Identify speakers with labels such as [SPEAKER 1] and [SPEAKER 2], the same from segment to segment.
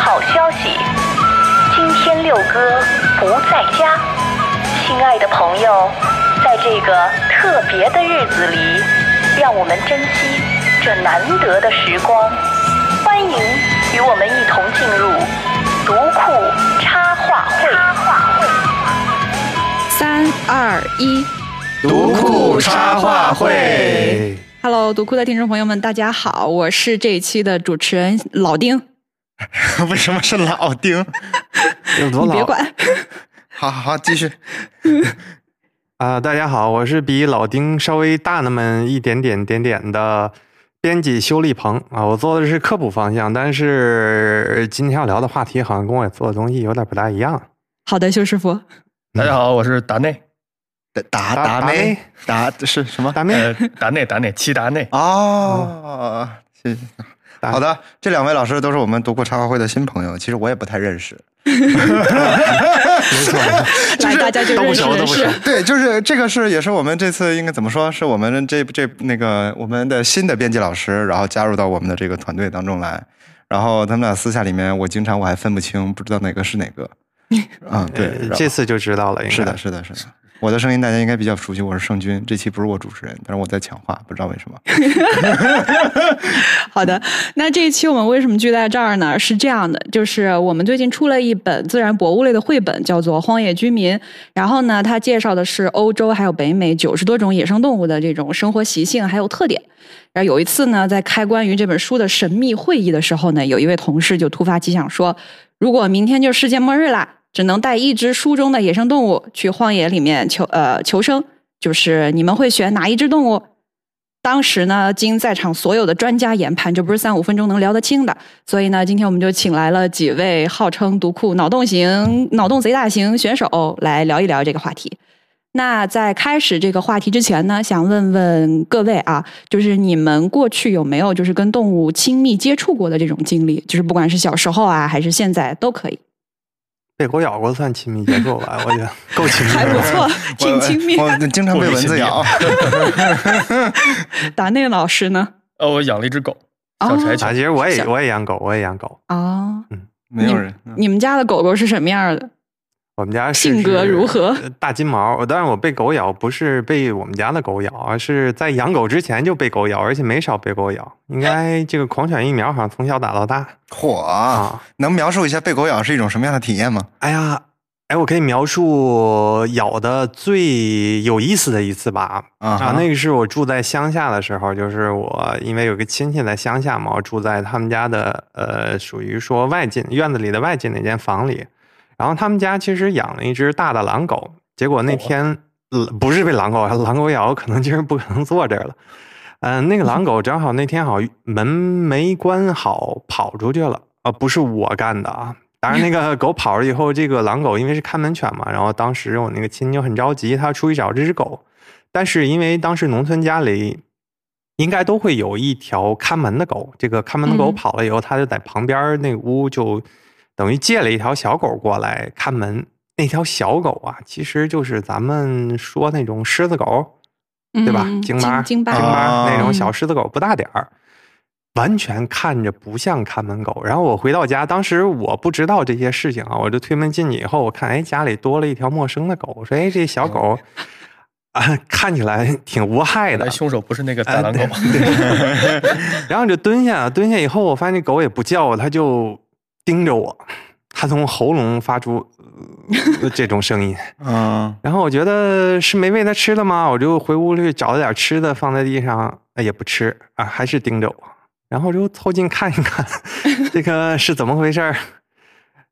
[SPEAKER 1] 好消息，今天六哥不在家。亲爱的朋友，在这个特别的日子里，让我们珍惜这难得的时光。欢迎与我们一同进入读库插画会。
[SPEAKER 2] 三二一
[SPEAKER 3] 独库插画会，
[SPEAKER 2] ，Hello，读库的听众朋友们，大家好，我是这一期的主持人老丁，
[SPEAKER 3] 为什么是老丁？
[SPEAKER 4] 有多
[SPEAKER 2] 你
[SPEAKER 4] 老？
[SPEAKER 2] 别管。
[SPEAKER 3] 好好好，继续。
[SPEAKER 4] 啊、大家好，我是比老丁稍微大那么一点点点点的编辑修丽鹏啊，我做的是科普方向，但是今天要聊的话题好像跟我做的东西有点不大一样。
[SPEAKER 2] 好的，修师 傅，
[SPEAKER 5] 大家好，我是达内，
[SPEAKER 3] 达
[SPEAKER 4] 达
[SPEAKER 3] 达
[SPEAKER 4] 达
[SPEAKER 3] 妹
[SPEAKER 4] 妹，
[SPEAKER 3] 达是什么？
[SPEAKER 4] 达妹，
[SPEAKER 5] 呃，达内，达内，齐达内，
[SPEAKER 3] 哦，谢谢。
[SPEAKER 4] 达
[SPEAKER 3] 好的，这两位老师都是我们读库插画会的新朋友，其实我也不太认识。
[SPEAKER 4] 没错，
[SPEAKER 2] 来大家就认识
[SPEAKER 4] 都不熟
[SPEAKER 2] 认
[SPEAKER 4] 都不
[SPEAKER 2] 识
[SPEAKER 4] 熟。
[SPEAKER 3] 对，就是这个是也是我们这次应该怎么说？是我们这这那个我们的新的编辑老师，然后加入到我们的这个团队当中来。然后他们俩私下里面，我经常我还分不清，不知道哪个是哪 个。啊，对，
[SPEAKER 5] 呃
[SPEAKER 3] 然后
[SPEAKER 4] 哎这次就知道了，应该
[SPEAKER 3] 是的，是的，是的。我的声音大家应该比较熟悉，我是盛军。这期不是我主持人，但是我在抢话，不知道为什么。
[SPEAKER 2] 好的，那这一期我们为什么聚在这儿呢？是这样的，就是我们最近出了一本自然博物类的绘本，叫做《荒野居民》。然后呢，它介绍的是欧洲还有北美九十多种野生动物的这种生活习性还有特点。然后有一次呢，在开关于这本书的神秘会议的时候呢，有一位同事就突发奇想说，如果明天就世界末日啦，只能带一只书中的野生动物去荒野里面求呃求生，就是你们会选哪一只动物？当时呢，经在场所有的专家研判，这不是三五分钟能聊得清的。所以呢，今天我们就请来了几位号称“独库脑洞型、脑洞贼大型选手来聊一聊这个话题。那在开始这个话题之前呢，想问问各位啊，就是你们过去有没有就是跟动物亲密接触过的这种经历？就是不管是小时候啊，还是现在都可以，
[SPEAKER 4] 被狗咬过算亲密接触吧，我觉得够亲密
[SPEAKER 2] 还不
[SPEAKER 4] 了。
[SPEAKER 2] 错，挺亲密
[SPEAKER 3] 我。我经常被蚊子咬。
[SPEAKER 2] 达内老师呢？
[SPEAKER 5] 呃，我养了一只狗，
[SPEAKER 2] 哦
[SPEAKER 5] 小柴
[SPEAKER 4] 啊，
[SPEAKER 5] 犬，
[SPEAKER 4] 其实我也
[SPEAKER 2] 小
[SPEAKER 4] 我也养狗，我也养狗。
[SPEAKER 2] 哦，
[SPEAKER 3] 没有人，
[SPEAKER 2] 你们家的狗狗是什么样的？
[SPEAKER 4] 我们家是
[SPEAKER 2] 性格
[SPEAKER 4] 只
[SPEAKER 2] 如何？
[SPEAKER 4] 呃大金毛，但是我被狗咬不是被我们家的狗咬，而是在养狗之前就被狗咬，而且没少被狗咬。应该这个狂犬疫苗好像从小打到大
[SPEAKER 3] 火！
[SPEAKER 4] 啊。
[SPEAKER 3] 能描述一下被狗咬是一种什么样的体验吗？
[SPEAKER 4] 哎呀，哎，我可以描述咬的最有意思的一次吧。
[SPEAKER 3] 啊哈
[SPEAKER 4] 啊，那个是我住在乡下的时候，就是我因为有个亲戚在乡下嘛，我住在他们家的呃，属于说外进院子里的外进那间房里。然后他们家其实养了一只大的狼狗，结果那天、呃不是被狼狗，狼狗咬，可能就是不可能坐这儿了。嗯、那个狼狗正好那天好像门没关好，跑出去了。啊，不是我干的啊。当然，那个狗跑了以后，这个狼狗因为是看门犬嘛，然后当时我那个亲戚就很着急，他出去找这只狗。但是因为当时农村家里应该都会有一条看门的狗，这个看门的狗
[SPEAKER 2] 嗯
[SPEAKER 4] 跑了以后，他就在旁边那屋就等于借了一条小狗过来看门。那条小狗啊，其实就是咱们说那种狮子狗，对吧？
[SPEAKER 2] 嗯
[SPEAKER 4] 京巴、
[SPEAKER 2] 京巴
[SPEAKER 4] 京巴
[SPEAKER 3] 啊
[SPEAKER 4] 那种小
[SPEAKER 2] 嗯
[SPEAKER 4] 狮子狗不大点儿，完全看着不像看门狗。然后我回到家，当时我不知道这些事情啊，我就推门进去以后，我看哎家里多了一条陌生的狗，我说哎这小狗啊看起来挺无害
[SPEAKER 5] 原
[SPEAKER 4] 的
[SPEAKER 5] 来，哎凶手不是那个大狼狗，
[SPEAKER 4] 然后我就蹲下了，蹲下以后，我发现这狗也不叫，它就盯着我，它从喉咙发出、呃这种声音。
[SPEAKER 3] 嗯，
[SPEAKER 4] 然后我觉得是没喂它吃的吗？我就回屋里找了点吃的放在地上，哎也不吃啊，还是盯着我。然后我就凑近看一看， 这个是怎么回事儿？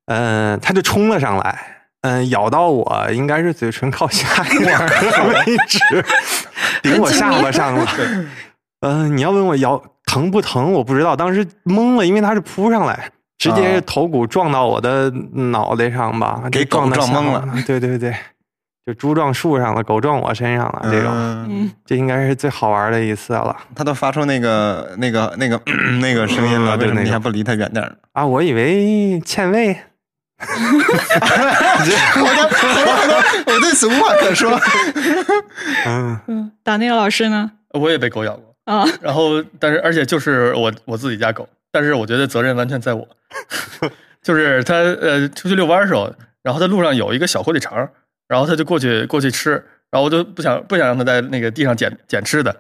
[SPEAKER 4] 嗯，它就冲了上来，嗯，咬到我应该是嘴唇靠下一点儿 的位置，顶我下巴上了。 嗯，你要问我咬疼不疼，我不知道，当时懵了，因为它是扑上来。直接
[SPEAKER 3] 啊
[SPEAKER 4] 头骨撞到我的脑袋上吧，
[SPEAKER 3] 给
[SPEAKER 4] 就撞
[SPEAKER 3] 狗
[SPEAKER 4] 到
[SPEAKER 3] 撞
[SPEAKER 4] 下
[SPEAKER 3] 懵
[SPEAKER 4] 巴
[SPEAKER 3] 了。
[SPEAKER 4] 对对对，就猪撞树上了，狗撞我身上了，这种、
[SPEAKER 3] 种，
[SPEAKER 2] 嗯，
[SPEAKER 4] 这应该是最好玩的一次了
[SPEAKER 3] 它都发出那个那个那个 那个声音了，
[SPEAKER 4] 嗯对
[SPEAKER 3] 为什么
[SPEAKER 4] 那
[SPEAKER 3] 你
[SPEAKER 4] 个
[SPEAKER 3] 还不离它远点儿呢？
[SPEAKER 4] 啊！我以为欠喂，
[SPEAKER 3] 我都我都我对此无话可说。
[SPEAKER 4] 嗯，
[SPEAKER 2] 嗯，达内老师呢？
[SPEAKER 5] 我也被狗咬过。
[SPEAKER 2] 啊，
[SPEAKER 5] 然后，但是而且就是我我自己家狗，但是我觉得责任完全在我。就是他呃出去遛弯儿的时候，然后在路上有一个小火腿肠儿，然后他就过去过去吃，然后我就不想不想让他在那个地上捡捡吃的，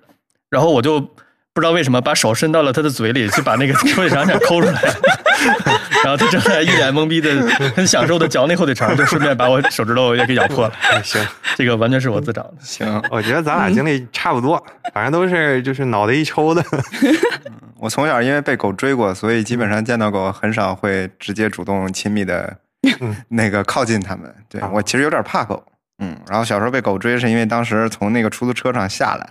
[SPEAKER 5] 然后我就不知道为什么把手伸到了他的嘴里去把那个火腿肠想抠出来， 然后他正在一脸懵逼的很享受的嚼那火腿肠，就顺便把我手指头也给咬破了，
[SPEAKER 4] 哎行，
[SPEAKER 5] 这个完全是我自找的。
[SPEAKER 3] 行，
[SPEAKER 4] 我觉得咱俩经历差不多，反正都是就是脑袋一抽的。
[SPEAKER 3] 我从小因为被狗追过，所以基本上见到狗很少会直接主动亲密的
[SPEAKER 4] 嗯
[SPEAKER 3] 那个靠近它们。对
[SPEAKER 4] 啊
[SPEAKER 3] 我其实有点怕狗，嗯。然后小时候被狗追是因为当时从那个出租车上下来，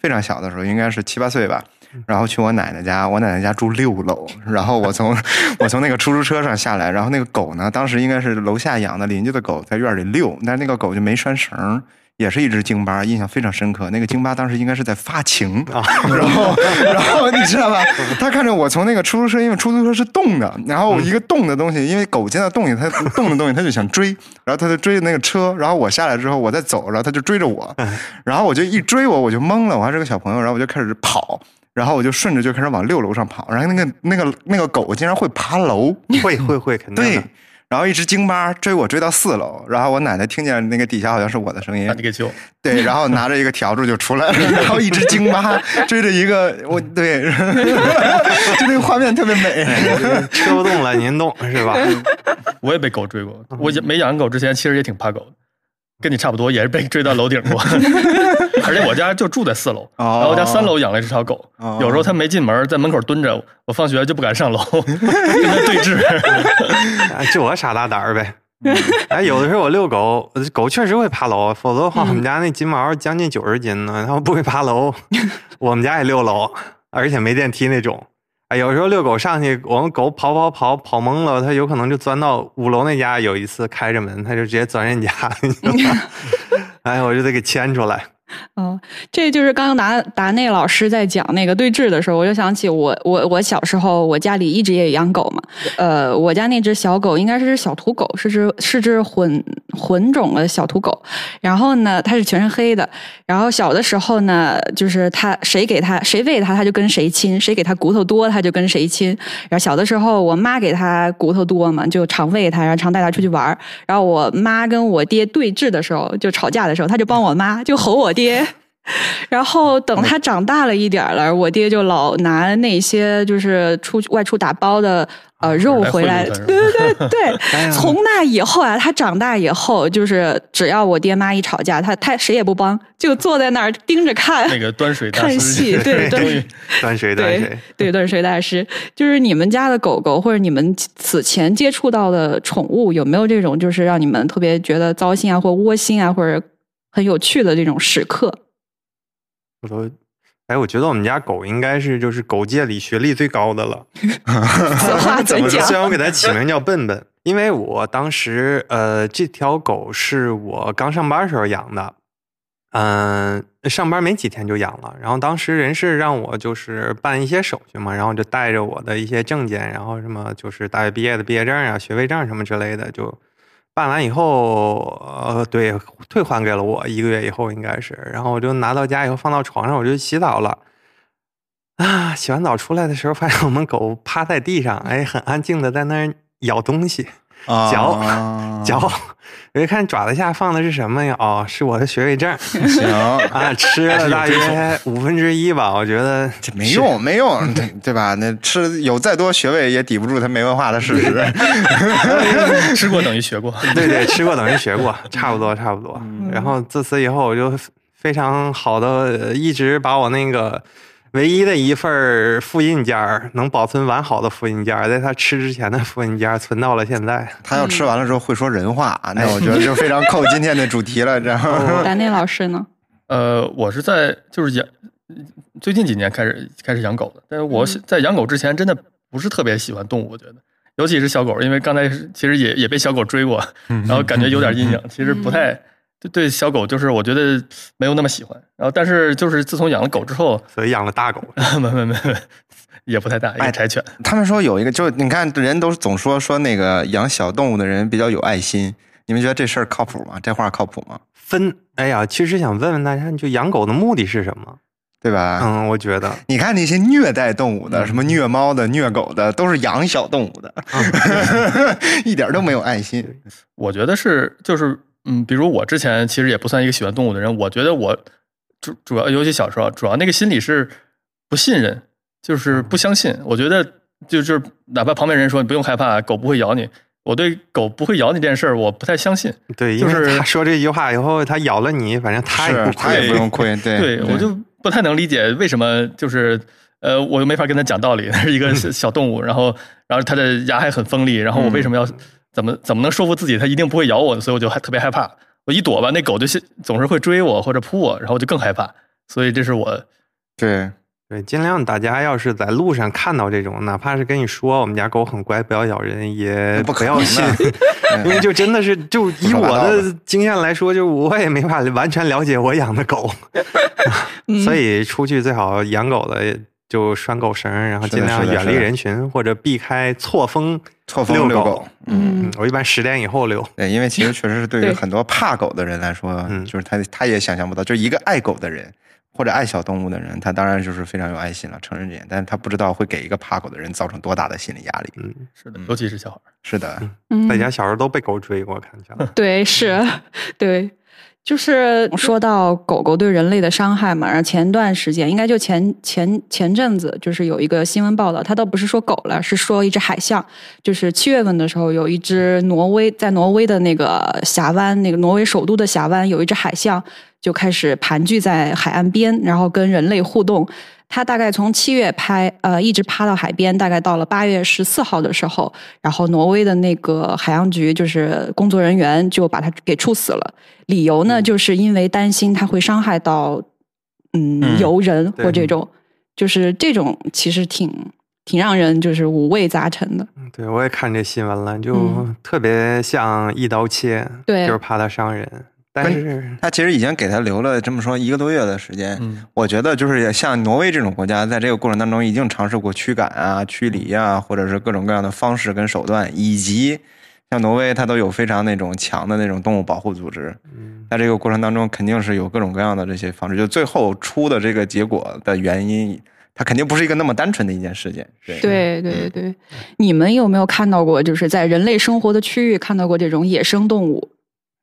[SPEAKER 3] 非常小的时候，应该是七八岁吧，
[SPEAKER 4] 嗯
[SPEAKER 3] 然后去我奶奶家，我奶奶家住六楼，然后 我从我从那个出租车上下来，然后那个狗呢，当时应该是楼下养的邻居的狗在院里遛，但是那个狗就没拴绳儿。也是一只京巴，印象非常深刻。那个京巴当时应该是在发情，
[SPEAKER 4] 啊
[SPEAKER 3] 然后，然后你知道吧？他看着我从那个出租车，因为出租车是动的，然后一个动的东西，因为狗见到动静，它动的东西，它就想追，然后它就追那个车，然后我下来之后，我再走，然后它就追着我， 然后我就一追我，我就懵了，我还是个小朋友，然后我就开始跑。然后我就顺着就开始往六楼上跑，然后那个那个那个狗竟然会爬楼，
[SPEAKER 4] 会会会，肯定
[SPEAKER 3] 对
[SPEAKER 4] 的。，
[SPEAKER 3] 然后一只京巴追我追到四楼，然后我奶奶听见那个底下好像是我的声音
[SPEAKER 5] 把，你给救了，
[SPEAKER 3] 对，然后拿着一个笤帚就出来了， 然后一只京 巴追着一个我， 对，就那个画面特别美。
[SPEAKER 4] 对车不动了，您动是 吧？
[SPEAKER 5] 我也被狗追过。
[SPEAKER 2] 嗯
[SPEAKER 5] 我也没养狗之前，其实也挺怕狗的，跟你差不多，也是被追到楼顶 过。而且我家就住在四楼，
[SPEAKER 3] 哦
[SPEAKER 5] 然后我家三楼养了一只小狗
[SPEAKER 3] 哦，
[SPEAKER 5] 有时候它没进门，在门口蹲着，我放学就不敢上 楼，跟它对峙。
[SPEAKER 4] 啊就我傻大胆 儿呗。哎，有的时候我遛狗，狗确实会爬楼，否则的话，我
[SPEAKER 2] 嗯
[SPEAKER 4] 们家那金毛将近九十斤呢，它不会爬 楼。我们家也六楼，而且没电梯那种。哎，有时候遛狗上去，我们狗跑跑跑跑懵了，它有可能就钻到五楼那家。有一次开着门，它就直接钻人家，你知道 吗？哎，我就得给牵出来。
[SPEAKER 2] 哦，这就是刚刚达达内老师在讲那个对峙的时候，我就想起我我我小时候，我家里一直也养狗嘛，呃，我家那只小狗应该是只小土狗，是只是只混混种的小土狗，然后呢，它是全身黑的，然后小的时候呢，就是它谁给它谁喂它，它就跟谁亲，谁给它骨头多，它就跟谁亲，然后小的时候我妈给它骨头多嘛，就常喂它，然后常带它出去玩儿然后我妈跟我爹对峙的时候，就吵架的时候，他就帮我妈就吼我爹。 然后等他长大了一点儿了，我爹就老拿那些就是出去外出打包的呃肉
[SPEAKER 5] 啊来
[SPEAKER 2] 回
[SPEAKER 5] 贿
[SPEAKER 2] 来，
[SPEAKER 5] 赂他是吧
[SPEAKER 2] 对对对
[SPEAKER 4] 哎呀
[SPEAKER 2] 对。从那以后啊，他长大以后，就是只要我爹妈一吵架，他他谁也不帮，就坐在那儿盯着看。
[SPEAKER 5] 那个端水大
[SPEAKER 2] 看戏
[SPEAKER 5] 师，
[SPEAKER 2] 对
[SPEAKER 5] 终于
[SPEAKER 2] 对
[SPEAKER 4] 端水端
[SPEAKER 2] 对
[SPEAKER 4] 水，
[SPEAKER 2] 对，断水大师，就是你们家的狗狗或者你们此前接触到的宠物，有没有这种就是让你们特别觉得糟心啊，或者窝心啊，或者很有趣的这种时刻？
[SPEAKER 4] 我都。哎，我觉得我们家狗应该是就是狗界里学历最高的了。
[SPEAKER 2] 此话
[SPEAKER 4] 怎
[SPEAKER 2] 怎
[SPEAKER 4] 么说？虽
[SPEAKER 2] 讲？
[SPEAKER 4] 然我给它起名叫笨笨，因为我当时呃，这条狗是我刚上班时候养的，嗯、上班没几天就养了。然后当时人事让我就是办一些手续嘛，然后就带着我的一些证件，然后什么就是大学毕业的毕业证啊、学位证什么之类的，就办完以后，呃，对，退还给了我一个月以后应该是，然后我就拿到家以后放到床上，我就洗澡了。啊，洗完澡出来的时候，发现我们狗趴在地上，哎，很安静的在那儿咬东西，
[SPEAKER 3] 啊
[SPEAKER 4] 嚼。我一看爪子下放的是什么呀？哦，是我的学位 证
[SPEAKER 3] 行，
[SPEAKER 4] 啊，吃了大约五分之一吧，我觉得
[SPEAKER 3] 这没用，没用，对对吧？那吃有再多学位也抵不住他没文化的事 实。
[SPEAKER 5] 吃过等于学过。
[SPEAKER 4] 对对，吃过等于学过，差不多差不多。
[SPEAKER 3] 嗯
[SPEAKER 4] 然后自此以后，我就非常好的一直把我那个唯一的一份儿复印件儿，能保存完好的复印件儿，在它吃之前的复印件儿存到了现在。
[SPEAKER 3] 他要吃完了之后会说人话，那我觉得就非常扣今天的主题了，然后
[SPEAKER 2] 达内老师呢？
[SPEAKER 5] 呃，我是在就是养最近几年开始开始养狗的，但是我
[SPEAKER 2] 嗯
[SPEAKER 5] 是在养狗之前真的不是特别喜欢动物，我觉得。尤其是小狗，因为刚才是其实也也被小狗追过，
[SPEAKER 3] 嗯
[SPEAKER 5] 然后感觉有点阴影。其实不太对对小狗，就是我觉得没有那么喜欢。然后，但是就是自从养了狗之后，
[SPEAKER 4] 所以养了大狗，
[SPEAKER 5] 没没没，也不太大，一
[SPEAKER 3] 哎
[SPEAKER 5] 个柴犬。
[SPEAKER 3] 他们说有一个，就是你看人都总说说那个养小动物的人比较有爱心，你们觉得这事儿靠谱吗？这话靠谱吗？
[SPEAKER 4] 分。哎呀，其实想问问大家，你就养狗的目的是什么？
[SPEAKER 3] 对吧？
[SPEAKER 4] 嗯，我觉得，
[SPEAKER 3] 你看那些虐待动物的，什么虐猫的、虐狗的，都是养小动物的，
[SPEAKER 4] 嗯
[SPEAKER 3] 一点都没有爱心。
[SPEAKER 5] 我觉得是就是嗯，比如我之前其实也不算一个喜欢动物的人，我觉得我主主要尤其小时候，主要那个心理是不信任，就是不相信。我觉得就就是哪怕旁边人说你不用害怕，狗不会咬你，我对狗不会咬你这件事儿我不太相信。
[SPEAKER 4] 对，
[SPEAKER 5] 就
[SPEAKER 4] 因为
[SPEAKER 5] 是
[SPEAKER 4] 他说这句话以后，他咬了你，反正他也
[SPEAKER 3] 是
[SPEAKER 4] 不
[SPEAKER 3] 他也
[SPEAKER 4] 亏
[SPEAKER 3] 不。用亏，对
[SPEAKER 5] 对我就不太能理解为什么就是呃，我又没法跟他讲道理，它 是一个小小动物，然后然后它的牙还很锋利，然后我为什么要怎么怎么能说服自己它一定不会咬我呢？所以我就还特别害怕，我一躲吧，那狗就是总是会追我或者扑我，然后我就更害怕，所以这是我
[SPEAKER 3] 对
[SPEAKER 4] 对，尽量大家要是在路上看到这种，哪怕是跟你说我们家狗很乖，不要咬人，也
[SPEAKER 3] 呃不可
[SPEAKER 4] 要
[SPEAKER 3] 能
[SPEAKER 4] 信
[SPEAKER 3] 的，
[SPEAKER 4] 因为就真的是，就以我
[SPEAKER 3] 胡说八道
[SPEAKER 4] 的经验来说，就我也没法完全了解我养的 狗，
[SPEAKER 2] 嗯
[SPEAKER 4] 所以出去最好养狗的就拴狗绳，然后
[SPEAKER 3] 是的
[SPEAKER 4] 尽量
[SPEAKER 3] 是的
[SPEAKER 4] 远
[SPEAKER 3] 是
[SPEAKER 4] 离
[SPEAKER 3] 的
[SPEAKER 4] 人群或者避开错峰
[SPEAKER 3] 错峰遛
[SPEAKER 4] 遛
[SPEAKER 3] 狗。
[SPEAKER 4] 嗯
[SPEAKER 2] 嗯，
[SPEAKER 4] 我一般十点以后遛。
[SPEAKER 3] 对，因为其实确实是对于
[SPEAKER 2] 对
[SPEAKER 3] 很多怕狗的人来说，
[SPEAKER 4] 嗯
[SPEAKER 3] 就是他他也想象不到，就是一个爱狗的人或者爱小动物的人，他当然就是非常有爱心了，承认这点，但是他不知道会给一个怕狗的人造成多大的心理压力。
[SPEAKER 4] 嗯，
[SPEAKER 5] 是的，尤其是小孩儿。
[SPEAKER 3] 是的，
[SPEAKER 2] 嗯
[SPEAKER 4] 在家小时候都被狗追过，看起来。
[SPEAKER 2] 对，是，对，就是说到狗狗对人类的伤害嘛，然后前段时间应该就前前前阵子，就是有一个新闻报道，它倒不是说狗了，是说一只海象，就是七月份的时候，有一只挪威在挪威的那个峡湾，那个挪威首都的峡湾有一只海象就开始盘踞在海岸边，然后跟人类互动。它大概从七月拍，呃，一直趴到海边，大概到了八月十四号的时候，然后挪威的那个海洋局就是工作人员就把它给处死了，理由呢，就是因为担心它会伤害到嗯
[SPEAKER 5] 嗯
[SPEAKER 2] 游人或
[SPEAKER 4] 对
[SPEAKER 2] 这种，就是这种其实挺挺让人就是五味杂陈的。
[SPEAKER 4] 嗯 对，我也看这新闻了，就
[SPEAKER 2] 嗯
[SPEAKER 4] 特别像一刀切，
[SPEAKER 2] 对
[SPEAKER 4] 就是怕它伤人。但是，
[SPEAKER 3] 他其实已经给他留了这么说一个多月的时间。
[SPEAKER 5] 嗯，
[SPEAKER 3] 我觉得就是也像挪威这种国家，在这个过程当中已经尝试过驱赶啊、驱离
[SPEAKER 4] 嗯
[SPEAKER 3] 啊，或者是各种各样的方式跟手段，以及像挪威它都有非常那种强的那种动物保护组织。
[SPEAKER 4] 嗯
[SPEAKER 3] 在这个过程当中，肯定是有各种各样的这些方式，就最后出的这个结果的原因，它肯定不是一个那么单纯的一件事情。对
[SPEAKER 2] 对对对，你们有没有看到过，就是在人类生活的区域看到过这种野生动物？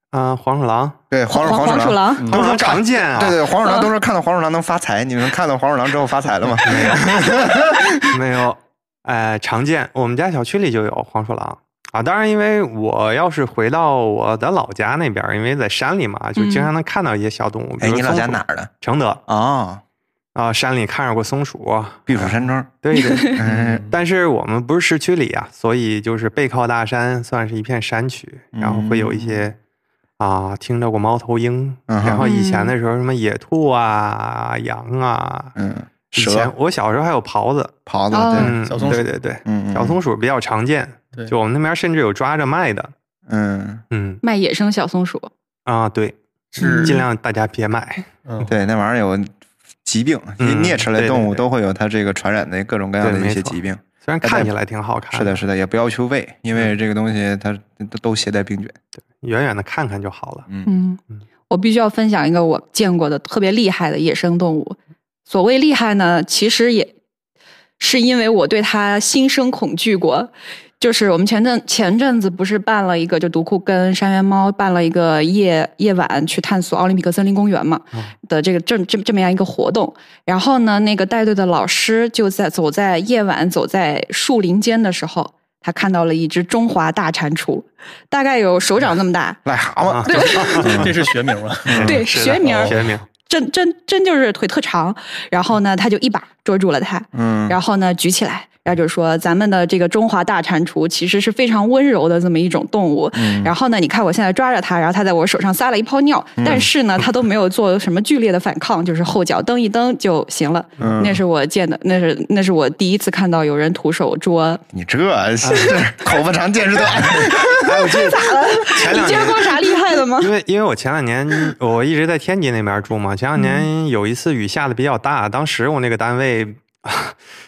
[SPEAKER 4] 啊，黄鼠 狼，
[SPEAKER 3] 对，黄鼠
[SPEAKER 2] 黄黄
[SPEAKER 3] 鼠
[SPEAKER 2] 鼠
[SPEAKER 3] 狼，
[SPEAKER 2] 狼，
[SPEAKER 4] 黄鼠狼常见啊，
[SPEAKER 3] 对对，黄鼠狼都是看到黄鼠狼能发财，你们看到黄鼠狼之后发财了吗？没有，
[SPEAKER 4] 嗯没有，呃，常见，我们家小区里就有黄鼠狼啊。当然，因为我要是回到我的老家那边儿，因为在山里嘛，就经
[SPEAKER 2] 嗯
[SPEAKER 4] 常能看到一些小动物。比
[SPEAKER 3] 哎，
[SPEAKER 4] 如
[SPEAKER 3] 你老家
[SPEAKER 4] 松鼠
[SPEAKER 3] 哪？儿的？
[SPEAKER 4] 承德
[SPEAKER 3] 哦，
[SPEAKER 4] 啊，山里看着过松鼠，
[SPEAKER 3] 避暑山庄。
[SPEAKER 4] 对 对。
[SPEAKER 3] 嗯，
[SPEAKER 4] 但是我们不是市区里啊，所以就是背靠大山，算是一片山区，然后会有一些、啊，听到过猫头鹰，
[SPEAKER 3] 嗯哼
[SPEAKER 4] 然后以前的时候什么野兔啊、羊啊，
[SPEAKER 3] 嗯，
[SPEAKER 4] 以前
[SPEAKER 3] 蛇、
[SPEAKER 4] 我小时候还有狍子，
[SPEAKER 3] 狍子，
[SPEAKER 2] 哦
[SPEAKER 3] 对，
[SPEAKER 4] 嗯，
[SPEAKER 5] 小松鼠
[SPEAKER 4] 对对对，
[SPEAKER 3] 嗯，嗯
[SPEAKER 4] 小松，鼠比较常见，
[SPEAKER 5] 对
[SPEAKER 4] 就我们那边甚至有抓着卖的，
[SPEAKER 3] 嗯，
[SPEAKER 4] 嗯
[SPEAKER 2] 卖野生小松鼠。
[SPEAKER 4] 啊，对，
[SPEAKER 5] 是
[SPEAKER 4] 尽量大家别买，
[SPEAKER 5] 嗯，
[SPEAKER 3] 对，那玩意儿有疾病，
[SPEAKER 4] 嗯
[SPEAKER 3] 啮齿类
[SPEAKER 4] 对
[SPEAKER 3] 动物
[SPEAKER 4] 对对
[SPEAKER 3] 都会有它这个传染的各种各样的
[SPEAKER 4] 对没
[SPEAKER 3] 一些
[SPEAKER 4] 错
[SPEAKER 3] 疾病。
[SPEAKER 4] 虽然
[SPEAKER 3] 哎
[SPEAKER 4] 看
[SPEAKER 3] 对
[SPEAKER 4] 起来挺好看，
[SPEAKER 3] 是的，，是的，也不要求喂，因为这个东西它都都携带病菌。
[SPEAKER 4] 远远的看看就好了。
[SPEAKER 2] 嗯，我必须要分享一个我见过的特别厉害的野生动物。所谓厉害呢，其实也是因为我对它心生恐惧过。就是我们前阵前阵子不是办了一个，就独库跟山原猫办了一个夜夜晚去探索奥林匹克森林公园嘛
[SPEAKER 4] 嗯
[SPEAKER 2] 的这个这这这么样一个活动。然后呢，那个带队的老师就在走在夜晚走在树林间的时候，他看到了一只中华大蟾蜍，大概有手掌那么大。
[SPEAKER 3] 癞蛤蟆，
[SPEAKER 5] 这是学名 吗？
[SPEAKER 2] 对
[SPEAKER 4] 嗯是的
[SPEAKER 2] 学名儿
[SPEAKER 4] 学名儿，
[SPEAKER 2] 真真真就是腿特长，然后呢，他就一把捉住了它，
[SPEAKER 3] 嗯，
[SPEAKER 2] 然后呢举起来，然后就说咱们的这个中华大蟾蜍其实是非常温柔的这么一种动物。
[SPEAKER 3] 嗯
[SPEAKER 2] 然后呢，你看我现在抓着它，然后它在我手上撒了一泡尿，但是 呢，它都没有做什么剧烈的反抗，就是后脚蹬一蹬就行了。
[SPEAKER 3] 嗯
[SPEAKER 2] 那是我见的，那是那是我第一次看到有人徒手捉。
[SPEAKER 3] 你这这口不长见识短，
[SPEAKER 4] 哎，我记得咋了？前
[SPEAKER 3] 哎
[SPEAKER 2] 你
[SPEAKER 4] 两
[SPEAKER 2] 见
[SPEAKER 4] 年
[SPEAKER 2] 过啥厉害的吗？
[SPEAKER 4] 因为因为我前两年我一直在天津那边住嘛，前两年有一次雨下的比较大，当时我那个单位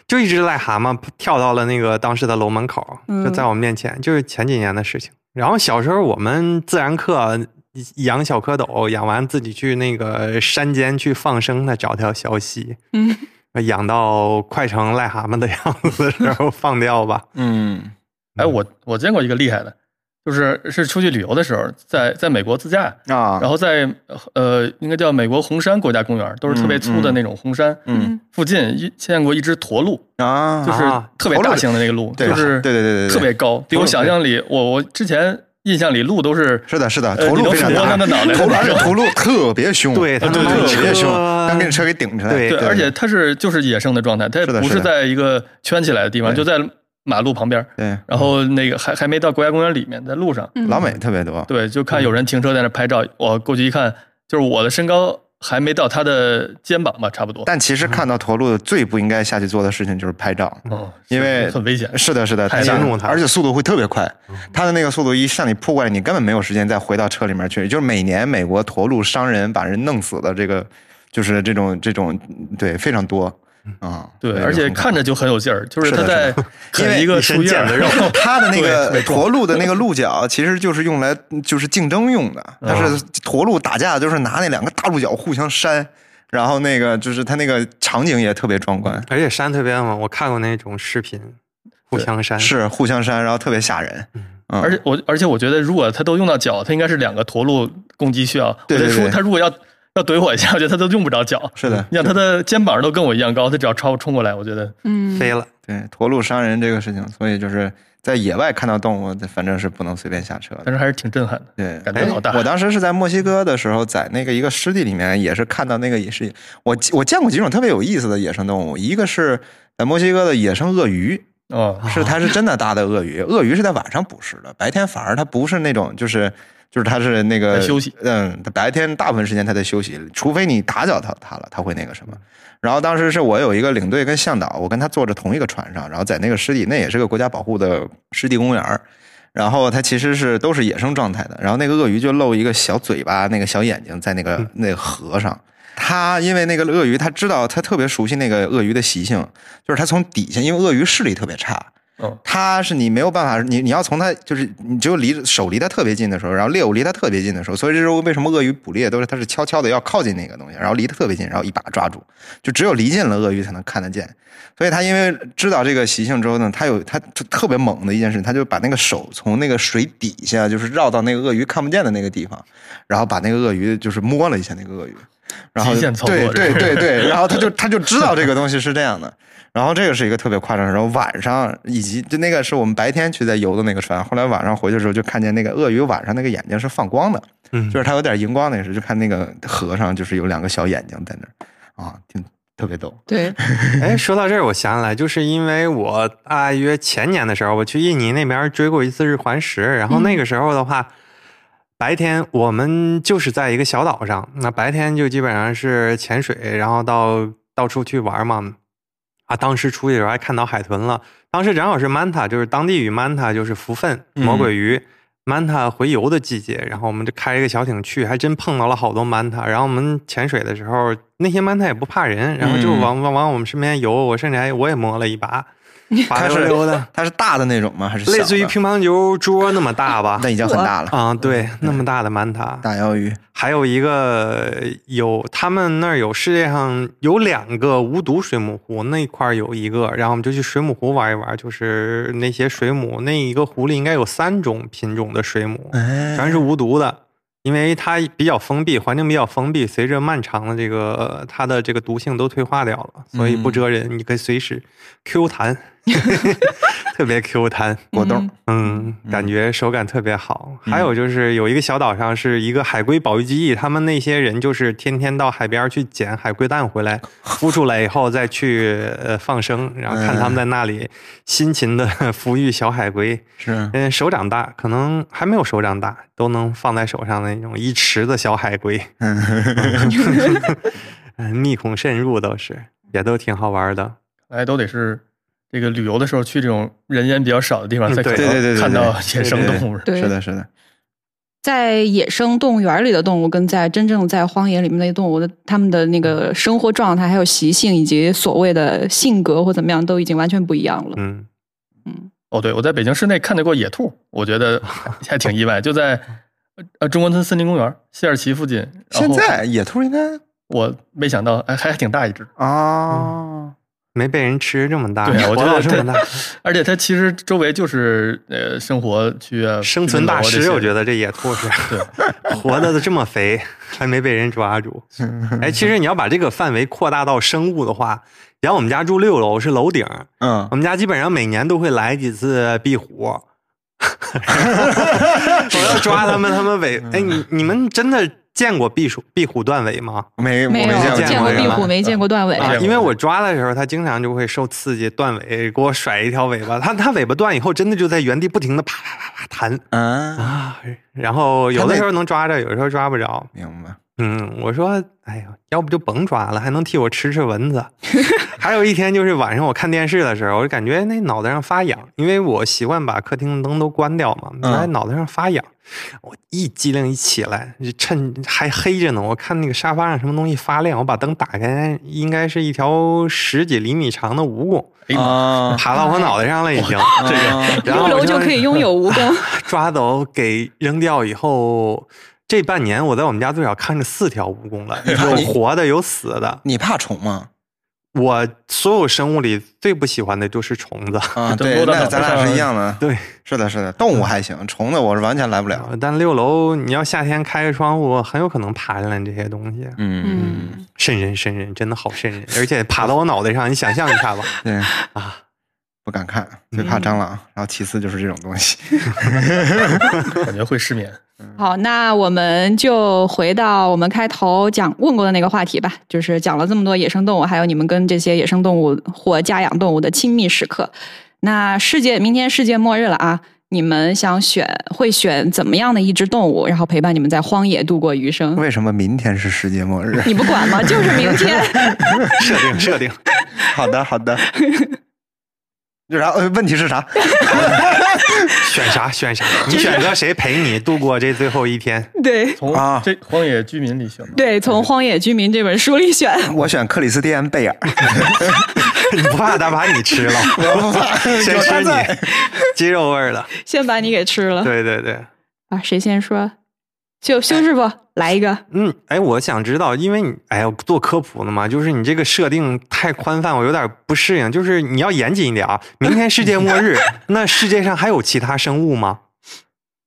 [SPEAKER 4] 就一只癞蛤蟆跳到了那个当时的楼门口，
[SPEAKER 2] 嗯
[SPEAKER 4] 就在我面前，就是前几年的事情。然后小时候我们自然课养小蝌蚪，养完自己去那个山间去放生的，找条小溪，
[SPEAKER 2] 嗯，
[SPEAKER 4] 养到快成癞蛤蟆的样子的时候放掉吧。
[SPEAKER 5] 嗯，哎，我我见过一个厉害的，就是是出去旅游的时候，在在美国自驾，
[SPEAKER 3] 啊
[SPEAKER 5] 然后在呃，应该叫美国红山国家公园，都是特别粗的那种红山，
[SPEAKER 3] 嗯
[SPEAKER 5] 附近一见过一只驼鹿，
[SPEAKER 3] 啊，
[SPEAKER 5] 就是特别大型的那个鹿，
[SPEAKER 3] 对
[SPEAKER 5] 就是
[SPEAKER 3] 对对对对对
[SPEAKER 5] 特别高，比我想象里，我我之前印象里鹿都是
[SPEAKER 3] 是的，是的，
[SPEAKER 5] 呃
[SPEAKER 3] 头
[SPEAKER 5] 你
[SPEAKER 3] 鹿
[SPEAKER 5] 能
[SPEAKER 3] 非常
[SPEAKER 5] 抚摸
[SPEAKER 3] 大，
[SPEAKER 5] 它的脑袋
[SPEAKER 3] 头鹿
[SPEAKER 5] 那
[SPEAKER 3] 而且
[SPEAKER 5] 种
[SPEAKER 3] 头鹿特别凶，
[SPEAKER 4] 对它
[SPEAKER 3] 它
[SPEAKER 5] 能把
[SPEAKER 3] 特别
[SPEAKER 4] 车
[SPEAKER 3] 凶，刚给你车给顶起来，
[SPEAKER 4] 对
[SPEAKER 5] 对，而且它是就是野生的状态，它也
[SPEAKER 3] 是的
[SPEAKER 5] 不
[SPEAKER 3] 是
[SPEAKER 5] 是
[SPEAKER 3] 的
[SPEAKER 5] 在一个圈起来的地方，
[SPEAKER 3] 对嗯
[SPEAKER 5] 就在马路旁边儿，
[SPEAKER 3] 对
[SPEAKER 5] 然后那个还还没到国家公园里面，在路上，
[SPEAKER 2] 嗯
[SPEAKER 3] 老美特别多，
[SPEAKER 5] 对，就看有人停车在那拍照，我过去一看，就是我的身高还没到他的肩膀吧，差不多。
[SPEAKER 3] 但其实看到驼鹿最不应该下去做的事情就是拍照，
[SPEAKER 5] 嗯，
[SPEAKER 3] 因为
[SPEAKER 5] 很危险。
[SPEAKER 3] 是的，是的，
[SPEAKER 5] 太
[SPEAKER 3] 想
[SPEAKER 4] 激怒它了
[SPEAKER 3] 而且速度会特别快。它的那个速度一向你扑过来，你根本没有时间再回到车里面去。也就是每年美国驼鹿伤人把人弄死的这个，就是这种这种对非常多
[SPEAKER 4] 嗯
[SPEAKER 3] 啊。
[SPEAKER 5] 对，
[SPEAKER 3] 这个
[SPEAKER 5] 而且
[SPEAKER 3] 很可怕
[SPEAKER 5] 看着就很有劲儿，就是
[SPEAKER 3] 是
[SPEAKER 5] 他
[SPEAKER 3] 的
[SPEAKER 5] 在
[SPEAKER 3] 因为
[SPEAKER 5] 啃一个
[SPEAKER 4] 一身
[SPEAKER 5] 树叶
[SPEAKER 4] 腱
[SPEAKER 5] 儿
[SPEAKER 4] 子肉
[SPEAKER 3] 它的那
[SPEAKER 5] 对特
[SPEAKER 3] 个
[SPEAKER 5] 别重
[SPEAKER 3] 驼鹿的那个鹿角，其实就是用来就是竞争用的。它
[SPEAKER 5] 嗯
[SPEAKER 3] 是驼鹿打架，就是拿那两个大鹿角互相扇，然后那个就是它那个场景也特别壮观，
[SPEAKER 4] 而且山特别猛，我看过那种视频，互相扇。
[SPEAKER 3] 是互相扇，然后特别吓人。嗯
[SPEAKER 5] 嗯而且我而且我觉得，如果他都用到脚，他应该是两个驼鹿攻击需要。
[SPEAKER 3] 对对
[SPEAKER 5] 我觉得
[SPEAKER 3] 对
[SPEAKER 5] 如他如果要要怼我一下，我觉得他都用不着脚。
[SPEAKER 3] 是的
[SPEAKER 5] 你看他的肩膀都跟我一样高，他只要超冲过来，我觉得
[SPEAKER 2] 嗯
[SPEAKER 4] 飞了，
[SPEAKER 3] 对，驼鹿伤人这个事情，所以就是在野外看到动物，反正是不能随便下车的。
[SPEAKER 5] 但是还是挺震撼的，
[SPEAKER 3] 对，
[SPEAKER 5] 感觉好大。
[SPEAKER 3] 哎我当时是在墨西哥的时候，在那个一个湿地里面，也是看到那个也是我我见过几种特别有意思的野生动物，一个是在墨西哥的野生鳄鱼，
[SPEAKER 5] 哦，
[SPEAKER 3] 是它是真的大的鳄 鱼，鳄鱼是在晚上捕食的，白天反而它不是那种就是就是它是那个
[SPEAKER 5] 在休息，
[SPEAKER 3] 嗯，它白天大部分时间它在休息，除非你打搅它它了，它会那个什么。然
[SPEAKER 5] 嗯
[SPEAKER 3] 后当时是我有一个领队跟向导，我跟他坐着同一个船上，然后在那个湿地，那也是个国家保护的湿地公园儿然后它其实是都是野生状态的，然后那个鳄鱼就露一个小嘴巴，那个小眼睛在那个 那个河上。它因为那个鳄鱼，它知道它特别熟悉那个鳄鱼的习性，就是它从底下，因为鳄鱼视力特别差，
[SPEAKER 5] 嗯，
[SPEAKER 3] 它是你没有办法，你你要从它就是你只有离手离它特别近的时候，然后猎物离它特别近的时候，所以这是为什么鳄鱼捕猎都是它是悄悄的要靠近那个东西，然后离它特别近，然后一把抓住，就只有离近了鳄鱼才能看得见。所以它因为知道这个习性之后呢，它有它就特别猛的一件事，它就把那个手从那个水底下就是绕到那个鳄鱼看不见的那个地方，然后把那个鳄鱼就是摸了一下那个鳄鱼，然后
[SPEAKER 5] 极限操作
[SPEAKER 3] 对对
[SPEAKER 5] 这是
[SPEAKER 3] 对 对，然后他就他就知道这个东西是这样的。然后这个是一个特别夸张的，然后晚上以及就那个是我们白天去在游的那个船，后来晚上回去的时候就看见那个鳄鱼晚上那个眼睛是放光的，
[SPEAKER 4] 嗯
[SPEAKER 3] 就是它有点荧光那个是，就看那个河上就是有两个小眼睛在那儿啊，挺特别逗。
[SPEAKER 2] 对，
[SPEAKER 4] 哎，说到这儿，我想起来，就是因为我大约前年的时候，我去印尼那边追过一次日环食，然后那个时候的话，白天我们就是在一个小岛上，那白天就基本上是潜水，然后到到处去玩嘛。啊，当时出去的时候还看到海豚了，当时正好是 manta，就是当地语 manta 就是福分魔鬼鱼。manta 洄游的季节，然后我们就开一个小艇去，还真碰到了好多 manta。然后我们潜水的时候，那些 manta 也不怕人，然后就
[SPEAKER 3] 嗯
[SPEAKER 4] 往往往我们身边游，我甚至还我也摸了一 把，滑
[SPEAKER 3] 它
[SPEAKER 4] 溜
[SPEAKER 3] 是
[SPEAKER 4] 溜的，
[SPEAKER 3] 它是大的那种吗？还是小的
[SPEAKER 4] 类似于乒乓球桌那么大吧
[SPEAKER 3] 那？已嗯经很大了，
[SPEAKER 4] 啊，对，那么大的 manta，
[SPEAKER 3] 大腰鱼
[SPEAKER 4] 还有一个有他们那儿有世界上有两个无毒水母湖，那块儿有一个，然后我们就去水母湖玩一玩，就是那些水母，那一个湖里应该有三种品种的水母，全是无毒的，因为它比较封闭，环境比较封闭，随着漫长的这个呃它的这个毒性都退化掉了，所以不蜇人，你可以随时 Q 弹， 特别 Q 弹。
[SPEAKER 3] 果冻，
[SPEAKER 4] 嗯，感觉手感特别好。
[SPEAKER 5] 嗯
[SPEAKER 4] 还有就是有一个小岛上是一个海龟保育基地，他们那些人就是天天到海边儿去捡海龟蛋回 来，孵出来以后再去呃放生，然后看他们在那里辛勤的 孵育小海龟。
[SPEAKER 3] 是
[SPEAKER 4] 嗯，手掌大，可能还没有手掌大，都能放在手上的那种一池子小海龟， 嗯密孔渗入都是，也都挺好玩的。
[SPEAKER 5] 哎，都得是这个旅游的时候去这种人烟比较少的地方，才
[SPEAKER 4] 对
[SPEAKER 5] 可
[SPEAKER 3] 嗯对对对
[SPEAKER 5] 能
[SPEAKER 3] 对
[SPEAKER 5] 看到
[SPEAKER 3] 对
[SPEAKER 5] 野生动物。
[SPEAKER 2] 对
[SPEAKER 3] 是的，是的，
[SPEAKER 2] 在野生动物园里的动物，跟在真正在荒野里面的动物的，它们的那个生活状态、还有习性，以及所谓的性格或怎么样，都已经完全不一样了。
[SPEAKER 4] 嗯，
[SPEAKER 5] 哦，对，我在北京市内看见过野兔，我觉得还还挺意外。就在呃中关村森林公园谢尔奇附近。然后
[SPEAKER 3] 现在野兔应该
[SPEAKER 5] 我没想到，哎，还挺大一只，
[SPEAKER 3] 啊，
[SPEAKER 4] 没被人吃这么大，
[SPEAKER 5] 对我
[SPEAKER 4] 活
[SPEAKER 5] 觉得
[SPEAKER 4] 到这么大，
[SPEAKER 5] 而且它其实周围就是呃生活区啊，
[SPEAKER 4] 生存大
[SPEAKER 5] 居
[SPEAKER 4] 师，
[SPEAKER 5] 民楼啊
[SPEAKER 4] 我
[SPEAKER 5] 这些
[SPEAKER 4] 觉得这野兔是
[SPEAKER 5] 对， 嗯
[SPEAKER 4] 活得这么肥，还没被人抓住。哎，其实你要把这个范围扩大到生物的话，然后我们家住六楼是楼顶，
[SPEAKER 3] 嗯
[SPEAKER 4] 我，们家基本上每年都会来几次壁 虎。我要抓他们，他们
[SPEAKER 5] 嗯
[SPEAKER 4] 尾。哎，你你们真的见过壁鼠壁虎断尾吗？
[SPEAKER 3] 没我
[SPEAKER 2] 没有
[SPEAKER 3] 没
[SPEAKER 2] 见
[SPEAKER 4] 过
[SPEAKER 2] 过
[SPEAKER 4] 这个
[SPEAKER 2] 壁
[SPEAKER 4] 吧
[SPEAKER 2] 虎，没见过断尾。
[SPEAKER 5] 啊
[SPEAKER 4] 啊，
[SPEAKER 5] 见过
[SPEAKER 4] 因为我抓的时候，它经常就会受刺激断尾，给我甩一条尾巴。它它尾巴断以后，真的就在原地不停的啪啪啪啪弹
[SPEAKER 3] 啊，
[SPEAKER 4] 啊。然后有的时候能抓着，有的时候抓不着。
[SPEAKER 3] 明白。
[SPEAKER 4] 嗯，我说，哎呦，要不就甭抓了，还能替我吃吃蚊 子。还有一天就是晚上我看电视的时候，我就感觉那脑袋上发痒，因为我习惯把客厅的灯都关掉嘛，
[SPEAKER 3] 嗯
[SPEAKER 4] 哎，脑袋上发痒，我一激灵一起来，就趁还黑着呢，我看那个沙发上什么东西发亮，我把灯打开，应该是一条十几厘米长的蜈蚣，
[SPEAKER 5] 哎呀妈
[SPEAKER 2] 嗯
[SPEAKER 3] 啊，
[SPEAKER 4] 爬到我脑袋上了已 经。
[SPEAKER 3] 这个
[SPEAKER 4] 然后
[SPEAKER 2] 六
[SPEAKER 4] 我
[SPEAKER 2] 楼就可以拥有蜈蚣，
[SPEAKER 4] 抓走给扔掉以后，这半年我在我们家最少看着四条蜈蚣 了，有活的有死的。
[SPEAKER 3] 你怕虫吗？
[SPEAKER 4] 我所有生物里最不喜欢的就是虫 子，
[SPEAKER 3] 啊，
[SPEAKER 5] 这
[SPEAKER 3] 对，
[SPEAKER 5] 落到
[SPEAKER 3] 那
[SPEAKER 5] 脑
[SPEAKER 3] 咱
[SPEAKER 5] 袋
[SPEAKER 3] 俩是
[SPEAKER 5] 上
[SPEAKER 3] 一样的。
[SPEAKER 4] 对，
[SPEAKER 3] 是的，是的，动物还行，虫子我是完全来不了。
[SPEAKER 4] 但六楼你要夏天开个窗户，很有可能爬进来这些东西，
[SPEAKER 3] 嗯，
[SPEAKER 2] 嗯，
[SPEAKER 4] 瘆人瘆人，真的好瘆人，而且爬到我脑袋上，你想象一 下吧，
[SPEAKER 3] 对，
[SPEAKER 4] 啊，
[SPEAKER 3] 不敢看，
[SPEAKER 2] 嗯
[SPEAKER 3] 最怕蟑螂，然后其次就是这种东西。
[SPEAKER 5] 感觉会失眠。
[SPEAKER 2] 好，那我们就回到我们开头讲问过的那个话题吧，就是讲了这么多野生动物，还有你们跟这些野生动物或家养动物的亲密时刻。那世界明天世界末日了啊！你们想选会选怎么样的一只动物，然后陪伴你们在荒野度过余 生？
[SPEAKER 3] 为什么明天是世界末日？
[SPEAKER 2] 你不管吗？就是明天。
[SPEAKER 4] 设定设定，
[SPEAKER 3] 好的，好的。有啥？呃，问题 是啥？
[SPEAKER 4] 选啥选啥，你选择谁陪你度过这最后一 天？
[SPEAKER 2] 对
[SPEAKER 5] 从
[SPEAKER 3] 啊
[SPEAKER 5] 这荒野居民里选吧，
[SPEAKER 2] 对，从《荒野居民》这本书里选。
[SPEAKER 3] 我选克里斯蒂安·贝 尔。
[SPEAKER 4] 你不怕他把你吃了？
[SPEAKER 3] 我不怕
[SPEAKER 4] 先
[SPEAKER 3] 有他
[SPEAKER 4] 吃你
[SPEAKER 3] 在嗯
[SPEAKER 4] 鸡肉味儿的，
[SPEAKER 2] 先把你给吃了。
[SPEAKER 4] 对对对。
[SPEAKER 2] 啊，谁先说？修修师傅来一个。
[SPEAKER 4] 嗯，哎，我想知道，因为你，哎呀，做科普呢嘛，就是你这个设定太宽泛，我有点不适应。就是你要严谨一点啊。明天世界末 日，那世界上还有其他生物吗？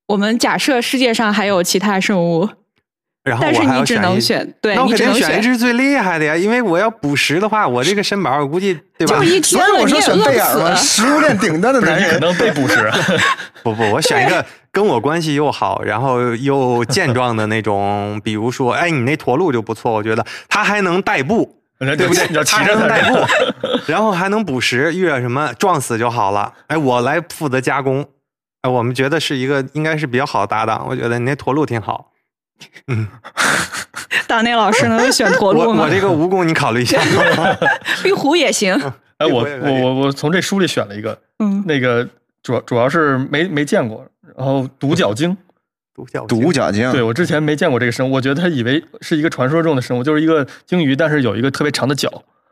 [SPEAKER 2] 我们假设世界上还有其他生物，
[SPEAKER 4] 然后
[SPEAKER 2] 但
[SPEAKER 4] 我
[SPEAKER 2] 是
[SPEAKER 4] 还
[SPEAKER 2] 你
[SPEAKER 4] 要选
[SPEAKER 2] 只
[SPEAKER 4] 一
[SPEAKER 2] 能，选，对
[SPEAKER 4] 那我
[SPEAKER 2] 你
[SPEAKER 4] 肯
[SPEAKER 2] 只
[SPEAKER 4] 定
[SPEAKER 2] 能
[SPEAKER 4] 选一只最厉害的呀，因为我要捕食的话，我这个身板儿我估计对吧
[SPEAKER 2] 就？ 一天
[SPEAKER 3] 所以
[SPEAKER 2] 了，
[SPEAKER 3] 我
[SPEAKER 2] 你也
[SPEAKER 3] 说选贝尔
[SPEAKER 2] 饿
[SPEAKER 4] 啊
[SPEAKER 3] 嘛，
[SPEAKER 2] 死。
[SPEAKER 3] 食物链顶端的
[SPEAKER 5] 不是
[SPEAKER 3] 男
[SPEAKER 5] 你可
[SPEAKER 3] 人。
[SPEAKER 5] 能被 捕食，啊
[SPEAKER 4] 不不，我选一个跟我关系又好，然后又健壮的那种，比如说，哎，你那驼鹿就不错，我觉得它还能代步。对
[SPEAKER 5] 对
[SPEAKER 4] 不对？
[SPEAKER 5] 你要骑
[SPEAKER 4] 它还
[SPEAKER 5] 着
[SPEAKER 4] 能
[SPEAKER 5] 它
[SPEAKER 4] 代步，然后还能捕食，遇到什么撞死就好了。哎，我来负责加工。哎，我们觉得是一个应该是比较好的搭档。我觉得你那驼鹿挺好，
[SPEAKER 2] 党内老师能选驼
[SPEAKER 4] 我
[SPEAKER 2] 鹿吗
[SPEAKER 4] 我？这个蜈蚣你考虑 一下。
[SPEAKER 2] 壁虎也行。
[SPEAKER 5] 哎，我
[SPEAKER 4] 我也可
[SPEAKER 5] 我
[SPEAKER 4] 以
[SPEAKER 5] 我我从这书里选了一个，
[SPEAKER 2] 嗯，
[SPEAKER 5] 那个主要主要是没没见过，然后独角鲸，
[SPEAKER 4] 独角鲸
[SPEAKER 3] 独角鲸，
[SPEAKER 5] 对我之前没见过这个生物，我觉得它以为是一个传说中的生物，就是一个鲸鱼，但是有一个特别长的脚。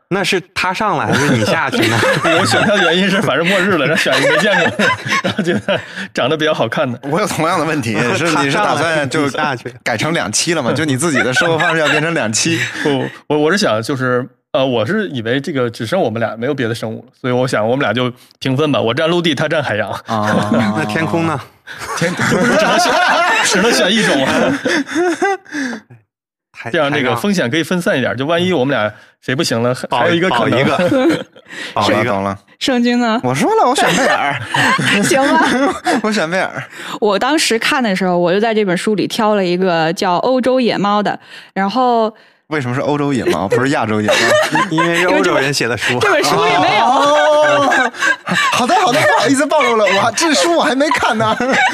[SPEAKER 4] 那是他上来还是你下去呢？
[SPEAKER 5] 我选它的原因是反正末日了，然后选一个没见过， 然后觉得长得比较好看的。
[SPEAKER 3] 我有同样的问题，是
[SPEAKER 4] 他
[SPEAKER 3] 你是
[SPEAKER 4] 上
[SPEAKER 3] 打
[SPEAKER 4] 来
[SPEAKER 3] 算就
[SPEAKER 4] 你下去
[SPEAKER 3] 改成两期了吗？就你自己的生活方式要变成两期？
[SPEAKER 5] 我我我是想就是呃，我是以为这个只剩我们俩没有别的生物了，所以我想我们俩就平分吧，我占陆地，他占海洋，
[SPEAKER 3] 啊，
[SPEAKER 4] 那天空呢？
[SPEAKER 5] 天 只能选只能选一种啊。
[SPEAKER 4] 海
[SPEAKER 5] 这样这
[SPEAKER 4] 海
[SPEAKER 5] 个
[SPEAKER 4] 浪
[SPEAKER 5] 风险可以分散一点，就万一我们俩谁不行了，还
[SPEAKER 4] 保
[SPEAKER 5] 还有一个
[SPEAKER 4] 保
[SPEAKER 5] 可能
[SPEAKER 4] 一 个，保
[SPEAKER 3] 懂
[SPEAKER 4] 一
[SPEAKER 3] 了
[SPEAKER 4] 个。
[SPEAKER 3] 懂了，
[SPEAKER 2] 圣君 呢？
[SPEAKER 3] 我说了，我选贝尔，
[SPEAKER 2] 行吧。
[SPEAKER 3] 我选贝尔。
[SPEAKER 2] 我当时看的时候，我就在这本书里挑了一个叫《欧洲野猫》的，然 后
[SPEAKER 3] 为什么是欧洲野猫，不是亚洲野猫？
[SPEAKER 4] 因为是欧洲人写的书，
[SPEAKER 2] 这本书里没有。
[SPEAKER 3] 哦， 好的好的，不好意思暴露了，我这书我还没看呢，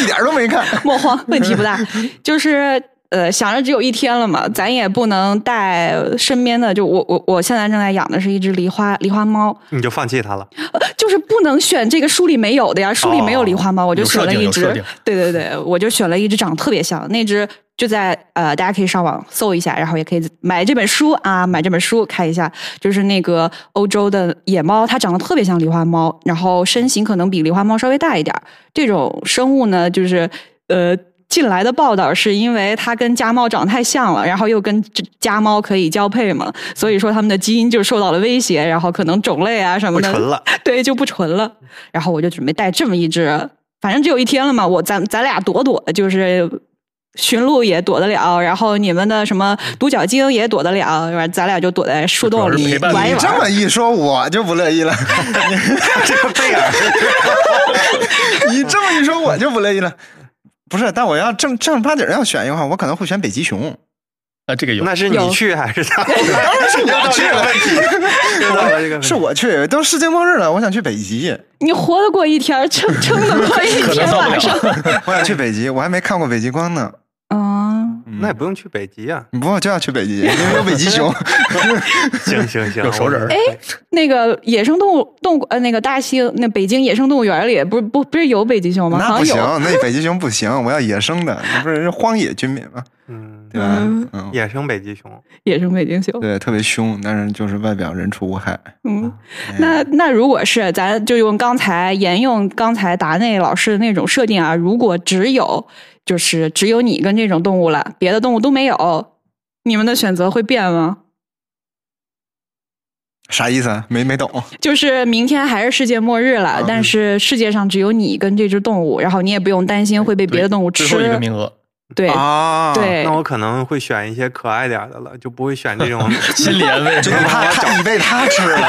[SPEAKER 3] 一点儿都没看。
[SPEAKER 2] 莫慌，问题不 大。就是呃，想着只有一天了嘛，咱也不能带身边的。就我我我现在正在养的是一只狸花狸花猫，
[SPEAKER 4] 你就放弃它了。
[SPEAKER 2] 就是不能选这个书里没有的呀。书里没有狸花猫，我就
[SPEAKER 5] 哦有
[SPEAKER 2] 选
[SPEAKER 5] 设
[SPEAKER 2] 了
[SPEAKER 5] 定
[SPEAKER 2] 一
[SPEAKER 5] 有
[SPEAKER 2] 只
[SPEAKER 5] 设定。
[SPEAKER 2] 对对对，我就选了一只长得特别像那只。就在呃，大家可以上网搜一下，然后也可以呃买这本书啊，买这本书看一下。就是那个欧洲的野猫，它长得特别像狸花猫，然后身形可能比狸花猫稍微大一点儿。这种生物呢，就是呃。近来的报道是因为它跟家猫长太像了，然后又跟这家猫可以交配嘛，所以说它们的基因就受到了威胁，然后可能种类啊什么
[SPEAKER 4] 不
[SPEAKER 2] 的
[SPEAKER 4] 纯了。
[SPEAKER 2] 对，就不纯了。然后我就准备带这么一只，反正只有一天了嘛，我咱咱俩躲躲，就是驯鹿也躲得了，然后你们的什么独角鲸也躲得了，是吧咱俩就躲在树
[SPEAKER 5] 主要
[SPEAKER 2] 洞
[SPEAKER 5] 是
[SPEAKER 2] 里
[SPEAKER 5] 陪伴
[SPEAKER 2] 玩一
[SPEAKER 5] 你
[SPEAKER 3] 你
[SPEAKER 2] 玩。
[SPEAKER 3] 这么一说，我就不乐意了。 这个贝 尔，你这么一说，我就不乐意了。不是，但我要正正儿八经儿要选一个话，我可能会选北极熊。
[SPEAKER 5] 啊，这个有
[SPEAKER 4] 那是
[SPEAKER 2] 有
[SPEAKER 4] 你去还是他？
[SPEAKER 3] 当然是我去 了，
[SPEAKER 4] 知道了这个问题
[SPEAKER 3] 是我去，都世界末日了，我想去北极，
[SPEAKER 2] 你活得过一天儿，撑撑得过一
[SPEAKER 5] 可
[SPEAKER 2] 天
[SPEAKER 5] 能到不
[SPEAKER 2] 晚
[SPEAKER 5] 了
[SPEAKER 2] 上。
[SPEAKER 3] 我想去北极，我还没看过北极光呢。
[SPEAKER 2] 嗯，
[SPEAKER 4] 那也不用去北极啊。
[SPEAKER 3] 不过就要去北极，因为有北极 熊。
[SPEAKER 4] 行行行，
[SPEAKER 5] 有熟人儿
[SPEAKER 4] 哎，
[SPEAKER 2] 那个野生动物动物呃，那个大西那北京野生动物园里不是不不是有北极熊吗？
[SPEAKER 3] 那
[SPEAKER 2] 好
[SPEAKER 3] 不行
[SPEAKER 2] 像有。，
[SPEAKER 3] 那北极熊不行，我要野生的，那不是荒野军民吗？
[SPEAKER 4] 嗯，
[SPEAKER 3] 对吧？
[SPEAKER 2] 嗯
[SPEAKER 3] 嗯，
[SPEAKER 4] 野生北极熊，
[SPEAKER 2] 野生北极熊。
[SPEAKER 3] 对，特别凶，但是就是外表人畜无害。哎
[SPEAKER 2] 嗯，那那如果是咱就用刚才沿用刚才达内老师的那种设定啊，如果只有就是只有你跟这种动物了，别的动物都没有，你们的选择会变吗？
[SPEAKER 3] 啥意思啊？没没懂。
[SPEAKER 2] 就是明天还是世界末日
[SPEAKER 4] 啊
[SPEAKER 2] 了，
[SPEAKER 4] 嗯
[SPEAKER 2] 但是世界上只有你跟这只动物，然后你也不用担心会被别的动物吃
[SPEAKER 5] 最。后一个名额，
[SPEAKER 2] 对，
[SPEAKER 3] 啊，
[SPEAKER 2] 对
[SPEAKER 4] 那我可能会选一些可爱点儿的了，就不会选这种
[SPEAKER 5] 心理安慰，
[SPEAKER 3] 就怕怕你被它吃了，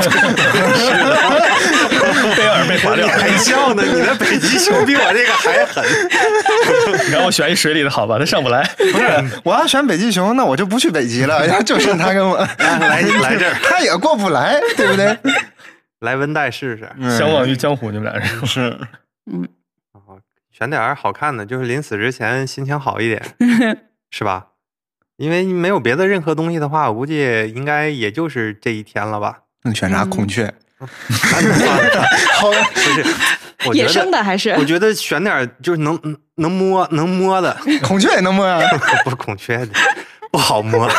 [SPEAKER 5] 贝尔被划掉。
[SPEAKER 4] 还笑呢。你的北极熊比我这个还狠。
[SPEAKER 5] 你让我选一水里的好吧，他上不来。
[SPEAKER 3] 不是？我要选北极熊，那我就不去北极了，然后就剩它跟我
[SPEAKER 4] 来来这儿
[SPEAKER 3] 它也过不来，对不对？
[SPEAKER 4] 来温带试试，
[SPEAKER 3] 嗯
[SPEAKER 5] 相忘于江湖，你们俩是。
[SPEAKER 3] 是
[SPEAKER 4] 选点儿好看的，就是临死之前心情好一点，是吧？因为没有别的任何东西的话，我估计应该也就是这一天了吧。
[SPEAKER 3] 你选
[SPEAKER 2] 嗯
[SPEAKER 3] 啥孔雀？
[SPEAKER 4] 那就算了
[SPEAKER 3] 好，
[SPEAKER 4] 不是，我 觉
[SPEAKER 2] 野
[SPEAKER 4] 得
[SPEAKER 2] 生的还是
[SPEAKER 4] 我觉得选点儿就是能能摸能摸的，
[SPEAKER 3] 孔雀也能摸啊，
[SPEAKER 4] 不是孔雀的，不好摸，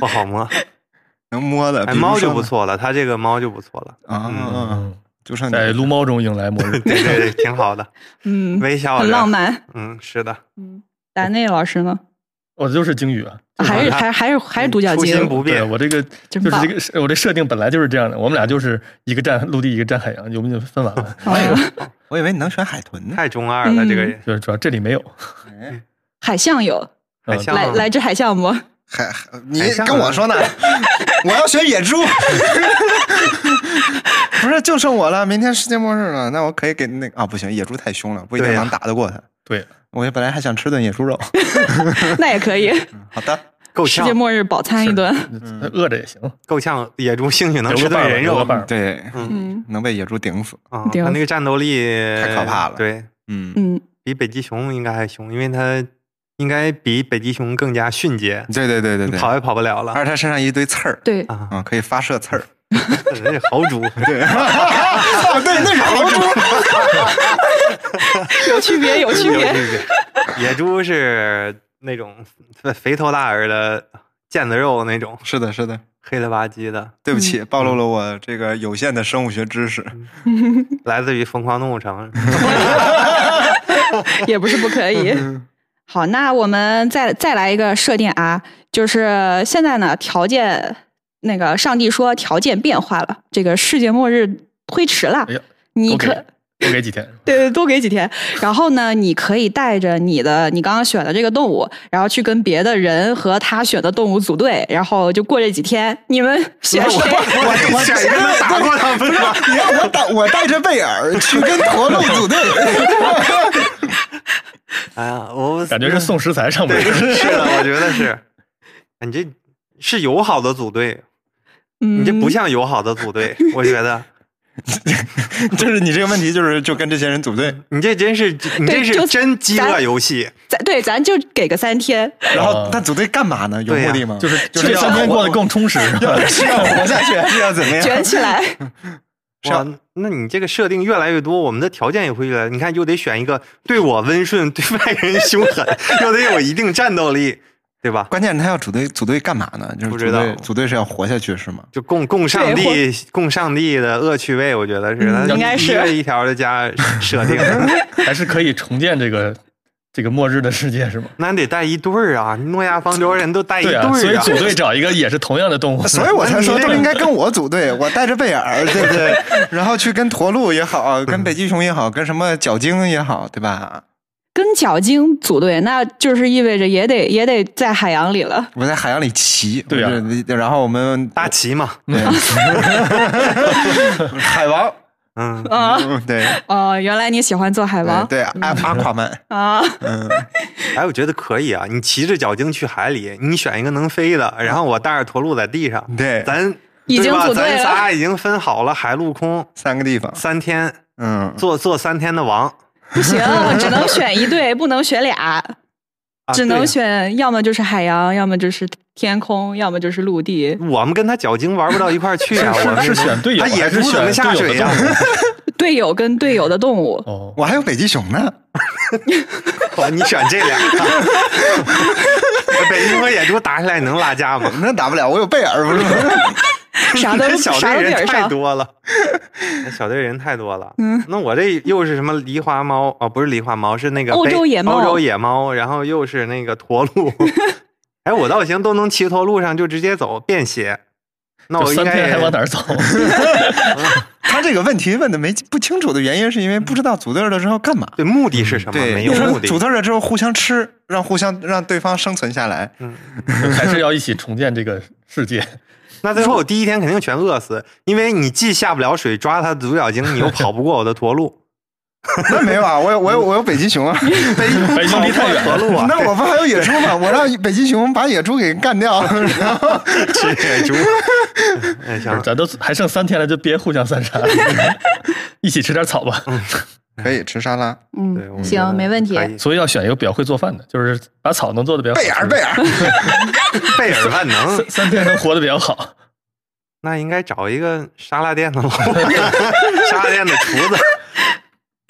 [SPEAKER 4] 不好摸。
[SPEAKER 3] 能摸的。
[SPEAKER 4] 哎，
[SPEAKER 3] 啊比如
[SPEAKER 4] 猫就
[SPEAKER 3] 说
[SPEAKER 4] 不错了，它这个猫就不错了，
[SPEAKER 3] 啊，
[SPEAKER 5] 嗯，
[SPEAKER 3] 就剩你
[SPEAKER 5] 在撸猫中迎来末日。
[SPEAKER 4] 对对对，挺好的，
[SPEAKER 2] 嗯，
[SPEAKER 4] 微笑着，
[SPEAKER 2] 很浪。漫。
[SPEAKER 4] 嗯，是的，
[SPEAKER 2] 嗯，达内老师呢？
[SPEAKER 5] 我就是鲸鱼啊，
[SPEAKER 2] 还是
[SPEAKER 4] 它
[SPEAKER 2] 还还是还是独角
[SPEAKER 4] 嗯初心
[SPEAKER 2] 鲸？
[SPEAKER 4] 不
[SPEAKER 5] 对
[SPEAKER 4] 变，
[SPEAKER 5] 我这个
[SPEAKER 2] 真
[SPEAKER 5] 就是
[SPEAKER 2] 棒
[SPEAKER 5] 这个是我这设定本来就是这样的，我们俩就是一个站陆地，一个站海洋，我们就分完了。
[SPEAKER 2] 哎呀
[SPEAKER 3] 我以为你能选海豚呢。哎
[SPEAKER 4] 太中二了，这个
[SPEAKER 3] 嗯
[SPEAKER 4] 人。
[SPEAKER 5] 就是主要这里没有，
[SPEAKER 2] 海象有，
[SPEAKER 4] 海
[SPEAKER 5] 嗯
[SPEAKER 4] 象啊
[SPEAKER 2] 来来只海象不？
[SPEAKER 3] 海，你
[SPEAKER 4] 海象
[SPEAKER 3] 跟我说 呢？我要选野猪。 不是，就剩我了。明天世界末日了，那我可以给那个啊，不行，野猪太凶了，不一定
[SPEAKER 4] 对呀
[SPEAKER 3] 能打得过它。
[SPEAKER 5] 对，
[SPEAKER 3] 我本来还想吃顿野猪肉。
[SPEAKER 2] 那也可以，
[SPEAKER 3] 好的，
[SPEAKER 4] 够
[SPEAKER 2] 世
[SPEAKER 4] 呛
[SPEAKER 2] 界，末日饱餐一顿。
[SPEAKER 5] 饿着也行，
[SPEAKER 4] 够呛，野猪兴许能
[SPEAKER 5] 留
[SPEAKER 4] 嗯吃
[SPEAKER 5] 个
[SPEAKER 4] 顿
[SPEAKER 5] 伴儿吧，
[SPEAKER 4] 人
[SPEAKER 5] 留
[SPEAKER 4] 肉
[SPEAKER 5] 个，伴儿。
[SPEAKER 3] 对，
[SPEAKER 2] 嗯
[SPEAKER 3] 能被野猪顶死。
[SPEAKER 4] 啊，
[SPEAKER 2] 对
[SPEAKER 4] 它那个战斗力
[SPEAKER 3] 太可怕了
[SPEAKER 4] 对
[SPEAKER 3] 嗯，
[SPEAKER 2] 嗯，
[SPEAKER 4] 比北极熊应该还凶，因为它应该比北极熊更加迅捷，
[SPEAKER 3] 对对对对
[SPEAKER 4] 你
[SPEAKER 3] 对。
[SPEAKER 4] 跑也跑不了了
[SPEAKER 3] 而且它身上一堆刺儿
[SPEAKER 2] 对，
[SPEAKER 4] 啊，
[SPEAKER 3] 啊，可以发射刺儿。
[SPEAKER 4] 那是 豪 猪，
[SPEAKER 3] 对，啊对，那是豪猪。
[SPEAKER 2] 有区别，有区
[SPEAKER 4] 有
[SPEAKER 2] 别。
[SPEAKER 4] 区别。野猪是那种肥头大耳的腱子肉那种，
[SPEAKER 3] 是的，是的。嗯
[SPEAKER 4] 黑了吧唧的，
[SPEAKER 3] 对不起，暴露了我这个有限的生物学知识。
[SPEAKER 4] 来自于疯狂动 物城。
[SPEAKER 2] 也不是不可以。好，那我们再再来一个设定啊，就是现在呢，条件那个上帝说条件变化了，这个世界末日推迟了
[SPEAKER 5] 哎，呀，
[SPEAKER 2] 你
[SPEAKER 5] 多
[SPEAKER 2] 可
[SPEAKER 5] 给多给几天，
[SPEAKER 2] 对对，多给几天。然后呢，你可以带着你的你刚刚选的这个动物，然后去跟别的人和他选的动物组队，然后就过这几天。你们选谁？
[SPEAKER 3] 我我
[SPEAKER 4] 选一个能打过他们吗？
[SPEAKER 3] 你让我带我带着贝尔去跟驼鹿组队，
[SPEAKER 4] 哎呀，我
[SPEAKER 5] 感觉是送食材上门
[SPEAKER 4] 对，。是的，我觉 得是。你这是友好的组队，
[SPEAKER 2] 嗯，
[SPEAKER 4] 你这不像友好的组队，我觉得
[SPEAKER 3] 就是你这个问题，就是就跟这些人组队，
[SPEAKER 4] 你这真是你
[SPEAKER 2] 对
[SPEAKER 4] 这
[SPEAKER 2] 就是
[SPEAKER 4] 真饥
[SPEAKER 2] 咱
[SPEAKER 4] 饿游戏。
[SPEAKER 2] 咱对，咱就给个三天。
[SPEAKER 3] 然
[SPEAKER 5] 啊
[SPEAKER 3] 后他组队干嘛呢？有
[SPEAKER 4] 对呀
[SPEAKER 3] 目的吗？
[SPEAKER 5] 就是就
[SPEAKER 3] 就是是
[SPEAKER 5] 三天
[SPEAKER 3] 要
[SPEAKER 5] 过得更充实，是吧
[SPEAKER 3] 是要活下去，还是要 怎么
[SPEAKER 2] 卷
[SPEAKER 3] 样？
[SPEAKER 2] 起来，
[SPEAKER 3] 是
[SPEAKER 4] 哇，那你这个设定越来越多，我们的条件也会越来。你看，又得选一个对我温顺，对外人凶狠，又得有一定战斗力，对吧？
[SPEAKER 3] 关键他要组队，组队干嘛呢？就是
[SPEAKER 4] 不
[SPEAKER 3] 组
[SPEAKER 4] 知道
[SPEAKER 3] 队，组队是要活下去是吗？
[SPEAKER 4] 就供供上帝供上帝的恶趣味，我觉得是，
[SPEAKER 2] 嗯
[SPEAKER 4] 它
[SPEAKER 2] 应该是
[SPEAKER 4] 一个一条的加设定，
[SPEAKER 5] 还是可以重建这个这个末日的世界是吗？
[SPEAKER 4] 那得带一对儿啊！诺亚方舟人都带一
[SPEAKER 5] 对
[SPEAKER 4] 哎对儿哎
[SPEAKER 5] 啊，所以组队找一个也是同样的动物，
[SPEAKER 3] 所 以我才说都应该跟我组队，我带着贝尔，对不 对？然后去跟驼鹿也好，跟北极熊也好，跟什么角鲸也好，对吧？
[SPEAKER 2] 跟角鲸组队，那就是意味着也得也得在海洋里了。
[SPEAKER 3] 我在海洋里骑，
[SPEAKER 5] 对啊
[SPEAKER 3] 我这然后我们
[SPEAKER 4] 大旗嘛，
[SPEAKER 3] 海王，
[SPEAKER 4] 嗯，
[SPEAKER 2] 啊
[SPEAKER 3] 嗯对，
[SPEAKER 2] 哦，原来你喜欢做海王
[SPEAKER 3] 嗯对，阿阿夸曼，
[SPEAKER 2] 啊？
[SPEAKER 3] 嗯，
[SPEAKER 4] 哎，我觉得可以啊！你骑着脚鲸去海里，你选一个能飞的，然后我带着驼鹿在地上，
[SPEAKER 3] 对，
[SPEAKER 4] 咱
[SPEAKER 2] 已经
[SPEAKER 4] 对吧
[SPEAKER 2] 组队
[SPEAKER 4] 咱
[SPEAKER 2] 了
[SPEAKER 4] 仨已经分好了海陆空
[SPEAKER 3] 三个地方，
[SPEAKER 4] 三天，
[SPEAKER 3] 嗯，
[SPEAKER 4] 做做三天的王，
[SPEAKER 2] 不行，我只能选一对，不能选俩，
[SPEAKER 4] 啊
[SPEAKER 2] 只能。
[SPEAKER 4] 对
[SPEAKER 2] 选要么就是海洋，要么就是天空，要么就是陆地。
[SPEAKER 4] 我们跟他脚鲸玩不到一块儿去啊！我们
[SPEAKER 5] 是是选队友
[SPEAKER 4] 他也
[SPEAKER 5] 还是
[SPEAKER 4] 不怎么
[SPEAKER 5] 选
[SPEAKER 4] 下
[SPEAKER 5] 队友
[SPEAKER 4] 水
[SPEAKER 5] 的
[SPEAKER 4] 呀、
[SPEAKER 5] 动物？
[SPEAKER 2] 队友跟队友的动物，
[SPEAKER 5] 哦，
[SPEAKER 3] 我还有北极熊呢，
[SPEAKER 4] 哇，哦你选这俩，啊 北京和野猪打起来你能拉架吗？
[SPEAKER 3] 那打不了，我有贝尔，不是吗？
[SPEAKER 2] 啥都
[SPEAKER 4] 小
[SPEAKER 2] 啥
[SPEAKER 4] 队
[SPEAKER 2] 都顶
[SPEAKER 4] 人
[SPEAKER 2] 儿
[SPEAKER 4] 太
[SPEAKER 2] 上。
[SPEAKER 4] 多了，小队人太多了。嗯，那我这又是什么狸花猫？哦，不是狸花猫，是那个
[SPEAKER 2] 欧
[SPEAKER 4] 北
[SPEAKER 2] 洲野猫
[SPEAKER 4] 欧洲野猫，然后又是那个驼鹿。 哎，我倒行，都能骑驼鹿上就直接走，便携。那
[SPEAKER 5] 就
[SPEAKER 4] 我应
[SPEAKER 5] 三
[SPEAKER 4] 该
[SPEAKER 5] 天还往哪儿走？
[SPEAKER 3] 他这个问题问的没不清楚的原因，是因为不知道组队了之后干嘛。
[SPEAKER 4] 对目的是
[SPEAKER 5] 嗯
[SPEAKER 4] 什么？
[SPEAKER 3] 对，
[SPEAKER 4] 没有
[SPEAKER 3] 你说
[SPEAKER 4] 目的。
[SPEAKER 3] 组队了之后互相吃，让互相让对方生存下来。
[SPEAKER 5] 还是要一起重建这个世界？
[SPEAKER 4] 那最后我第一天肯定全饿死，因为你既下不了水抓它的独角鲸，你又跑不过我的驼 鹿，
[SPEAKER 3] 那没有啊，我有我有我有北极熊啊，北
[SPEAKER 5] 北京离哎太远
[SPEAKER 4] 驼
[SPEAKER 5] 了，
[SPEAKER 4] 鹿啊，
[SPEAKER 3] 那我不还有野猪吗？我让北极熊把野猪给干掉，然后
[SPEAKER 4] 吃野猪。哎，行了，
[SPEAKER 5] 咱都还剩三天了，就别互相三杀，一起吃点草吧。
[SPEAKER 3] 可以吃沙拉。
[SPEAKER 4] 对我
[SPEAKER 2] 嗯，
[SPEAKER 4] 觉得
[SPEAKER 2] 行，没问题
[SPEAKER 4] 可。以
[SPEAKER 5] 所以要选一个比较会做饭的，就是把草能做的比较
[SPEAKER 3] 贝
[SPEAKER 5] 好
[SPEAKER 3] 尔，贝尔，
[SPEAKER 4] 贝尔万能
[SPEAKER 5] 三，三天能活得比较好。
[SPEAKER 4] 那应该找一个沙拉店的老板， 沙拉店的厨子，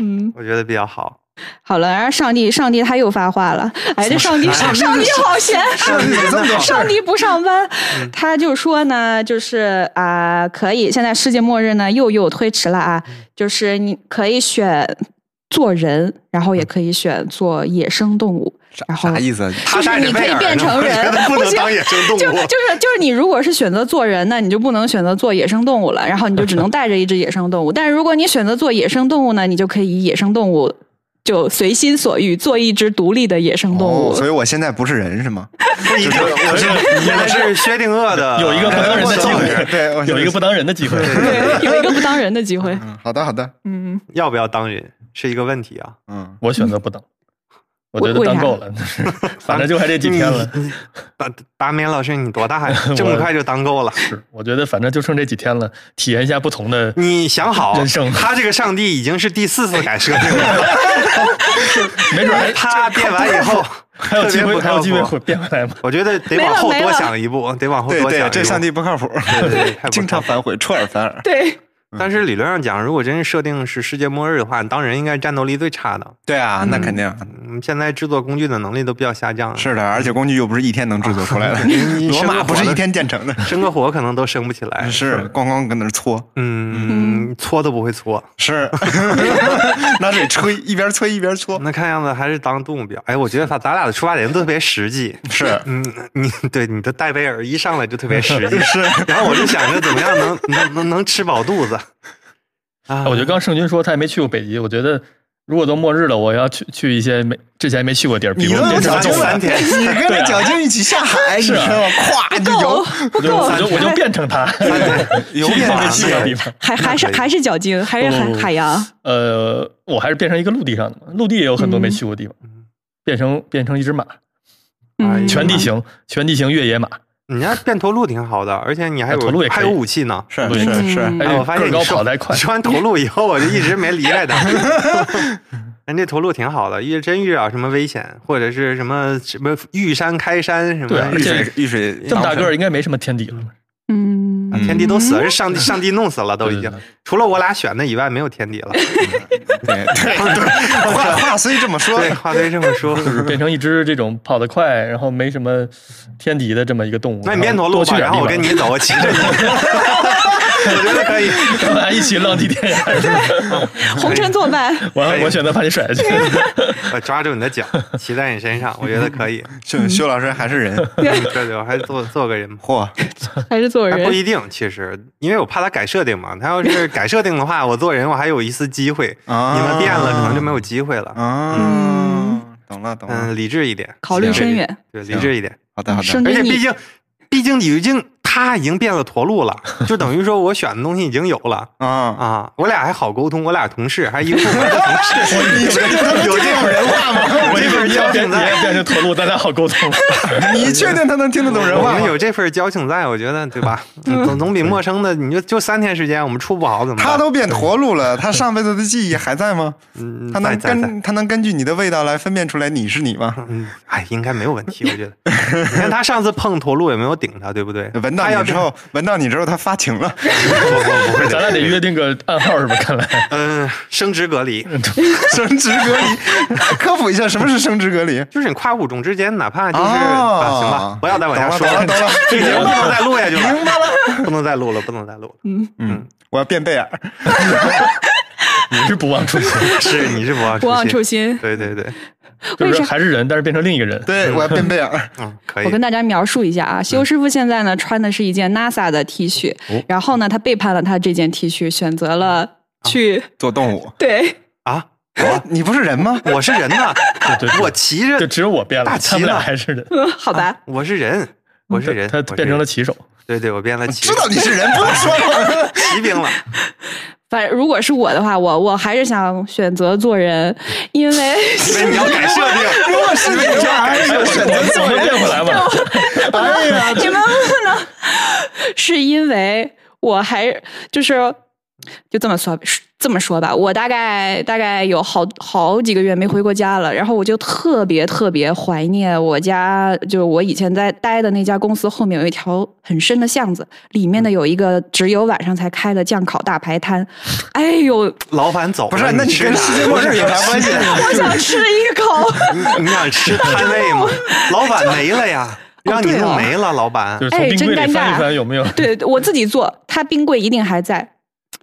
[SPEAKER 2] 嗯，
[SPEAKER 4] 我觉得比较好。
[SPEAKER 2] 好了，然后上帝，上帝他又发话了。哎，这上 帝，
[SPEAKER 4] 上
[SPEAKER 2] 上
[SPEAKER 4] 帝
[SPEAKER 2] 帝好闲。
[SPEAKER 3] 这么多嗯事
[SPEAKER 2] 上
[SPEAKER 3] 儿，
[SPEAKER 2] 帝不上班，他就说呢，就是啊、可以，现在世界末日呢又又推迟了啊，
[SPEAKER 3] 嗯
[SPEAKER 2] 就是你可以选做人，然后也可以选做野生动物，然后
[SPEAKER 3] 嗯啥意思？
[SPEAKER 4] 他
[SPEAKER 2] 就是
[SPEAKER 4] 带着
[SPEAKER 2] 你可
[SPEAKER 4] 贝
[SPEAKER 2] 以
[SPEAKER 4] 尔
[SPEAKER 2] 变
[SPEAKER 4] 呢
[SPEAKER 2] 成
[SPEAKER 4] 我觉
[SPEAKER 2] 人
[SPEAKER 4] 得，不
[SPEAKER 2] 不
[SPEAKER 4] 能
[SPEAKER 2] 行
[SPEAKER 4] 当野生动
[SPEAKER 2] 就
[SPEAKER 4] 物。
[SPEAKER 2] 就是就是你如果是选择做人，那你就不能选择做野生动物了，然后你就只能带着一只野生动物。但是如果你选择做野生动物呢，你就可以以野生动物就随心所欲做一只独立的野生动物。
[SPEAKER 3] 哦所以我现在不是人是吗？
[SPEAKER 4] 不一定，我是现在是薛定谔的，呃
[SPEAKER 5] 有一个不当人的机会，
[SPEAKER 3] 对我
[SPEAKER 5] 有一个不当人的机会。
[SPEAKER 2] 对，有一个不当人的机会。
[SPEAKER 3] 嗯，好的好的，
[SPEAKER 2] 嗯，
[SPEAKER 4] 要不要当人是一个问题啊。
[SPEAKER 3] 嗯，
[SPEAKER 5] 我选择不当，我
[SPEAKER 2] 为
[SPEAKER 5] 觉得当够了，反正就还这几天了。
[SPEAKER 4] 你。你达达明老师，你多大 呀？这么快就当够了？
[SPEAKER 5] 是，我觉得反正就剩这几天了，体验一下不同的。
[SPEAKER 4] 你想好
[SPEAKER 5] 人生，
[SPEAKER 4] 他这个上帝已经是第四次改设定了。
[SPEAKER 5] 没准 还
[SPEAKER 4] 他变完以后，
[SPEAKER 5] 还有机
[SPEAKER 4] 特别不
[SPEAKER 5] 会，
[SPEAKER 4] 靠
[SPEAKER 5] 还有机会
[SPEAKER 4] 谱
[SPEAKER 5] 会变回来吗？
[SPEAKER 4] 我觉得得
[SPEAKER 2] 没
[SPEAKER 4] 往
[SPEAKER 2] 了
[SPEAKER 4] 后
[SPEAKER 2] 没
[SPEAKER 4] 多
[SPEAKER 2] 了
[SPEAKER 4] 想一步，得往后
[SPEAKER 3] 对
[SPEAKER 4] 多想一
[SPEAKER 3] 对，
[SPEAKER 4] 步。
[SPEAKER 3] 这上帝不靠谱，
[SPEAKER 4] 对对太不
[SPEAKER 3] 经常
[SPEAKER 4] 靠谱
[SPEAKER 3] 反悔，出尔反尔。
[SPEAKER 2] 对，
[SPEAKER 4] 但是理论上讲，如果真是设定是世界末日的话，当人应该战斗力最差的。
[SPEAKER 3] 对啊，那肯定
[SPEAKER 4] 嗯，现在制作工具的能力都比较下降，
[SPEAKER 3] 是的，而且工具又不是一天能制作出来的，
[SPEAKER 4] 你
[SPEAKER 3] 罗马不是一，
[SPEAKER 4] 你
[SPEAKER 3] 天建成的，
[SPEAKER 4] 生个火可能都生不起来。
[SPEAKER 3] 是咣咣跟那儿搓。
[SPEAKER 4] 嗯，搓都不会搓。
[SPEAKER 3] 是，拿水吹，一边吹一边搓。
[SPEAKER 4] 那看样子还是当动物比较。哎，我觉得咱咱俩的出发点都特别实际。
[SPEAKER 3] 是，
[SPEAKER 4] 嗯，你对你的戴贝尔一上来就特别实际
[SPEAKER 3] 是，
[SPEAKER 4] 然后我就想着怎么样能能能能吃饱肚子。啊，
[SPEAKER 5] 哎我觉得刚圣君说他也没去过北极，我觉得如果都末日了，我要去去一些没之前没去过地儿，比
[SPEAKER 3] 你
[SPEAKER 5] 如
[SPEAKER 3] 跟着
[SPEAKER 5] 别这
[SPEAKER 3] 脚
[SPEAKER 5] 么
[SPEAKER 3] 筋
[SPEAKER 5] 重
[SPEAKER 4] 三
[SPEAKER 5] 了，
[SPEAKER 4] 天
[SPEAKER 3] 你跟着脚筋一起下海，你知道吗？咵就游
[SPEAKER 2] 够啊不
[SPEAKER 5] 我就
[SPEAKER 2] 够？
[SPEAKER 5] 我就我就变成他，
[SPEAKER 3] 游
[SPEAKER 5] 去一
[SPEAKER 3] 遍
[SPEAKER 5] 些
[SPEAKER 3] 马
[SPEAKER 5] 没去过的
[SPEAKER 3] 累
[SPEAKER 5] 地。方。
[SPEAKER 2] 还还是
[SPEAKER 4] 可以哎
[SPEAKER 2] 还是脚鲸，还是海
[SPEAKER 5] 不
[SPEAKER 2] 海洋。
[SPEAKER 5] 呃，我还是变成一个陆地上的嘛，陆地也有很多没去过的地方，变成变成一只马，
[SPEAKER 4] 哎
[SPEAKER 2] 嗯，
[SPEAKER 5] 全地形，全地形越野马，
[SPEAKER 4] 你要变驼鹿挺好的，而且你还有
[SPEAKER 5] 哎驼鹿也可以
[SPEAKER 4] 还有武器呢。
[SPEAKER 3] 是
[SPEAKER 5] 对
[SPEAKER 3] 是是，
[SPEAKER 2] 嗯
[SPEAKER 5] 哎
[SPEAKER 4] 哎，我发现你
[SPEAKER 5] 个儿高
[SPEAKER 4] 说
[SPEAKER 5] 跑得还快
[SPEAKER 4] 说完驼鹿以后，我就一直没离开 它。人这驼鹿挺好的，遇真遇到什么危险，或者是什么什么遇山开山什
[SPEAKER 5] 对啊
[SPEAKER 4] 么
[SPEAKER 5] 而
[SPEAKER 4] 遇
[SPEAKER 5] 且
[SPEAKER 4] 水，
[SPEAKER 3] 遇水
[SPEAKER 5] 这么大个儿应该没什么天敌了。
[SPEAKER 2] 嗯，
[SPEAKER 4] 啊天敌都死了，是上帝上帝弄死了都已
[SPEAKER 5] 对
[SPEAKER 4] 经
[SPEAKER 5] 对对，
[SPEAKER 4] 除了我俩选的以外，没有天敌 了。
[SPEAKER 3] 对对 对，话话虽这么说，
[SPEAKER 4] 对，话虽这么 说，
[SPEAKER 5] 就是变成一只这种跑得快，然后没什么天敌的这么一个动物。
[SPEAKER 4] 那你变
[SPEAKER 5] 然后
[SPEAKER 4] 驼鹿
[SPEAKER 5] 多去
[SPEAKER 4] 吧，
[SPEAKER 5] 点
[SPEAKER 4] 然后我
[SPEAKER 5] 地
[SPEAKER 4] 跟
[SPEAKER 5] 方
[SPEAKER 4] 你走，我骑着你。
[SPEAKER 3] 我觉得可以。
[SPEAKER 5] 跟大家一起浪迹天涯。
[SPEAKER 2] 红尘作伴。
[SPEAKER 4] 哎
[SPEAKER 5] 完，我选择把你甩下去。
[SPEAKER 4] 我抓住你的脚，骑在你身上，我觉得可以。
[SPEAKER 3] 秀秀老师还是人，
[SPEAKER 4] 对对，我还做做个人吧。
[SPEAKER 3] 嚯，
[SPEAKER 2] 还是做
[SPEAKER 4] 还不
[SPEAKER 2] 人。
[SPEAKER 4] 一定，其实，因为我怕他改设定嘛。他要是改设定的话，我做人我还有一丝机会。
[SPEAKER 3] 啊
[SPEAKER 4] 你们变了，可能就没有机会
[SPEAKER 3] 嗯
[SPEAKER 4] 了。
[SPEAKER 3] 啊，懂了懂了
[SPEAKER 4] 嗯，。理智一点，
[SPEAKER 2] 考虑深远，
[SPEAKER 4] 对，理智一点。
[SPEAKER 3] 好的好
[SPEAKER 2] 生
[SPEAKER 3] 的，
[SPEAKER 4] 而且
[SPEAKER 2] 给你
[SPEAKER 4] 毕竟，毕竟已经他已经变了驼鹿了，就等于说我选的东西已经有了
[SPEAKER 3] 啊，
[SPEAKER 4] 啊。我俩还好沟通，我俩同事，还一个部门的同事。
[SPEAKER 3] 你这就能有这种人话吗？
[SPEAKER 5] 我
[SPEAKER 3] 我
[SPEAKER 5] 一
[SPEAKER 3] 这
[SPEAKER 5] 会儿
[SPEAKER 3] 份
[SPEAKER 5] 要
[SPEAKER 3] 交
[SPEAKER 5] 变
[SPEAKER 3] 情
[SPEAKER 5] 你
[SPEAKER 3] 在，
[SPEAKER 5] 要变成驼鹿，咱俩好沟通。
[SPEAKER 3] 你确定他能听得懂人
[SPEAKER 4] 我
[SPEAKER 3] 话
[SPEAKER 4] 们
[SPEAKER 3] 吗？
[SPEAKER 4] 有这份交情在，我觉得对吧？嗯总总比陌生的，你就就三天时间，我们处不好怎么办？
[SPEAKER 3] 他都变驼鹿了，他上辈子的记忆还在吗？
[SPEAKER 4] 嗯，
[SPEAKER 3] 他
[SPEAKER 4] 在
[SPEAKER 3] 能
[SPEAKER 4] 在在
[SPEAKER 3] 根他能根据你的味道来分辨出来你是你 吗？
[SPEAKER 4] 嗯，哎，应该没有问题，我觉得。你看他上次碰驼鹿也没有顶他，对不对？
[SPEAKER 3] 闻到
[SPEAKER 4] 他要
[SPEAKER 3] 你之后，闻到你之后，他发情了。
[SPEAKER 4] 不 不不会的，
[SPEAKER 5] 咱俩得约定个暗号，是吧？看来
[SPEAKER 4] 嗯、生殖隔离，
[SPEAKER 3] 生殖隔离， 科普一下什么是生殖隔离。
[SPEAKER 4] 就是你跨物种之间，哪怕就是、
[SPEAKER 3] 哦
[SPEAKER 4] 啊，行吧，不要再往下
[SPEAKER 3] 懂
[SPEAKER 4] 说
[SPEAKER 3] 了懂了 懂了
[SPEAKER 4] 这个节目不能再录下去了，明白了，不能再录了，不能再录了。
[SPEAKER 3] 嗯，我要变贝尔。
[SPEAKER 5] 你是不忘初 心，
[SPEAKER 4] 是，你是不忘
[SPEAKER 2] 嗯不忘初
[SPEAKER 4] 初
[SPEAKER 2] 心。
[SPEAKER 4] 对 对对，
[SPEAKER 5] 就
[SPEAKER 2] 为
[SPEAKER 5] 是
[SPEAKER 2] 啥
[SPEAKER 5] 还是人，但是变成另一个人。
[SPEAKER 3] 对，我要变 贝尔。
[SPEAKER 4] 嗯，可以。嗯
[SPEAKER 2] 我跟大家描述一下啊，修师傅现在呢穿的是一件 NASA 的 T 恤，
[SPEAKER 4] 哦
[SPEAKER 2] 然后呢他背叛了他这件 T 恤，选择了去
[SPEAKER 3] 做动物。
[SPEAKER 2] 对
[SPEAKER 4] 啊，
[SPEAKER 3] 哎，你不是人吗？
[SPEAKER 4] 我是人呐，
[SPEAKER 5] 对对
[SPEAKER 4] 我骑
[SPEAKER 5] 就
[SPEAKER 4] 着，
[SPEAKER 5] 只有我变
[SPEAKER 4] 大
[SPEAKER 5] 了，
[SPEAKER 4] 旗
[SPEAKER 5] 他们俩
[SPEAKER 4] 呢
[SPEAKER 5] 还是人。
[SPEAKER 2] 嗯好吧，
[SPEAKER 4] 我是人，我是人，
[SPEAKER 5] 他
[SPEAKER 4] 我
[SPEAKER 5] 他
[SPEAKER 4] 是
[SPEAKER 5] 嗯变成了
[SPEAKER 4] 人，
[SPEAKER 5] 骑手，
[SPEAKER 4] 对对，我变了骑
[SPEAKER 3] 知，道你是人，不用说 了。
[SPEAKER 4] 骑 兵了，
[SPEAKER 2] 反正如果是我的话，我我还是想选择做人，因为
[SPEAKER 4] 因为你要改设定。
[SPEAKER 3] 如果是你的话，哎呦，选择
[SPEAKER 5] 我
[SPEAKER 3] 做
[SPEAKER 5] 们变
[SPEAKER 3] 人。
[SPEAKER 5] 回来吧。
[SPEAKER 3] 哎呀，
[SPEAKER 2] 你们不能，是因为我还就是就这么说这么说吧，我大概大概有好好几个月没回过家了，然后我就特别特别怀念我家，就是我以前在待的那家公司后面有一条很深的巷子，里面的有一个只有晚上才开的酱烤大排 摊，哎呦，
[SPEAKER 4] 老板走了，
[SPEAKER 3] 不是，那你
[SPEAKER 4] 吃
[SPEAKER 3] 跟
[SPEAKER 4] 啥
[SPEAKER 3] 世界末日有啥关系？啊
[SPEAKER 2] 我想吃一口。
[SPEAKER 4] 你你想吃摊位 吗？老板没了呀，让你
[SPEAKER 3] 啊
[SPEAKER 2] 对
[SPEAKER 4] 弄
[SPEAKER 2] 哦
[SPEAKER 4] 没了，老板
[SPEAKER 5] 就是从
[SPEAKER 2] 哎
[SPEAKER 5] 冰
[SPEAKER 2] 真
[SPEAKER 5] 柜
[SPEAKER 2] 尴
[SPEAKER 5] 里翻
[SPEAKER 2] 尬
[SPEAKER 5] 一翻，有没 有？
[SPEAKER 2] 对我自己做，它冰柜一定还在，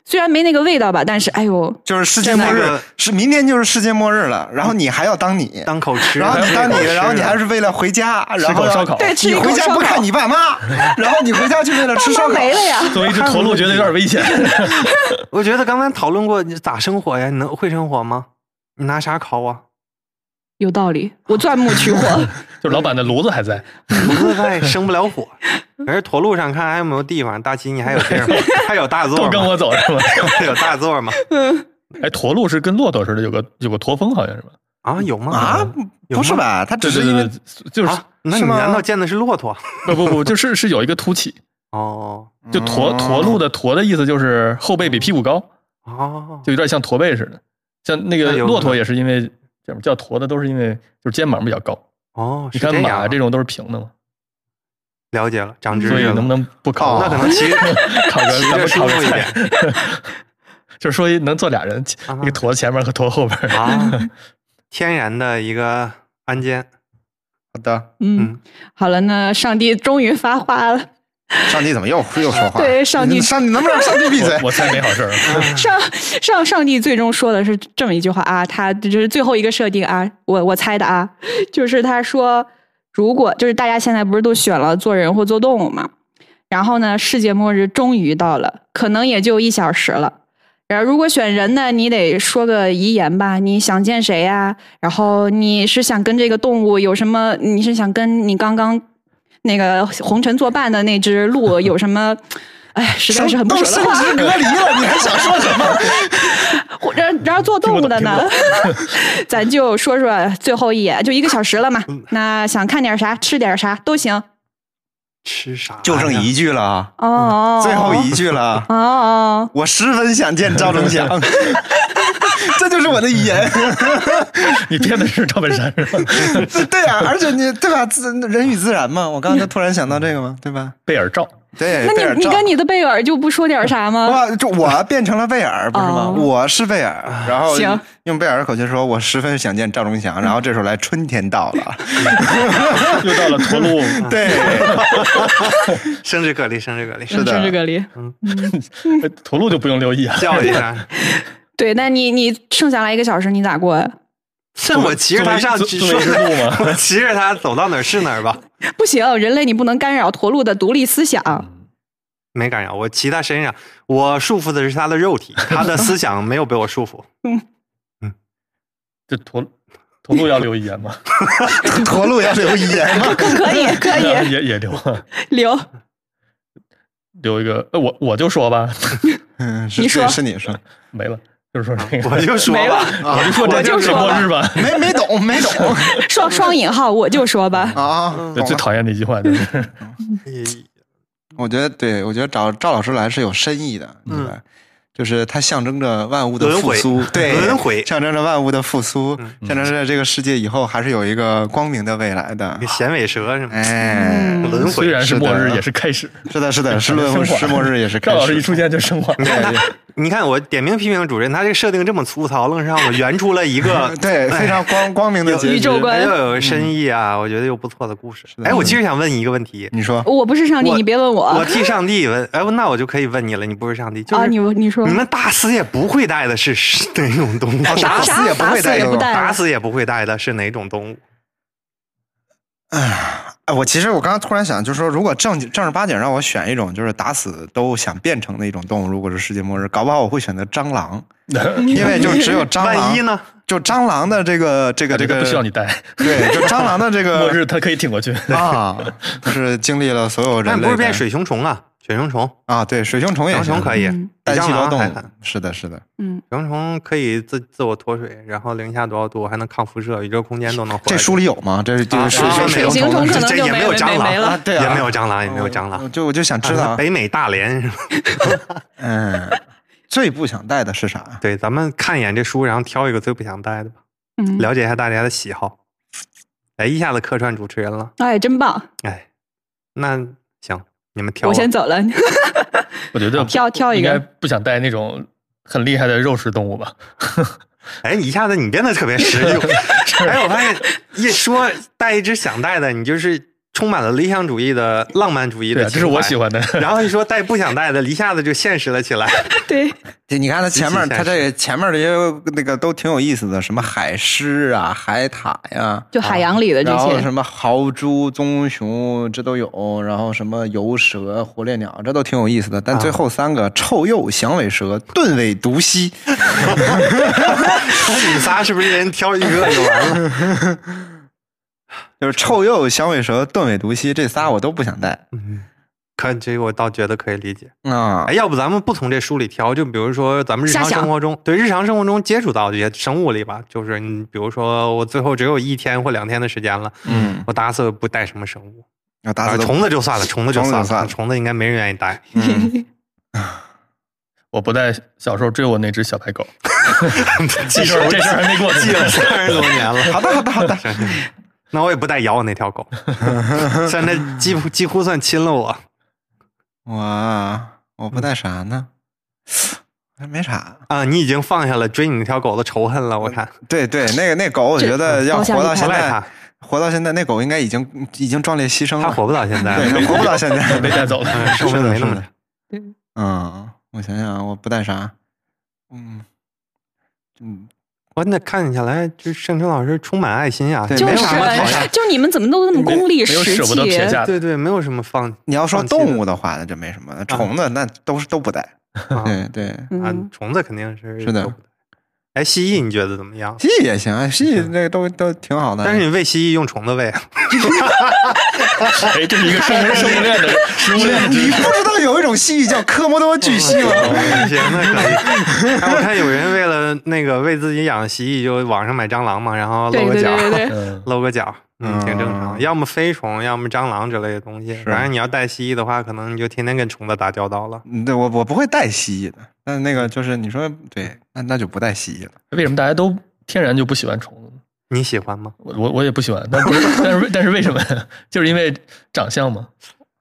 [SPEAKER 2] 虽然没那个味道吧，但是哎呦，
[SPEAKER 3] 就是世界末
[SPEAKER 4] 那
[SPEAKER 3] 日
[SPEAKER 4] 个，嗯
[SPEAKER 3] 是明天就是世界末日了，然后你还要当你，
[SPEAKER 4] 当口吃，
[SPEAKER 3] 然后你当
[SPEAKER 4] 当
[SPEAKER 3] 你，然后你还
[SPEAKER 4] 是
[SPEAKER 3] 是为了回家，
[SPEAKER 5] 吃
[SPEAKER 3] 然后
[SPEAKER 5] 口烧烤，
[SPEAKER 2] 对，哦吃一
[SPEAKER 3] 你
[SPEAKER 2] 口
[SPEAKER 3] 回家
[SPEAKER 2] 烧
[SPEAKER 3] 不看
[SPEAKER 2] 烤
[SPEAKER 3] 你 爸妈，然后你回家就为了吃烧
[SPEAKER 2] 都
[SPEAKER 3] 烤。
[SPEAKER 2] 没了呀。
[SPEAKER 5] 作为一只驼鹿，觉得有点危险。
[SPEAKER 4] 我觉得刚才讨论过你咋生火呀？你能会生火吗？你拿啥烤啊？
[SPEAKER 2] 有道理，我钻木 取火。
[SPEAKER 5] 就是老板的炉子还在，
[SPEAKER 4] 炉子 在生不了火，而是驼鹿上看还有没有地方？大齐你还有地儿吗？还有大 座
[SPEAKER 5] 都跟
[SPEAKER 4] 吗？
[SPEAKER 5] 我走是吧？
[SPEAKER 4] 还有大座 吗？
[SPEAKER 5] 哎，驼鹿是跟骆驼似的，有个有个驼峰，好像是吧？
[SPEAKER 4] 啊，有吗？
[SPEAKER 3] 啊，
[SPEAKER 4] 有
[SPEAKER 3] 不是
[SPEAKER 4] 吗？
[SPEAKER 3] 吧？他只
[SPEAKER 5] 对
[SPEAKER 3] 是
[SPEAKER 5] 对
[SPEAKER 3] 因
[SPEAKER 5] 对
[SPEAKER 3] 为，
[SPEAKER 5] 就是
[SPEAKER 4] 啊，那你
[SPEAKER 3] 是吗
[SPEAKER 4] 难道见的是骆驼？
[SPEAKER 5] 不 不不，就是是有一个凸起，
[SPEAKER 4] 哦
[SPEAKER 5] 就驼
[SPEAKER 3] 哦
[SPEAKER 5] 驼鹿的驼的意思就是后背比屁股高，
[SPEAKER 4] 哦，
[SPEAKER 5] 就有点像驼背似的。像那个
[SPEAKER 4] 那有
[SPEAKER 5] 骆驼也是因为怎么叫驼的，都是因为就是肩膀比较高。
[SPEAKER 4] 哦，
[SPEAKER 5] 你
[SPEAKER 4] 是
[SPEAKER 5] 看
[SPEAKER 4] 这样
[SPEAKER 5] 马
[SPEAKER 4] 啊
[SPEAKER 5] 这种都是平的嘛，
[SPEAKER 4] 了解了，长知
[SPEAKER 5] 所以
[SPEAKER 4] 识了。
[SPEAKER 5] 能不能不考？
[SPEAKER 4] 那可能骑
[SPEAKER 5] 考个
[SPEAKER 4] 骑
[SPEAKER 5] 咱
[SPEAKER 4] 着
[SPEAKER 5] 们
[SPEAKER 4] 舒
[SPEAKER 5] 考
[SPEAKER 4] 服
[SPEAKER 5] 个
[SPEAKER 4] 一
[SPEAKER 5] 菜
[SPEAKER 4] 点。
[SPEAKER 5] 就是说能坐俩人，一个驼前面和驼后边儿。
[SPEAKER 4] 啊，天然的一个鞍间，
[SPEAKER 3] 好的，
[SPEAKER 2] 嗯，好了，那上帝终于发话了。
[SPEAKER 3] 上帝怎么又又说话？
[SPEAKER 2] 对上帝
[SPEAKER 3] 上帝能不能让上帝闭嘴
[SPEAKER 5] 我？我猜没好事儿。
[SPEAKER 2] 上上上帝最终说的是这么一句话啊，他这是最后一个设定啊，我我猜的啊，就是他说，如果就是大家现在不是都选了做人或做动物嘛，然后呢，世界末日终于到了，可能也就一小时了。然后如果选人呢，你得说个遗言吧，你想见谁呀、然后你是想跟这个动物有什么？你是想跟你刚刚那个红尘作伴的那只鹿有什么？哎，实在是很不
[SPEAKER 3] 都
[SPEAKER 2] 舍
[SPEAKER 3] 升
[SPEAKER 2] 得话。
[SPEAKER 3] 职隔离了，你还想说什么？
[SPEAKER 2] 或然然后做动物的呢， 咱就说说最后一眼，就一个小时了嘛。
[SPEAKER 3] 嗯
[SPEAKER 2] 那想看点啥，吃点啥都行。
[SPEAKER 4] 吃啥？
[SPEAKER 3] 就剩一，句了啊，
[SPEAKER 2] 哦，
[SPEAKER 3] 最后一句了啊。
[SPEAKER 2] 哦哦，
[SPEAKER 3] 我十分想见赵忠 祥，这就是我的遗言。
[SPEAKER 5] 你编的是赵本山是吧？
[SPEAKER 3] 对啊，而且你对吧？自人与自然嘛，我刚刚就突然想到这个嘛，对吧？
[SPEAKER 5] 贝尔赵，
[SPEAKER 3] 对，
[SPEAKER 2] 那
[SPEAKER 3] 贝尔
[SPEAKER 2] 你你
[SPEAKER 3] 照
[SPEAKER 2] 跟你的贝尔就不说点啥吗？
[SPEAKER 3] 哇，这我变成了贝尔，不是吗？
[SPEAKER 2] 啊哦
[SPEAKER 3] 我是贝尔，然后
[SPEAKER 2] 行
[SPEAKER 3] 用贝尔的口气说：“我十分想见赵忠祥。”然后这时候来春天到了，
[SPEAKER 5] 又到了驼 鹿，
[SPEAKER 3] 对，
[SPEAKER 4] 生日隔离，生日隔离，
[SPEAKER 3] 是
[SPEAKER 2] 嗯
[SPEAKER 3] 的
[SPEAKER 2] 吃这个梨。
[SPEAKER 5] 哎驼鹿就不用留意啊。
[SPEAKER 4] 教育 他。
[SPEAKER 2] 对，那你你剩下来一个小时，你咋过呀？啊
[SPEAKER 4] 这 我骑着他上去，
[SPEAKER 5] 作为作为一只鹿吗
[SPEAKER 4] 我骑着他走到哪儿是哪儿吧，
[SPEAKER 2] 不行，人类你不能干扰驼鹿的独立思想。
[SPEAKER 4] 没干扰。我骑他身上，我束缚的是他的肉体，他的思想没有被我束缚。
[SPEAKER 5] 这驼驼鹿要留啊遗言吗？
[SPEAKER 3] 驼鹿要留遗 言吗？
[SPEAKER 2] 可以，可以
[SPEAKER 5] 也也留啊，
[SPEAKER 2] 留。
[SPEAKER 5] 留一个。呃，我我就说吧，
[SPEAKER 3] 嗯，是
[SPEAKER 2] 你说
[SPEAKER 3] 对是你说，
[SPEAKER 5] 没了，就是说这
[SPEAKER 4] 我
[SPEAKER 5] 个，
[SPEAKER 4] 啊就说
[SPEAKER 2] 没了
[SPEAKER 4] 吧， 啊
[SPEAKER 5] 我就说
[SPEAKER 2] 我
[SPEAKER 5] 这
[SPEAKER 2] 就
[SPEAKER 5] 就是
[SPEAKER 2] 说
[SPEAKER 5] 末
[SPEAKER 2] 吧
[SPEAKER 5] 日吧。
[SPEAKER 3] 没没懂，没懂
[SPEAKER 2] 双双引号，我就说吧，
[SPEAKER 3] 啊！
[SPEAKER 5] 对
[SPEAKER 3] 懂
[SPEAKER 5] 最
[SPEAKER 3] 了
[SPEAKER 5] 讨厌的一句话就是，
[SPEAKER 3] 我觉得，对我觉得找赵老师来是有深意的，对吧？就是它象征着万物的
[SPEAKER 4] 轮
[SPEAKER 3] 复
[SPEAKER 4] 回
[SPEAKER 3] 苏，对，
[SPEAKER 4] 轮回
[SPEAKER 3] 象征着万物的复苏，
[SPEAKER 4] 嗯
[SPEAKER 3] 象征着这个世界以后还是有一个光明的未来的
[SPEAKER 4] 那个。衔尾蛇什么
[SPEAKER 3] 哎，
[SPEAKER 2] 嗯
[SPEAKER 4] 嗯轮
[SPEAKER 5] 虽
[SPEAKER 4] 回，
[SPEAKER 5] 然是末
[SPEAKER 3] 是
[SPEAKER 5] 日，
[SPEAKER 3] 的
[SPEAKER 5] 也是开始。
[SPEAKER 3] 是的，是的，是论
[SPEAKER 5] 升华
[SPEAKER 3] 是末日也是开
[SPEAKER 5] 赵
[SPEAKER 3] 始。
[SPEAKER 5] 老师一出现就升华，
[SPEAKER 4] 你看我点名批评主任，他这个设定这么粗糙，愣是让我圆出了一 个
[SPEAKER 3] 啊对，非常光光明的 结局。
[SPEAKER 2] 宇宙观
[SPEAKER 4] 哎又有
[SPEAKER 3] 嗯
[SPEAKER 4] 深意啊，我觉得又不错的故事。
[SPEAKER 3] 的
[SPEAKER 4] 哎，
[SPEAKER 3] 是
[SPEAKER 4] 我
[SPEAKER 3] 的
[SPEAKER 4] 其实想问你一个问题，
[SPEAKER 3] 你说
[SPEAKER 2] 我不是上帝，
[SPEAKER 4] 我
[SPEAKER 2] 你别问
[SPEAKER 4] 我
[SPEAKER 2] 我
[SPEAKER 4] 替上帝问，哎，那我就可以问你了，你不是上帝，就
[SPEAKER 2] 啊！
[SPEAKER 4] 是嗯
[SPEAKER 2] 你你说
[SPEAKER 4] 你们打死也不会带的是是哪种动物？
[SPEAKER 2] 啥
[SPEAKER 3] 打死
[SPEAKER 2] 啥
[SPEAKER 3] 也不
[SPEAKER 2] 打
[SPEAKER 3] 会
[SPEAKER 2] 死
[SPEAKER 3] 带
[SPEAKER 2] 也
[SPEAKER 3] 动
[SPEAKER 2] 不带
[SPEAKER 4] 打
[SPEAKER 2] 了，
[SPEAKER 4] 死也不会带的是哪种动物？
[SPEAKER 3] 哎，我其实我刚刚突然想，就是说，如果正经正儿八经让我选一种，就是打死都想变成的一种动物，如果是世界末日，搞不好我会选择蟑螂，因为就只有蟑螂。
[SPEAKER 4] 万一呢？
[SPEAKER 3] 就蟑螂的这个这个
[SPEAKER 5] 这
[SPEAKER 3] 这
[SPEAKER 5] 个呃
[SPEAKER 3] 个
[SPEAKER 5] 不需要你带。
[SPEAKER 3] 对，就蟑螂的这
[SPEAKER 5] 末
[SPEAKER 3] 个
[SPEAKER 5] 日他可以挺过去，
[SPEAKER 3] 啊，就是经历了所有人
[SPEAKER 4] 但
[SPEAKER 3] 类
[SPEAKER 4] 不是变
[SPEAKER 3] 的
[SPEAKER 4] 水熊虫啊，水熊虫，
[SPEAKER 3] 啊，对，水熊虫
[SPEAKER 4] 水
[SPEAKER 3] 也
[SPEAKER 4] 熊
[SPEAKER 3] 行
[SPEAKER 4] 虫可以
[SPEAKER 2] 嗯，
[SPEAKER 4] 比
[SPEAKER 3] 单
[SPEAKER 4] 蟑
[SPEAKER 3] 细胞
[SPEAKER 4] 螂
[SPEAKER 3] 动
[SPEAKER 4] 还
[SPEAKER 3] 物
[SPEAKER 4] 狠。，
[SPEAKER 3] 是的，是的，
[SPEAKER 2] 嗯，
[SPEAKER 4] 水熊虫可以自自我脱水，然后零下多少度还能抗辐射，宇宙空间都能活下去。
[SPEAKER 3] 这书里有吗？这这
[SPEAKER 4] 啊
[SPEAKER 3] 个水
[SPEAKER 4] 啊
[SPEAKER 3] 熊
[SPEAKER 4] 没有
[SPEAKER 2] 水行虫
[SPEAKER 3] 虫的
[SPEAKER 2] 可能
[SPEAKER 4] 这
[SPEAKER 2] 就
[SPEAKER 4] 也没有
[SPEAKER 2] 没
[SPEAKER 4] 蟑螂
[SPEAKER 2] 没
[SPEAKER 3] 啊
[SPEAKER 2] 了，，
[SPEAKER 3] 对啊，
[SPEAKER 4] 也没有蟑螂，也没有蟑
[SPEAKER 3] 我
[SPEAKER 4] 螂。啊
[SPEAKER 3] 就我就想知道，
[SPEAKER 4] 北美大连是吧，
[SPEAKER 3] 嗯， 最不想带的是啥？
[SPEAKER 4] 对，咱们看一眼这书，然后挑一个最不想带的吧，
[SPEAKER 2] 嗯，
[SPEAKER 4] 了解一下大家的喜好。哎，一下子客串主持人了，
[SPEAKER 2] 哎，真棒，
[SPEAKER 4] 哎，那行，你们挑吧。
[SPEAKER 2] 我先走了，
[SPEAKER 5] 我觉得
[SPEAKER 2] 挑挑一
[SPEAKER 5] 应该
[SPEAKER 2] 个，
[SPEAKER 5] 不想带那种很厉害的肉食动物吧？
[SPEAKER 4] 哎，一下子你变得特别 实用。哎，我发现一说带一只想带的，你就是充满了理想主义的浪漫主义
[SPEAKER 5] 对
[SPEAKER 4] 的
[SPEAKER 5] 啊，
[SPEAKER 4] 情怀，
[SPEAKER 5] 这是我喜欢的。
[SPEAKER 4] 然后一说带不想带的，一下子就现实了起来。
[SPEAKER 2] 对，
[SPEAKER 3] 对，你看它前面，
[SPEAKER 4] 极其
[SPEAKER 3] 它
[SPEAKER 4] 现实
[SPEAKER 3] 这前面这些那个都挺有意思的，什么海狮啊、海獭呀、
[SPEAKER 2] 就海洋里的这
[SPEAKER 3] 然后
[SPEAKER 2] 些，
[SPEAKER 3] 什么豪猪、棕熊，这都有，然后什么游蛇、活猎鸟，这都挺有意思的。
[SPEAKER 4] 啊
[SPEAKER 3] 但最后三个，臭鼬、响尾蛇、盾尾毒蜥，
[SPEAKER 4] 那你们仨是不是一人挑一个就完了？
[SPEAKER 3] 就是臭鼬、响尾蛇、盾尾毒蜥这仨我都不想带
[SPEAKER 4] 嗯，可这个我倒觉得可以理解。
[SPEAKER 3] 啊
[SPEAKER 4] 哎，。要不咱们不从这书里挑，就比如说咱们日常
[SPEAKER 2] 瞎想
[SPEAKER 4] 生活中，对日常生活中接触到这些生物里吧，就是你比如说我最后只有一天或两天的时间了，
[SPEAKER 3] 嗯，
[SPEAKER 4] 我打死不带什么生物，
[SPEAKER 3] 要打
[SPEAKER 4] 啊
[SPEAKER 3] 死都
[SPEAKER 4] 虫子就算了，虫子就
[SPEAKER 3] 虫子
[SPEAKER 4] 算
[SPEAKER 3] 就
[SPEAKER 4] 了，
[SPEAKER 3] 算
[SPEAKER 4] 啊
[SPEAKER 3] 了
[SPEAKER 4] 虫子应该没人愿意带。
[SPEAKER 3] 嗯
[SPEAKER 5] 我不带小时候追我那只小白狗，这事儿这事儿还没过
[SPEAKER 4] 记
[SPEAKER 5] 去。
[SPEAKER 4] 了三十多年了。
[SPEAKER 3] 好的，好的，好的。
[SPEAKER 4] 那我也不带咬我那条狗， 算那几乎几乎算亲了我。
[SPEAKER 3] 哇，我不带啥呢？还没啥。
[SPEAKER 4] 啊，你已经放下了追你那条狗的仇恨了，我看。
[SPEAKER 3] 对对，那个那狗，我
[SPEAKER 2] 这
[SPEAKER 3] 觉得要
[SPEAKER 2] 包下
[SPEAKER 3] 活
[SPEAKER 2] 一
[SPEAKER 3] 到
[SPEAKER 2] 块
[SPEAKER 3] 现
[SPEAKER 4] 不赖
[SPEAKER 3] 在
[SPEAKER 4] 它，
[SPEAKER 3] 活到现在，那狗应该已经已经壮烈牺牲
[SPEAKER 4] 它
[SPEAKER 3] 了，
[SPEAKER 4] 活不到现在
[SPEAKER 3] 对，它
[SPEAKER 4] 了，
[SPEAKER 3] 活不到 现在。
[SPEAKER 5] 被带走了，
[SPEAKER 4] 嗯寿
[SPEAKER 3] 是
[SPEAKER 4] 命
[SPEAKER 3] 的
[SPEAKER 4] 没那么
[SPEAKER 3] 是的
[SPEAKER 4] 长。
[SPEAKER 3] 嗯，我想想，我不带啥，嗯嗯，
[SPEAKER 4] 我那看起来，就盛春老师充满爱心呀、哎
[SPEAKER 3] 对
[SPEAKER 2] 就
[SPEAKER 3] 没
[SPEAKER 2] 是
[SPEAKER 3] 有啥好看
[SPEAKER 2] 就你们怎么都
[SPEAKER 5] 嗯
[SPEAKER 2] 那么功利
[SPEAKER 5] 没有
[SPEAKER 2] 实
[SPEAKER 5] 舍不得
[SPEAKER 2] 际
[SPEAKER 5] 撇？下的。
[SPEAKER 4] 对对，没有什么放啊
[SPEAKER 3] 你要说
[SPEAKER 4] 放弃的
[SPEAKER 3] 动物的话，那就没什么了。虫子那都是都不带，
[SPEAKER 4] 啊
[SPEAKER 3] 对对。
[SPEAKER 4] 啊
[SPEAKER 2] 嗯，，
[SPEAKER 4] 虫子肯定是
[SPEAKER 3] 是的
[SPEAKER 4] 受不了。哎，蜥蜴你觉得怎么样？
[SPEAKER 3] 蜥蜴也行，啊，蜥蜴这都都挺好的。
[SPEAKER 4] 嗯但是你喂蜥蜴用虫子喂啊，
[SPEAKER 5] 哎，这是一个生 物生物链的食物链的知
[SPEAKER 3] 你
[SPEAKER 5] 识。
[SPEAKER 3] 不知道有一种蜥蜴叫科摩多巨蜥吗？
[SPEAKER 4] 哦行，那可以。哎我看有人为了那个为自己养蜥蜴，就网上买蟑螂嘛，然后
[SPEAKER 2] 对
[SPEAKER 4] 露个
[SPEAKER 2] 对
[SPEAKER 4] 脚，
[SPEAKER 2] 对对对，
[SPEAKER 5] 嗯，
[SPEAKER 4] 露个脚，嗯，挺正常。
[SPEAKER 3] 嗯
[SPEAKER 4] 要么飞虫，要么蟑螂之类的东西。反正你要带蜥蜴的话，可能你就天天跟虫子打交道了。
[SPEAKER 3] 嗯对，我我不会带蜥蜴的。但那个就是你说对，那那就不带蜥蜴了。
[SPEAKER 5] 为什么大家都天然就不喜欢虫子呢？
[SPEAKER 4] 你喜欢吗？
[SPEAKER 5] 我我我也不喜欢，但不是，但是但是为什么呀？就是因为长相嘛。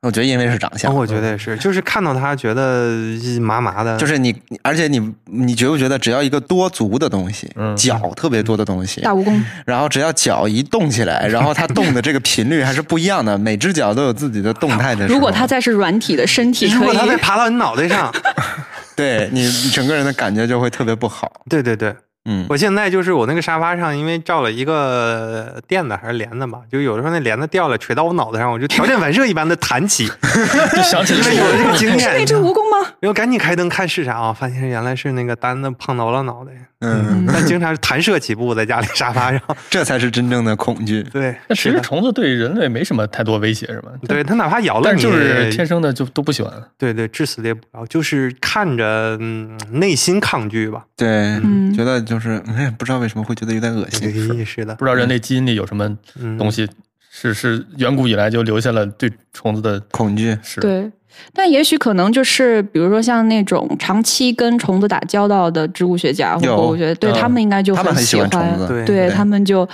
[SPEAKER 3] 我觉得因为是长相，
[SPEAKER 4] 哦我觉得也是，就是看到他觉得麻麻的，
[SPEAKER 3] 就是你，你而且你你觉不觉得，只要一个多足的东西，
[SPEAKER 5] 嗯
[SPEAKER 3] 脚特别多的东西，
[SPEAKER 2] 大蜈蚣，
[SPEAKER 3] 然后只要脚一动起来，然后它动的这个频率还是不一样的，每只脚都有自己的动态的时
[SPEAKER 2] 如
[SPEAKER 3] 候。
[SPEAKER 2] 果它再是软体的身体，
[SPEAKER 4] 如
[SPEAKER 2] 可
[SPEAKER 4] 果
[SPEAKER 2] 以
[SPEAKER 4] 他再爬到你脑袋 上，
[SPEAKER 3] 对你你整个人的感觉就会特别不好。
[SPEAKER 4] 对对对，
[SPEAKER 3] 嗯，
[SPEAKER 4] 我现在就是我那个沙发上，因为罩了一个呃垫子还是帘子吧，就有的时候那帘子掉了，捶到我脑袋上，我就条件反射一般的弹 起，
[SPEAKER 5] 就想起
[SPEAKER 4] 因
[SPEAKER 5] 了
[SPEAKER 4] 为有 了这个经
[SPEAKER 2] 是那
[SPEAKER 4] 验
[SPEAKER 2] 只，蜈蚣吗？
[SPEAKER 4] 然后赶紧开灯看是啥啊，发现原来是那个单子碰到了脑袋，
[SPEAKER 3] 嗯，
[SPEAKER 4] 但经常是弹射起步在家里沙发上，
[SPEAKER 3] 这才是真正的恐惧。
[SPEAKER 4] 对，
[SPEAKER 5] 那其
[SPEAKER 4] 是
[SPEAKER 5] 实
[SPEAKER 4] 的，
[SPEAKER 5] 虫子对人类没什么太多威胁，是吧？
[SPEAKER 4] 对他哪怕咬了
[SPEAKER 5] 但
[SPEAKER 4] 你，
[SPEAKER 5] 是就是天生的就都不喜欢。
[SPEAKER 4] 对对，至死也不饶，就是看着嗯内心抗拒吧，
[SPEAKER 3] 对，
[SPEAKER 2] 嗯
[SPEAKER 3] 觉得就是、嗯、不知道为什么会觉得有点恶
[SPEAKER 4] 有
[SPEAKER 3] 心。
[SPEAKER 4] 意识的嗯
[SPEAKER 5] 不知道人类基因里有什么东西是是远古以来就留下了对虫子的
[SPEAKER 3] 恐惧，
[SPEAKER 5] 是。
[SPEAKER 2] 对，但也许可能就是，比如说像那种长期跟虫子打交道的植物学家或
[SPEAKER 3] 有
[SPEAKER 2] 博物学家，对
[SPEAKER 5] 嗯
[SPEAKER 2] 他们应该就
[SPEAKER 3] 他们很喜
[SPEAKER 2] 喜
[SPEAKER 3] 欢虫子，
[SPEAKER 4] 对
[SPEAKER 2] 对
[SPEAKER 3] 对
[SPEAKER 2] 他们就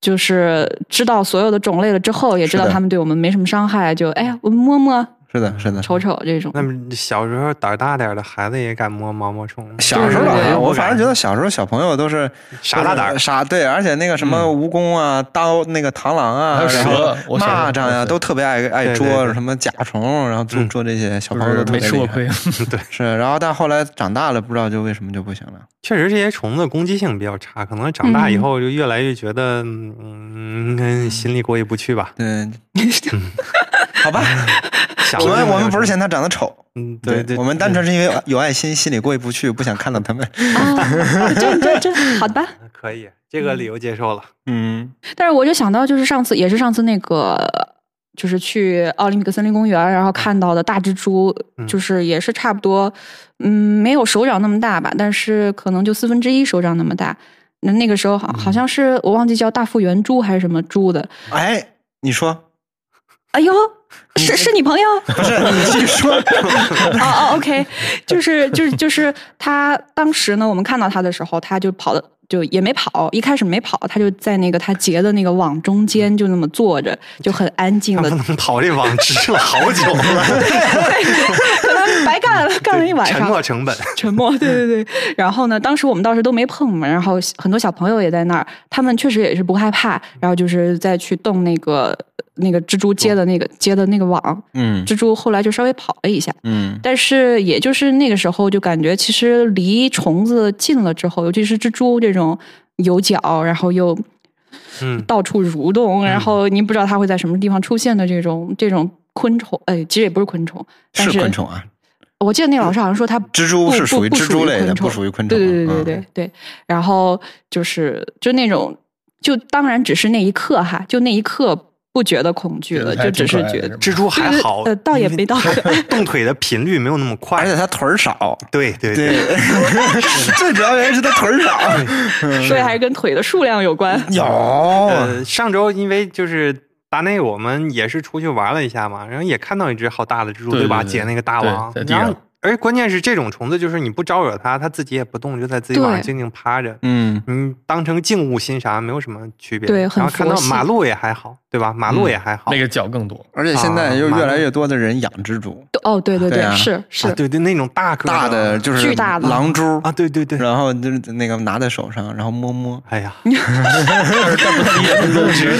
[SPEAKER 2] 就是知道所有的种类了之后，也知道
[SPEAKER 3] 是的
[SPEAKER 2] 他们对我们没什么伤害，就哎呀，我们摸 摸
[SPEAKER 3] 是的，是的。
[SPEAKER 2] 瞅瞅这种
[SPEAKER 4] 那。么小时候胆儿大点儿的孩子也敢摸毛毛虫，
[SPEAKER 3] 小时候
[SPEAKER 2] 对对
[SPEAKER 3] 啊，
[SPEAKER 2] 对
[SPEAKER 3] 我反正觉得小时候小朋友都是
[SPEAKER 4] 傻大胆儿
[SPEAKER 3] 都是傻对，而且那个什么蜈蚣啊、刀、那个螳螂啊、
[SPEAKER 5] 还有
[SPEAKER 3] 然
[SPEAKER 5] 蛇
[SPEAKER 3] 后
[SPEAKER 5] 我小时候
[SPEAKER 3] 蚂蚱呀，
[SPEAKER 5] 对
[SPEAKER 3] 都特别爱爱
[SPEAKER 4] 对对
[SPEAKER 3] 捉
[SPEAKER 4] 对
[SPEAKER 3] 什么甲虫，然后捉
[SPEAKER 4] 嗯
[SPEAKER 3] 捉这些小
[SPEAKER 5] 就
[SPEAKER 3] 朋友都
[SPEAKER 5] 是
[SPEAKER 3] 特
[SPEAKER 5] 没
[SPEAKER 3] 别
[SPEAKER 5] 吃过
[SPEAKER 3] 厉害。
[SPEAKER 5] 亏，
[SPEAKER 3] 是，然后但后来长大了，不知道就为什么就不行了。
[SPEAKER 4] 确实，这些虫子攻击性比较差，可能长大以
[SPEAKER 2] 嗯
[SPEAKER 4] 后就越来越觉得，嗯，嗯心里过意不去吧。
[SPEAKER 3] 对，
[SPEAKER 5] 嗯
[SPEAKER 3] 好吧，
[SPEAKER 4] 小
[SPEAKER 3] 我
[SPEAKER 4] 的时
[SPEAKER 3] 们
[SPEAKER 4] 候
[SPEAKER 3] 我们不是
[SPEAKER 4] 就
[SPEAKER 3] 嫌他长得丑，
[SPEAKER 4] 嗯，对对，
[SPEAKER 3] 我们单纯是因为有爱心，心里过意不去，不想看到他们。
[SPEAKER 2] 啊， 这这这好的吧。
[SPEAKER 4] 嗯可以，这个理由接受了。
[SPEAKER 3] 嗯，
[SPEAKER 2] 但是我就想到，就是上次也是上次那个，就是去奥林匹克森林公园，然后看到的大蜘蛛，
[SPEAKER 4] 嗯
[SPEAKER 2] 就是也是差不多，嗯，没有手掌那么大吧，但是可能就四分之一手掌那么大。那那个时候好
[SPEAKER 4] 嗯
[SPEAKER 2] 好像是我忘记叫大腹圆蛛还是什么蛛的，
[SPEAKER 3] 哎，你说
[SPEAKER 2] 哎呦，是是你朋友？
[SPEAKER 3] 不是？你继续说。
[SPEAKER 2] 哦哦，OK，就是就是就是他当时呢，我们看到他的时候，他就跑的就也没跑，一开始没跑，他就在那个他结的那个网中间就那么坐着，就很安静
[SPEAKER 4] 嗯他
[SPEAKER 2] 的
[SPEAKER 4] 不，能跑这网织了好 久了，
[SPEAKER 2] 可能白干了，干了一晚
[SPEAKER 4] 沉
[SPEAKER 2] 上。
[SPEAKER 4] 没成本。
[SPEAKER 2] 沉默，对对对。然后呢，当时我们倒是都没碰嘛，然后很多小朋友也在那儿，他们确实也是不害怕，然后就是再去动那个那个蜘蛛接的那个接的那个网，
[SPEAKER 3] 嗯
[SPEAKER 2] 蜘蛛后来就稍微跑了一下，
[SPEAKER 3] 嗯，
[SPEAKER 2] 但是也就是那个时候，就感觉其实离虫子近了之后，尤其是蜘蛛这种有脚，然后又
[SPEAKER 4] 嗯，
[SPEAKER 2] 到处蠕动，然后你不知道它会在什么地方出现的这种这种昆虫，哎，其实也不是昆虫，但
[SPEAKER 3] 是
[SPEAKER 2] 是
[SPEAKER 3] 昆虫啊，
[SPEAKER 2] 我记得那个老师好像说它
[SPEAKER 3] 蜘蛛
[SPEAKER 2] 不
[SPEAKER 3] 是
[SPEAKER 2] 不
[SPEAKER 3] 属于
[SPEAKER 2] 不
[SPEAKER 3] 蜘蛛类的
[SPEAKER 2] 昆虫
[SPEAKER 3] 不属于昆虫
[SPEAKER 2] 对对对对
[SPEAKER 3] 嗯
[SPEAKER 2] 对对。然后就是就那种，就当然只是那一刻哈，就那一刻不觉得恐惧了，就只是觉得
[SPEAKER 4] 蜘蛛还好，
[SPEAKER 2] 呃倒也
[SPEAKER 4] 因为
[SPEAKER 2] 没到
[SPEAKER 4] 它
[SPEAKER 2] 可爱
[SPEAKER 4] 动腿的频率没有那么
[SPEAKER 3] 而
[SPEAKER 4] 快
[SPEAKER 3] 且。它腿儿少。
[SPEAKER 4] 对对
[SPEAKER 3] 对，最主要原因是它腿儿少。
[SPEAKER 2] 所以还是跟腿的数量有关。
[SPEAKER 3] 嗯有，
[SPEAKER 4] 呃，
[SPEAKER 3] 哦
[SPEAKER 4] 上周因为就是达内，我们也是出去玩了一下嘛，然后也看到一只好大的蜘蛛，
[SPEAKER 5] 对对
[SPEAKER 4] 吧？
[SPEAKER 5] 对
[SPEAKER 4] 结那个大网
[SPEAKER 5] 对在，地
[SPEAKER 4] 然后
[SPEAKER 5] 上
[SPEAKER 4] 而且关键是这种虫子，就是你不招惹它，它自己也不动，就在自己网上
[SPEAKER 2] 对
[SPEAKER 4] 静静趴着，
[SPEAKER 3] 嗯，
[SPEAKER 4] 你当成静物欣赏，没有什么区别。
[SPEAKER 2] 对
[SPEAKER 4] 然
[SPEAKER 2] 很
[SPEAKER 4] 后看
[SPEAKER 2] 佛
[SPEAKER 4] 到
[SPEAKER 2] 系
[SPEAKER 4] 马路也还好，对吧？马路也还
[SPEAKER 3] 嗯
[SPEAKER 4] 好。
[SPEAKER 5] 那个脚更多。
[SPEAKER 3] 而且现在
[SPEAKER 4] 啊
[SPEAKER 3] 又
[SPEAKER 4] 马
[SPEAKER 3] 越来
[SPEAKER 4] 路
[SPEAKER 3] 越多的人养蜘蛛，
[SPEAKER 2] 哦，对对
[SPEAKER 3] 对啊
[SPEAKER 2] 是是、
[SPEAKER 4] 啊对对，那种大个
[SPEAKER 3] 大的就是
[SPEAKER 2] 巨大的
[SPEAKER 3] 狼蛛
[SPEAKER 4] 啊，对对对。
[SPEAKER 3] 然后就是那个拿在手上，然后摸摸。
[SPEAKER 4] 哎呀，
[SPEAKER 5] 蜘
[SPEAKER 4] 蜘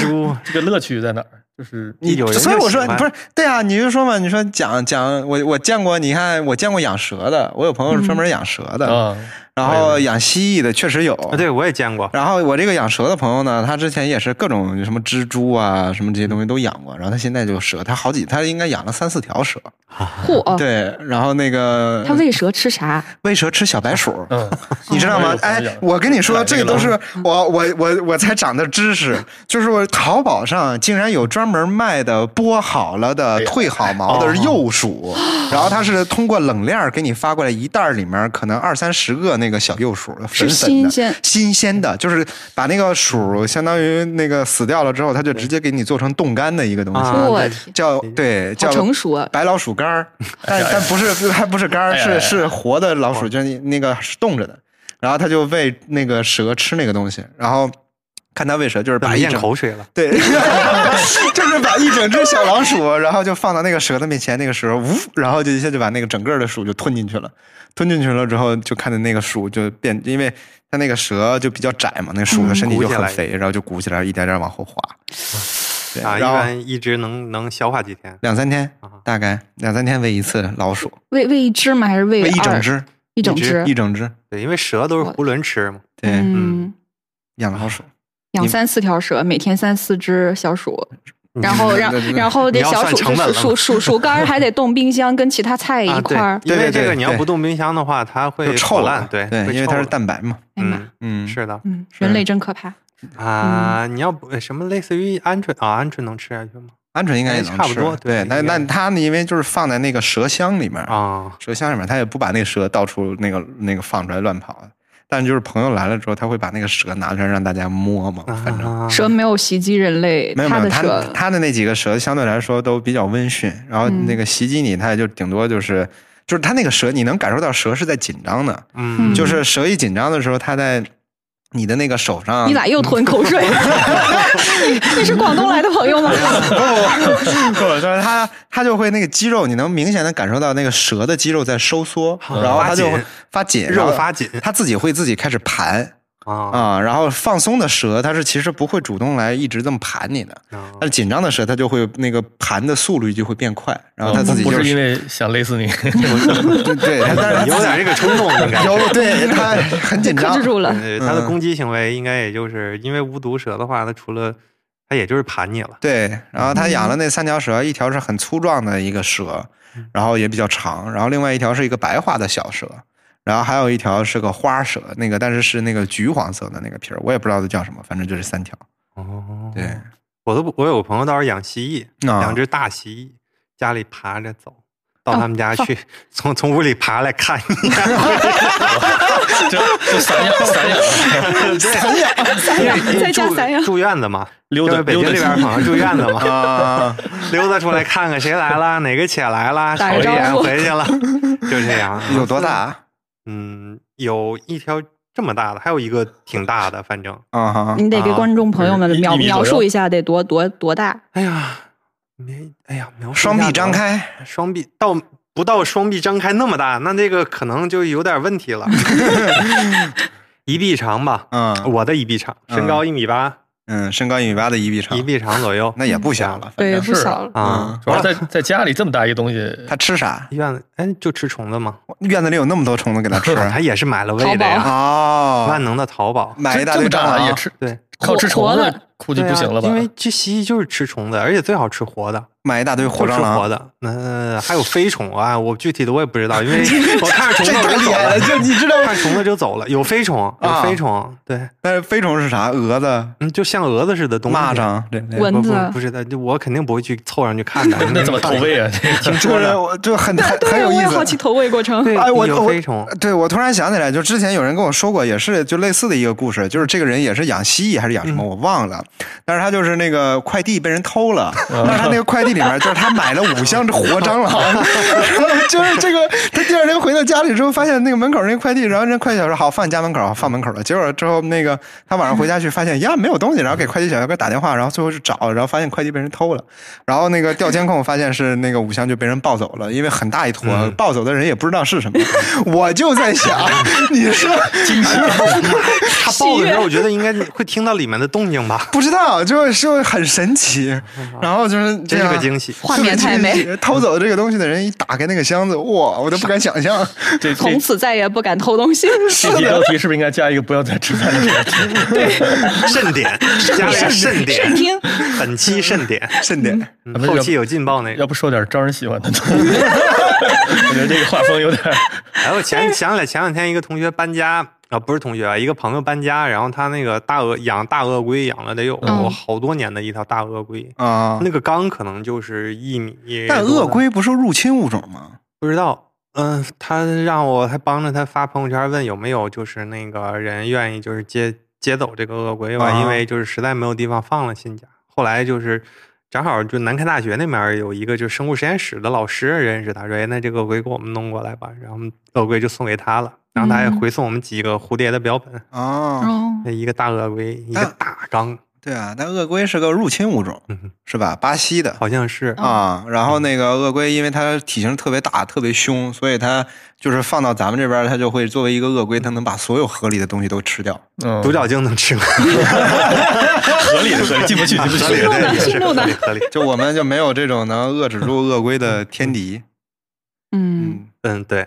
[SPEAKER 4] 蛛
[SPEAKER 5] 这个乐趣在哪儿？就是
[SPEAKER 3] 你
[SPEAKER 4] 有人
[SPEAKER 3] 所以
[SPEAKER 4] 就
[SPEAKER 3] 我
[SPEAKER 4] 喜
[SPEAKER 3] 说
[SPEAKER 4] 欢
[SPEAKER 3] 不是对啊，你就说嘛，你说讲讲我我见过，你看我见过养蛇的，我有朋友是
[SPEAKER 2] 嗯
[SPEAKER 3] 专门养蛇的，
[SPEAKER 5] 啊，
[SPEAKER 3] 然
[SPEAKER 5] 我
[SPEAKER 3] 后
[SPEAKER 5] 有
[SPEAKER 3] 养蜥蜴的确实有，
[SPEAKER 4] 啊，对我也见过。
[SPEAKER 3] 然后我这个养蛇的朋友呢，他之前也是各种什么蜘蛛啊，什么这些东西都养过，然后他现在就蛇，他好几，他应该养了三四条蛇，
[SPEAKER 2] 嚯、哦，
[SPEAKER 3] 对，然后那个
[SPEAKER 2] 它喂蛇吃啥？
[SPEAKER 3] 喂蛇吃小白 鼠。
[SPEAKER 5] 嗯，
[SPEAKER 3] 你知道
[SPEAKER 5] 我
[SPEAKER 3] 吗
[SPEAKER 5] 有？朋友
[SPEAKER 3] 哎
[SPEAKER 5] 养，
[SPEAKER 3] 我跟你说，
[SPEAKER 5] 买这
[SPEAKER 3] 这个
[SPEAKER 5] 个
[SPEAKER 3] 都是
[SPEAKER 5] 了
[SPEAKER 3] 我我我我才长的知识，就是我淘宝上竟然有专门卖的剥好了的、
[SPEAKER 5] 哎呀
[SPEAKER 3] 退好毛的
[SPEAKER 4] 哦
[SPEAKER 3] 幼鼠，然后它是通过冷链儿给你发过来一袋儿，里面可能二三十个那个小幼鼠，
[SPEAKER 2] 是
[SPEAKER 3] 粉粉
[SPEAKER 2] 新
[SPEAKER 3] 的，
[SPEAKER 2] 鲜
[SPEAKER 3] 新鲜的，就是把那个鼠相当于那个死掉了之后，它就直接给你做成冻干的一个东西，
[SPEAKER 4] 啊
[SPEAKER 2] 我、
[SPEAKER 4] 对
[SPEAKER 2] 天，
[SPEAKER 3] 叫对
[SPEAKER 2] 好
[SPEAKER 3] 叫
[SPEAKER 2] 成熟啊！
[SPEAKER 3] 白老鼠干 儿，但但不是它不是干儿，
[SPEAKER 5] 哎呀哎
[SPEAKER 3] 是
[SPEAKER 5] 呀
[SPEAKER 3] 是活的老鼠，就是那个是冻着的。然后它就喂那个蛇吃那个东西，然后看它喂蛇，就是把一
[SPEAKER 4] 咽
[SPEAKER 3] 整
[SPEAKER 4] 口水了。
[SPEAKER 3] 对， 就是把一整只小老鼠，然后就放到那个蛇的面前，那个蛇呜，然后就一下就把那个整个的鼠就吞进去了。吞进去了之后，就看着那个鼠就变，因为它那个蛇就比较窄嘛，那个鼠的身体就很肥，然后就鼓起来，一点点往后滑。对，
[SPEAKER 4] 啊，一
[SPEAKER 3] 然后
[SPEAKER 4] 般一只能能消化几天？
[SPEAKER 3] 两三天
[SPEAKER 4] 啊
[SPEAKER 3] 大概两三天喂一次老鼠，
[SPEAKER 2] 喂喂一只吗？还是喂
[SPEAKER 3] 喂一整
[SPEAKER 2] 二
[SPEAKER 3] 只，
[SPEAKER 2] 一整只
[SPEAKER 3] 一整只，
[SPEAKER 4] 对，因为蛇都是囫囵吃嘛。
[SPEAKER 3] 对，
[SPEAKER 2] 嗯，
[SPEAKER 3] 养老鼠。
[SPEAKER 2] 养
[SPEAKER 3] 你
[SPEAKER 2] 三四条蛇，每天三四只小鼠，
[SPEAKER 4] 嗯
[SPEAKER 2] 然 后让
[SPEAKER 3] 对对对
[SPEAKER 2] 然后这
[SPEAKER 4] 你要
[SPEAKER 2] 小
[SPEAKER 4] 算
[SPEAKER 2] 鼠
[SPEAKER 4] 成本
[SPEAKER 2] 鼠
[SPEAKER 4] 了
[SPEAKER 2] 鼠 鼠
[SPEAKER 4] 吗
[SPEAKER 2] 鼠干儿还得冻冰箱，跟其他菜
[SPEAKER 4] 啊，
[SPEAKER 2] 一
[SPEAKER 4] 对
[SPEAKER 2] 块儿，。
[SPEAKER 4] 因
[SPEAKER 3] 对对
[SPEAKER 4] 为这
[SPEAKER 3] 对
[SPEAKER 4] 个你要
[SPEAKER 3] 对
[SPEAKER 4] 不动冰箱的话，它
[SPEAKER 3] 就
[SPEAKER 4] 会
[SPEAKER 3] 臭
[SPEAKER 4] 腐
[SPEAKER 3] 了
[SPEAKER 4] 烂，，对
[SPEAKER 3] 对，
[SPEAKER 4] 会
[SPEAKER 3] 因为
[SPEAKER 4] 臭
[SPEAKER 3] 它是
[SPEAKER 4] 了
[SPEAKER 3] 蛋白嘛，
[SPEAKER 2] 哎呀妈，
[SPEAKER 4] 嗯，
[SPEAKER 3] 嗯，
[SPEAKER 4] 是的
[SPEAKER 2] 嗯，人类真可怕。
[SPEAKER 4] 啊，你要不什么类似于鹌鹑啊，鹌鹑能吃下去吗？
[SPEAKER 3] 鹌鹑应该也
[SPEAKER 4] 哎
[SPEAKER 3] 能吃，
[SPEAKER 4] 差不多对
[SPEAKER 3] 对，那
[SPEAKER 4] 应该
[SPEAKER 3] 那它呢因为就是放在那个蛇箱里面
[SPEAKER 4] 啊，
[SPEAKER 3] 蛇箱里面，他也不把那个蛇到处那个那个放出来乱跑，但就是朋友来了之后，他会把那个蛇拿出来让大家摸嘛，反正。
[SPEAKER 4] 啊
[SPEAKER 2] 蛇没有袭击人类，
[SPEAKER 3] 没有没
[SPEAKER 2] 它
[SPEAKER 3] 有，
[SPEAKER 2] 的
[SPEAKER 3] 他
[SPEAKER 2] 蛇
[SPEAKER 3] 他的那几个蛇相对来说都比较温驯，然后
[SPEAKER 2] 嗯
[SPEAKER 3] 那个袭击你，他也就顶多就是就是他那个蛇，你能感受到蛇是在紧张的，
[SPEAKER 4] 嗯，
[SPEAKER 2] 嗯
[SPEAKER 3] 就是蛇一紧张的时候，它在你的那个手上，
[SPEAKER 4] 嗯
[SPEAKER 2] 你 咋又吞口水？你你是广东来的朋友 吗？
[SPEAKER 3] 不，就是它它就会那个肌肉，你能明显的感受到那个蛇的肌肉在收缩，
[SPEAKER 4] 嗯
[SPEAKER 3] 然后它
[SPEAKER 4] 发
[SPEAKER 3] 就会
[SPEAKER 4] 紧
[SPEAKER 3] 发紧，
[SPEAKER 4] 肉
[SPEAKER 3] 然后
[SPEAKER 4] 发紧
[SPEAKER 3] 它自己会自己开始盘。
[SPEAKER 4] 啊
[SPEAKER 3] 啊、然后放松的蛇，它是其实不会主动来一直这么盘你的，
[SPEAKER 4] 啊
[SPEAKER 3] 但是紧张的蛇，它就会那个盘的速率就会变快，然后它自己
[SPEAKER 4] 哦
[SPEAKER 5] 不
[SPEAKER 3] 就
[SPEAKER 5] 不是因为想勒死你，
[SPEAKER 3] 对对，它但是它
[SPEAKER 4] 有点这个冲动，应该是。
[SPEAKER 3] 有对它很紧
[SPEAKER 2] 克
[SPEAKER 3] 张
[SPEAKER 2] 制，住了，
[SPEAKER 4] 对，它的
[SPEAKER 3] 嗯
[SPEAKER 4] 攻击行为应该也就是因为无毒蛇的话，它除了它也就是盘你了。
[SPEAKER 3] 对，然后它
[SPEAKER 4] 嗯
[SPEAKER 3] 养了那三条蛇，一条是很粗壮的一个蛇，然后也比较长，然后另外一条是一个白化的小蛇。然后还有一条是个花蛇，那个但是是那个橘黄色的那个皮儿，我也不知道它叫什么，反正就是三条。
[SPEAKER 4] 哦
[SPEAKER 3] 对，
[SPEAKER 4] 我都不我有朋友倒是养蜥蜴，
[SPEAKER 3] 啊
[SPEAKER 4] 两只大蜥蜴，家里爬着走。到
[SPEAKER 2] 哦
[SPEAKER 4] 他们家去，从从屋里爬来看一
[SPEAKER 5] 就就散养散养。
[SPEAKER 4] 眼，
[SPEAKER 2] 散养
[SPEAKER 4] 因为
[SPEAKER 2] 在家
[SPEAKER 4] 住
[SPEAKER 2] 散养
[SPEAKER 4] 住院的嘛，
[SPEAKER 5] 溜达
[SPEAKER 4] 就是北京
[SPEAKER 5] 溜达
[SPEAKER 4] 这边
[SPEAKER 5] 蜥蜴
[SPEAKER 4] 哦好像住院的嘛，
[SPEAKER 3] 啊，
[SPEAKER 4] 溜达出来看看谁来了，哪个且来了，
[SPEAKER 2] 打
[SPEAKER 4] 瞅
[SPEAKER 2] 个
[SPEAKER 4] 一眼
[SPEAKER 2] 招呼
[SPEAKER 4] 回去了，就这样。
[SPEAKER 3] 有多大啊？
[SPEAKER 4] 嗯，有一条这么大的，还有一个挺大的，反正，
[SPEAKER 3] 啊哈，
[SPEAKER 2] 你得给
[SPEAKER 4] 啊
[SPEAKER 2] 观众朋友们
[SPEAKER 5] 一
[SPEAKER 2] 描
[SPEAKER 5] 一米左
[SPEAKER 2] 描
[SPEAKER 5] 右
[SPEAKER 2] 述一下得多多多大。
[SPEAKER 4] 哎呀，没，哎呀，描述
[SPEAKER 3] 双
[SPEAKER 4] 一下
[SPEAKER 3] 臂张
[SPEAKER 4] 吧，
[SPEAKER 3] 开，
[SPEAKER 4] 双臂到不到双臂张开那么大，那这个可能就有点问题 了。一臂长吧，
[SPEAKER 3] 嗯
[SPEAKER 4] 我的一臂长，身高一米八，
[SPEAKER 3] 嗯，身高一米八的一臂长
[SPEAKER 4] 一，臂长左右。嗯
[SPEAKER 3] 那也不小了。嗯
[SPEAKER 2] 对，
[SPEAKER 5] 是
[SPEAKER 2] 不小了。
[SPEAKER 4] 啊，
[SPEAKER 5] 主要在在家里这么大一个东西，
[SPEAKER 3] 它吃啥？
[SPEAKER 4] 院子，哎，就吃虫子嘛，
[SPEAKER 3] 院子里有那么多虫子给它 吃
[SPEAKER 4] 他也是买了喂的呀，万
[SPEAKER 3] 哦，
[SPEAKER 4] 能的淘宝。
[SPEAKER 3] 买一
[SPEAKER 5] 这
[SPEAKER 3] 大
[SPEAKER 5] 这
[SPEAKER 3] 堆
[SPEAKER 5] 么
[SPEAKER 3] 蟑
[SPEAKER 5] 大
[SPEAKER 3] 螂啊
[SPEAKER 5] 也吃，
[SPEAKER 4] 对，
[SPEAKER 5] 靠吃虫
[SPEAKER 2] 活
[SPEAKER 5] 子
[SPEAKER 2] 的
[SPEAKER 5] 估计
[SPEAKER 4] 对
[SPEAKER 5] 不行了
[SPEAKER 4] 啊？
[SPEAKER 5] 吧？。
[SPEAKER 4] 因为这蜥蜴就是吃虫子，而且最好吃活的，
[SPEAKER 3] 买一大堆活
[SPEAKER 4] 就
[SPEAKER 3] 蟑
[SPEAKER 4] 吃活
[SPEAKER 3] 螂，
[SPEAKER 4] 的。嗯，还有飞虫啊，我具体的我也不知道，因为我看着虫
[SPEAKER 3] 这
[SPEAKER 4] 子我
[SPEAKER 3] 太
[SPEAKER 4] 就
[SPEAKER 3] 厉
[SPEAKER 4] 走
[SPEAKER 3] 害了！
[SPEAKER 4] 了，
[SPEAKER 3] 就你知道，
[SPEAKER 4] 看着虫子就走了。有飞虫，有
[SPEAKER 3] 啊
[SPEAKER 4] 飞虫，对，
[SPEAKER 3] 但是飞虫是啥？蛾子、
[SPEAKER 4] 嗯，就像蛾子似的东西。
[SPEAKER 3] 蚂蚱这类。
[SPEAKER 2] 蚊
[SPEAKER 4] 不
[SPEAKER 2] 子
[SPEAKER 4] 不不知道，就我肯定不会去凑上去看的
[SPEAKER 5] 那怎么投喂啊？
[SPEAKER 4] 听
[SPEAKER 3] 就
[SPEAKER 4] 说
[SPEAKER 3] 是
[SPEAKER 4] 的，
[SPEAKER 3] 我就很很很
[SPEAKER 2] 对，
[SPEAKER 3] 有
[SPEAKER 2] 我也
[SPEAKER 3] 意
[SPEAKER 2] 好奇
[SPEAKER 3] 思。
[SPEAKER 2] 投喂过程。
[SPEAKER 4] 对，
[SPEAKER 3] 哎我
[SPEAKER 4] 有
[SPEAKER 3] 我
[SPEAKER 4] 飞虫，
[SPEAKER 3] 对，我突然想起来，就之前有人跟我说过，也是就类似的一个故事，就是这个人也是养蜥蜴还是养什么，我忘了。但是他就是那个快递被人偷了，
[SPEAKER 4] 嗯
[SPEAKER 3] 但是他那个快递里面就是他买了五箱活 蟑螂，
[SPEAKER 4] 哦
[SPEAKER 3] 然后 就是这个他第二天回到家里之后，发现那个门口那个快递，然后人快递小哥好放你家门口，放门口了。结果之后那个他晚上回家去发现呀没有东西，然后给快递小哥打电话，然后最后去找，然后发现快递被人偷了，然后那个调监控发现是那个五箱就被人抱走了，因为很大一坨，抱走的人也不知道是 什么。我就在想，你说惊喜。
[SPEAKER 4] 它抱的时候，我觉得应该会听到里面的动静吧，
[SPEAKER 3] 不知道，就是很神奇，然后就是这
[SPEAKER 4] 真是
[SPEAKER 3] 样
[SPEAKER 4] 个惊 喜。
[SPEAKER 2] 画面太美，。
[SPEAKER 3] 偷走这个东西的人一打开那个箱子，哇，我都不敢想象。
[SPEAKER 5] 这这
[SPEAKER 2] 从此再也不敢偷东西。
[SPEAKER 5] 这集标题是不是应该加一个不要再吃饭了？
[SPEAKER 4] 慎点，加了一个慎点，
[SPEAKER 2] 慎听，
[SPEAKER 4] 本期慎点，
[SPEAKER 3] 慎点，
[SPEAKER 4] 嗯
[SPEAKER 5] 咱们
[SPEAKER 4] 后
[SPEAKER 5] 要
[SPEAKER 4] 期有劲爆那
[SPEAKER 5] 要
[SPEAKER 4] 个。
[SPEAKER 5] 不说点招人喜欢的东西？我觉得这个画风有点
[SPEAKER 4] 然后前想起来前两天一个同学搬家啊，不是同学啊，一个朋友搬家，然后他那个大鳄养大鳄龟养了得有
[SPEAKER 2] 嗯
[SPEAKER 4] 好多年的一条大鳄龟，
[SPEAKER 3] 啊！
[SPEAKER 4] 那个缸可能就是一米。
[SPEAKER 3] 但鳄龟不是入侵物种吗？
[SPEAKER 4] 不知道。嗯，他让我还帮着他发朋友圈问有没有就是那个人愿意就是接接走这个鳄龟吧，
[SPEAKER 3] 啊
[SPEAKER 4] 因为就是实在没有地方放了新家。后来就是正好就南开大学那边儿有一个就是生物实验室的老师认识他，说哎那这个鳄龟给我们弄过来吧，然后鳄龟就送给他了。然后他也回送我们几个蝴蝶的标本，
[SPEAKER 3] 哦，
[SPEAKER 2] 哦，
[SPEAKER 4] 那一个大鳄龟，一个
[SPEAKER 3] 啊
[SPEAKER 4] 大缸，
[SPEAKER 3] 对啊，但鳄龟是个入侵物种，
[SPEAKER 4] 嗯哼，
[SPEAKER 3] 是吧？巴西的
[SPEAKER 4] 好像是，
[SPEAKER 2] 嗯
[SPEAKER 3] 啊，然后那个鳄龟，因为它体型特别大、特别凶，所以它就是放到咱们这边儿，它就会作为一个鳄龟，它能把所有河里的东西都吃掉。
[SPEAKER 5] 嗯，
[SPEAKER 4] 独角鲸能吃吗？
[SPEAKER 5] 合理的合 理，进不去进不
[SPEAKER 3] 合理
[SPEAKER 5] 去
[SPEAKER 3] 的。
[SPEAKER 2] 的
[SPEAKER 4] 也是
[SPEAKER 2] 驯鹿呢
[SPEAKER 4] 合理合理。
[SPEAKER 3] 就我们就没有这种能遏制住鳄龟的天敌。
[SPEAKER 2] 嗯，
[SPEAKER 4] 嗯，对，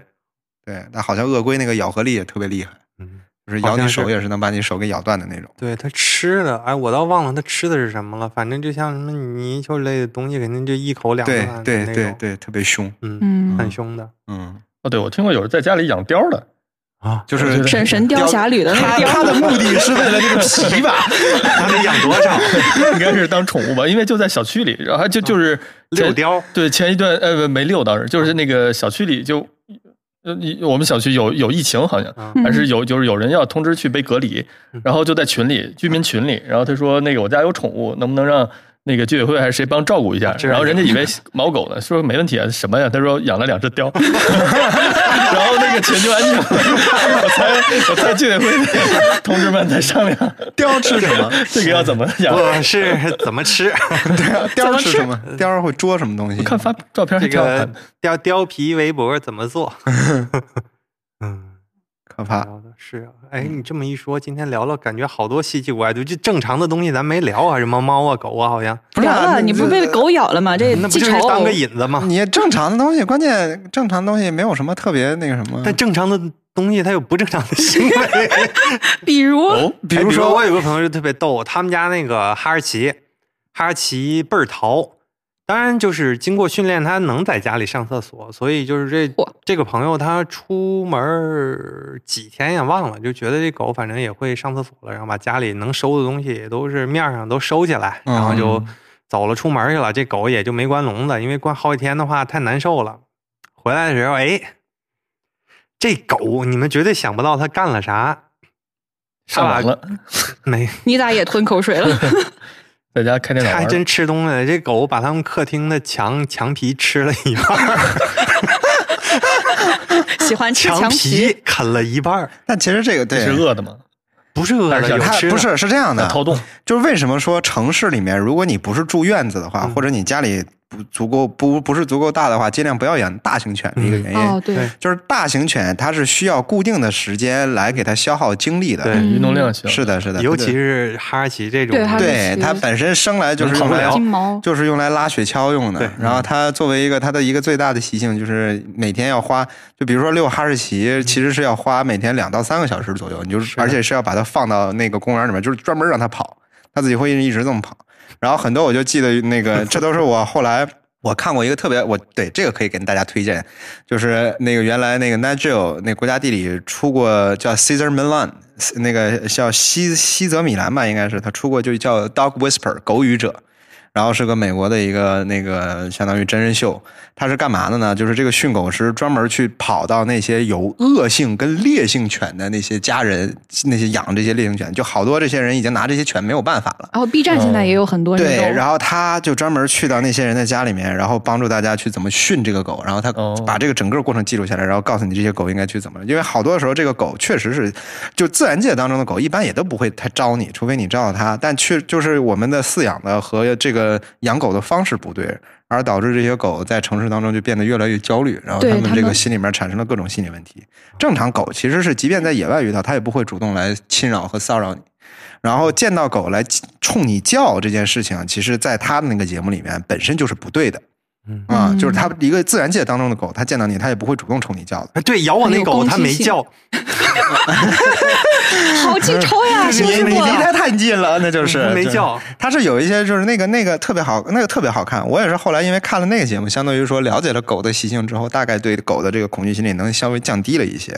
[SPEAKER 3] 对，但好像鳄龟那个咬合力也特别厉害，
[SPEAKER 4] 嗯，
[SPEAKER 3] 就是咬你
[SPEAKER 4] 好像
[SPEAKER 3] 手
[SPEAKER 4] 是
[SPEAKER 3] 也是能把你手给咬断的那种。
[SPEAKER 4] 对，它吃的，哎，我倒忘了它吃的是什么了，反正就像什么泥鳅类的东西，肯定就一口两
[SPEAKER 3] 对
[SPEAKER 4] 个
[SPEAKER 3] 对
[SPEAKER 4] 那
[SPEAKER 3] 对
[SPEAKER 4] 种，
[SPEAKER 3] 对，特别凶。
[SPEAKER 4] 嗯，
[SPEAKER 2] 嗯
[SPEAKER 4] 很凶的
[SPEAKER 3] 嗯，
[SPEAKER 5] 哦，对，我听过有人在家里养貂的，
[SPEAKER 4] 啊，
[SPEAKER 3] 就
[SPEAKER 5] 我
[SPEAKER 3] 是
[SPEAKER 5] 觉得
[SPEAKER 2] 《神神雕侠侣》的那
[SPEAKER 3] 他
[SPEAKER 2] 个
[SPEAKER 3] 他
[SPEAKER 2] 雕，
[SPEAKER 3] 的目的是为了那个皮吧？
[SPEAKER 4] 它得养多少？
[SPEAKER 5] 应该是当宠物吧，因为就在小区里，然后还就就是
[SPEAKER 4] 六
[SPEAKER 5] 前
[SPEAKER 4] 雕，
[SPEAKER 5] 对，前一段呃不没溜，当时就是那个小区里就，呃你我们小区有有疫情好像
[SPEAKER 4] 啊，
[SPEAKER 5] 还是有就是有人要通知去被隔离
[SPEAKER 4] 嗯，
[SPEAKER 5] 然后就在群里居民群里，然后他说那个我家有宠物，能不能让那个居委会还是谁帮照顾一下？
[SPEAKER 4] 这样
[SPEAKER 5] 然后人家以为猫狗呢，说没问题啊，什么呀？他说养了两只 貂，然后那个群就安静了。我猜我猜居委会的同志们在商 量
[SPEAKER 3] 雕吃什么？
[SPEAKER 5] 这个要怎么养。
[SPEAKER 4] 我是怎么吃？
[SPEAKER 3] 对啊，雕吃什么？雕会捉什么东西？
[SPEAKER 5] 看发照片还
[SPEAKER 4] 这
[SPEAKER 5] 挺好看
[SPEAKER 4] 个
[SPEAKER 5] 的，
[SPEAKER 4] 貂貂皮围脖怎么做？嗯。
[SPEAKER 3] 可怕。
[SPEAKER 4] 聊的是啊，哎，你这么一说，今天聊了，感觉好多稀奇古怪的，就正常的东西咱没聊啊，什么猫啊、狗啊，好像
[SPEAKER 3] 不是
[SPEAKER 2] 聊
[SPEAKER 3] 啊
[SPEAKER 2] 了，
[SPEAKER 3] 那
[SPEAKER 2] 你不是
[SPEAKER 3] 这
[SPEAKER 2] 被狗咬了吗？这
[SPEAKER 4] 那不
[SPEAKER 2] 记
[SPEAKER 4] 就是
[SPEAKER 2] 仇嗯
[SPEAKER 4] 当
[SPEAKER 2] 偶
[SPEAKER 4] 个引子吗？
[SPEAKER 3] 你正常的东西，关键正常的东西没有什么特别那个什么。
[SPEAKER 4] 但正常的东西它有不正常的行 为，
[SPEAKER 2] 比如
[SPEAKER 5] 哦，
[SPEAKER 3] 比
[SPEAKER 4] 哎
[SPEAKER 3] 如说
[SPEAKER 4] 我有个朋友就特别逗，他们家那个哈士奇，哈士奇倍儿淘。当然，就是经过训练，它能在家里上厕所，所以就是这
[SPEAKER 2] 嚯
[SPEAKER 4] 这个朋友他出门儿几天也忘了，就觉得这狗反正也会上厕所了，然后把家里能收的东西也都是面儿上都收起来，然后就
[SPEAKER 3] 嗯
[SPEAKER 4] 走了出门去了。这狗也就没关笼子，因为关好几天的话太难受了。回来的时候，哎，这狗你们绝对想不到它干了啥，
[SPEAKER 5] 上网了，
[SPEAKER 4] 没
[SPEAKER 2] 你咋也吞口水了？
[SPEAKER 5] 在家开电脑玩
[SPEAKER 4] 还
[SPEAKER 5] 儿。
[SPEAKER 4] 真吃东西了，这狗把他们客厅的墙墙皮吃了一半 儿，
[SPEAKER 2] 喜欢吃墙
[SPEAKER 4] 皮啃了一半儿，
[SPEAKER 3] 但其实这个对
[SPEAKER 5] 这是饿的吗？
[SPEAKER 4] 不是饿
[SPEAKER 5] 但
[SPEAKER 4] 的，
[SPEAKER 5] 是
[SPEAKER 4] 有
[SPEAKER 3] 它
[SPEAKER 4] 吃的
[SPEAKER 3] 不是是这样的
[SPEAKER 5] 在，掏洞，
[SPEAKER 3] 就是为什么说城市里面，如果你不是住院子的
[SPEAKER 4] 嗯
[SPEAKER 3] 话，或者你家里不足够不不是足够大的话，尽量不要养大型犬的
[SPEAKER 4] 嗯
[SPEAKER 3] 一个原因。
[SPEAKER 2] 哦，对
[SPEAKER 4] 对，
[SPEAKER 3] 就是大型犬，它是需要固定的时间来给它消耗精力的。
[SPEAKER 4] 对
[SPEAKER 2] 嗯
[SPEAKER 5] 运动量行。
[SPEAKER 3] 是的，是的，
[SPEAKER 4] 尤其是哈士奇这种
[SPEAKER 2] 对哈士奇
[SPEAKER 3] 对它本身生来就是
[SPEAKER 4] 能
[SPEAKER 3] 用
[SPEAKER 4] 跑不
[SPEAKER 3] 来
[SPEAKER 4] 了
[SPEAKER 2] 金毛，
[SPEAKER 3] 就是用来拉雪橇用的
[SPEAKER 4] 对。嗯
[SPEAKER 3] 然后它作为一个它的一个最大的习性，就是每天要花，就比如说遛哈士奇，其实是要花每天两到三个小时左右，你就是
[SPEAKER 4] 的
[SPEAKER 3] 而且是要把它放到那个公园里面，就是专门让它跑，它自己会一直这么跑。然后很多我就记得那个，这都是我后来。我看过一个特别，我对这个可以跟大家推荐，就是那个原来那个 Nigel 那国家地理出过叫 Caesar Milan，那个叫西西泽米兰吧，应该是他出过就叫 Dog Whisper 狗语者，然后是个美国的一个那个相当于真人秀，他是干嘛的呢？就是这个训狗师专门去跑到那些有恶性跟烈性犬的那些家人，那些养这些烈性犬，就好多这些人已经拿这些犬没有办法了。
[SPEAKER 2] 然后哦 B 站现在也有很多这
[SPEAKER 3] 对，
[SPEAKER 2] 种，
[SPEAKER 3] 然后他就专门去到那些人的家里面，然后帮助大家去怎么训这个狗，然后他
[SPEAKER 5] 哦
[SPEAKER 3] 把这个整个过程记录下来，然后告诉你这些狗应该去怎么。因为好多时候这个狗确实是，就自然界当中的狗一般也都不会太招你，除非你招到它。但确就是我们的饲养的和这个养狗的方式不对，而导致这些狗在城市当中就变得越来越焦虑，然后
[SPEAKER 2] 对
[SPEAKER 3] 它们
[SPEAKER 2] 它
[SPEAKER 3] 这个
[SPEAKER 2] 们
[SPEAKER 3] 心里面产生了各种心理问题。正常狗其实是，即便在野外遇到，它也不会主动来侵扰和骚扰你。然后见到狗来冲你叫这件事情，其实，在他的那个节目里面本身就是不对的
[SPEAKER 4] 嗯
[SPEAKER 3] 啊，
[SPEAKER 2] 嗯
[SPEAKER 3] 就是它一个自然界当中的狗，它见到你，它也不会主动冲你叫的。
[SPEAKER 4] 哎对咬我那狗，它没叫，
[SPEAKER 2] 好记仇 呀，是不
[SPEAKER 3] 你
[SPEAKER 2] 是
[SPEAKER 3] 你离
[SPEAKER 2] 我？
[SPEAKER 3] 它太近了，那就是
[SPEAKER 4] 没。嗯叫，
[SPEAKER 3] 它是有一些就是那个那个特别好，那个特别好看。我也是后来因为看了那个节目，相当于说了解了狗的习性之后，大概对狗的这个恐惧心理能稍微降低了一些。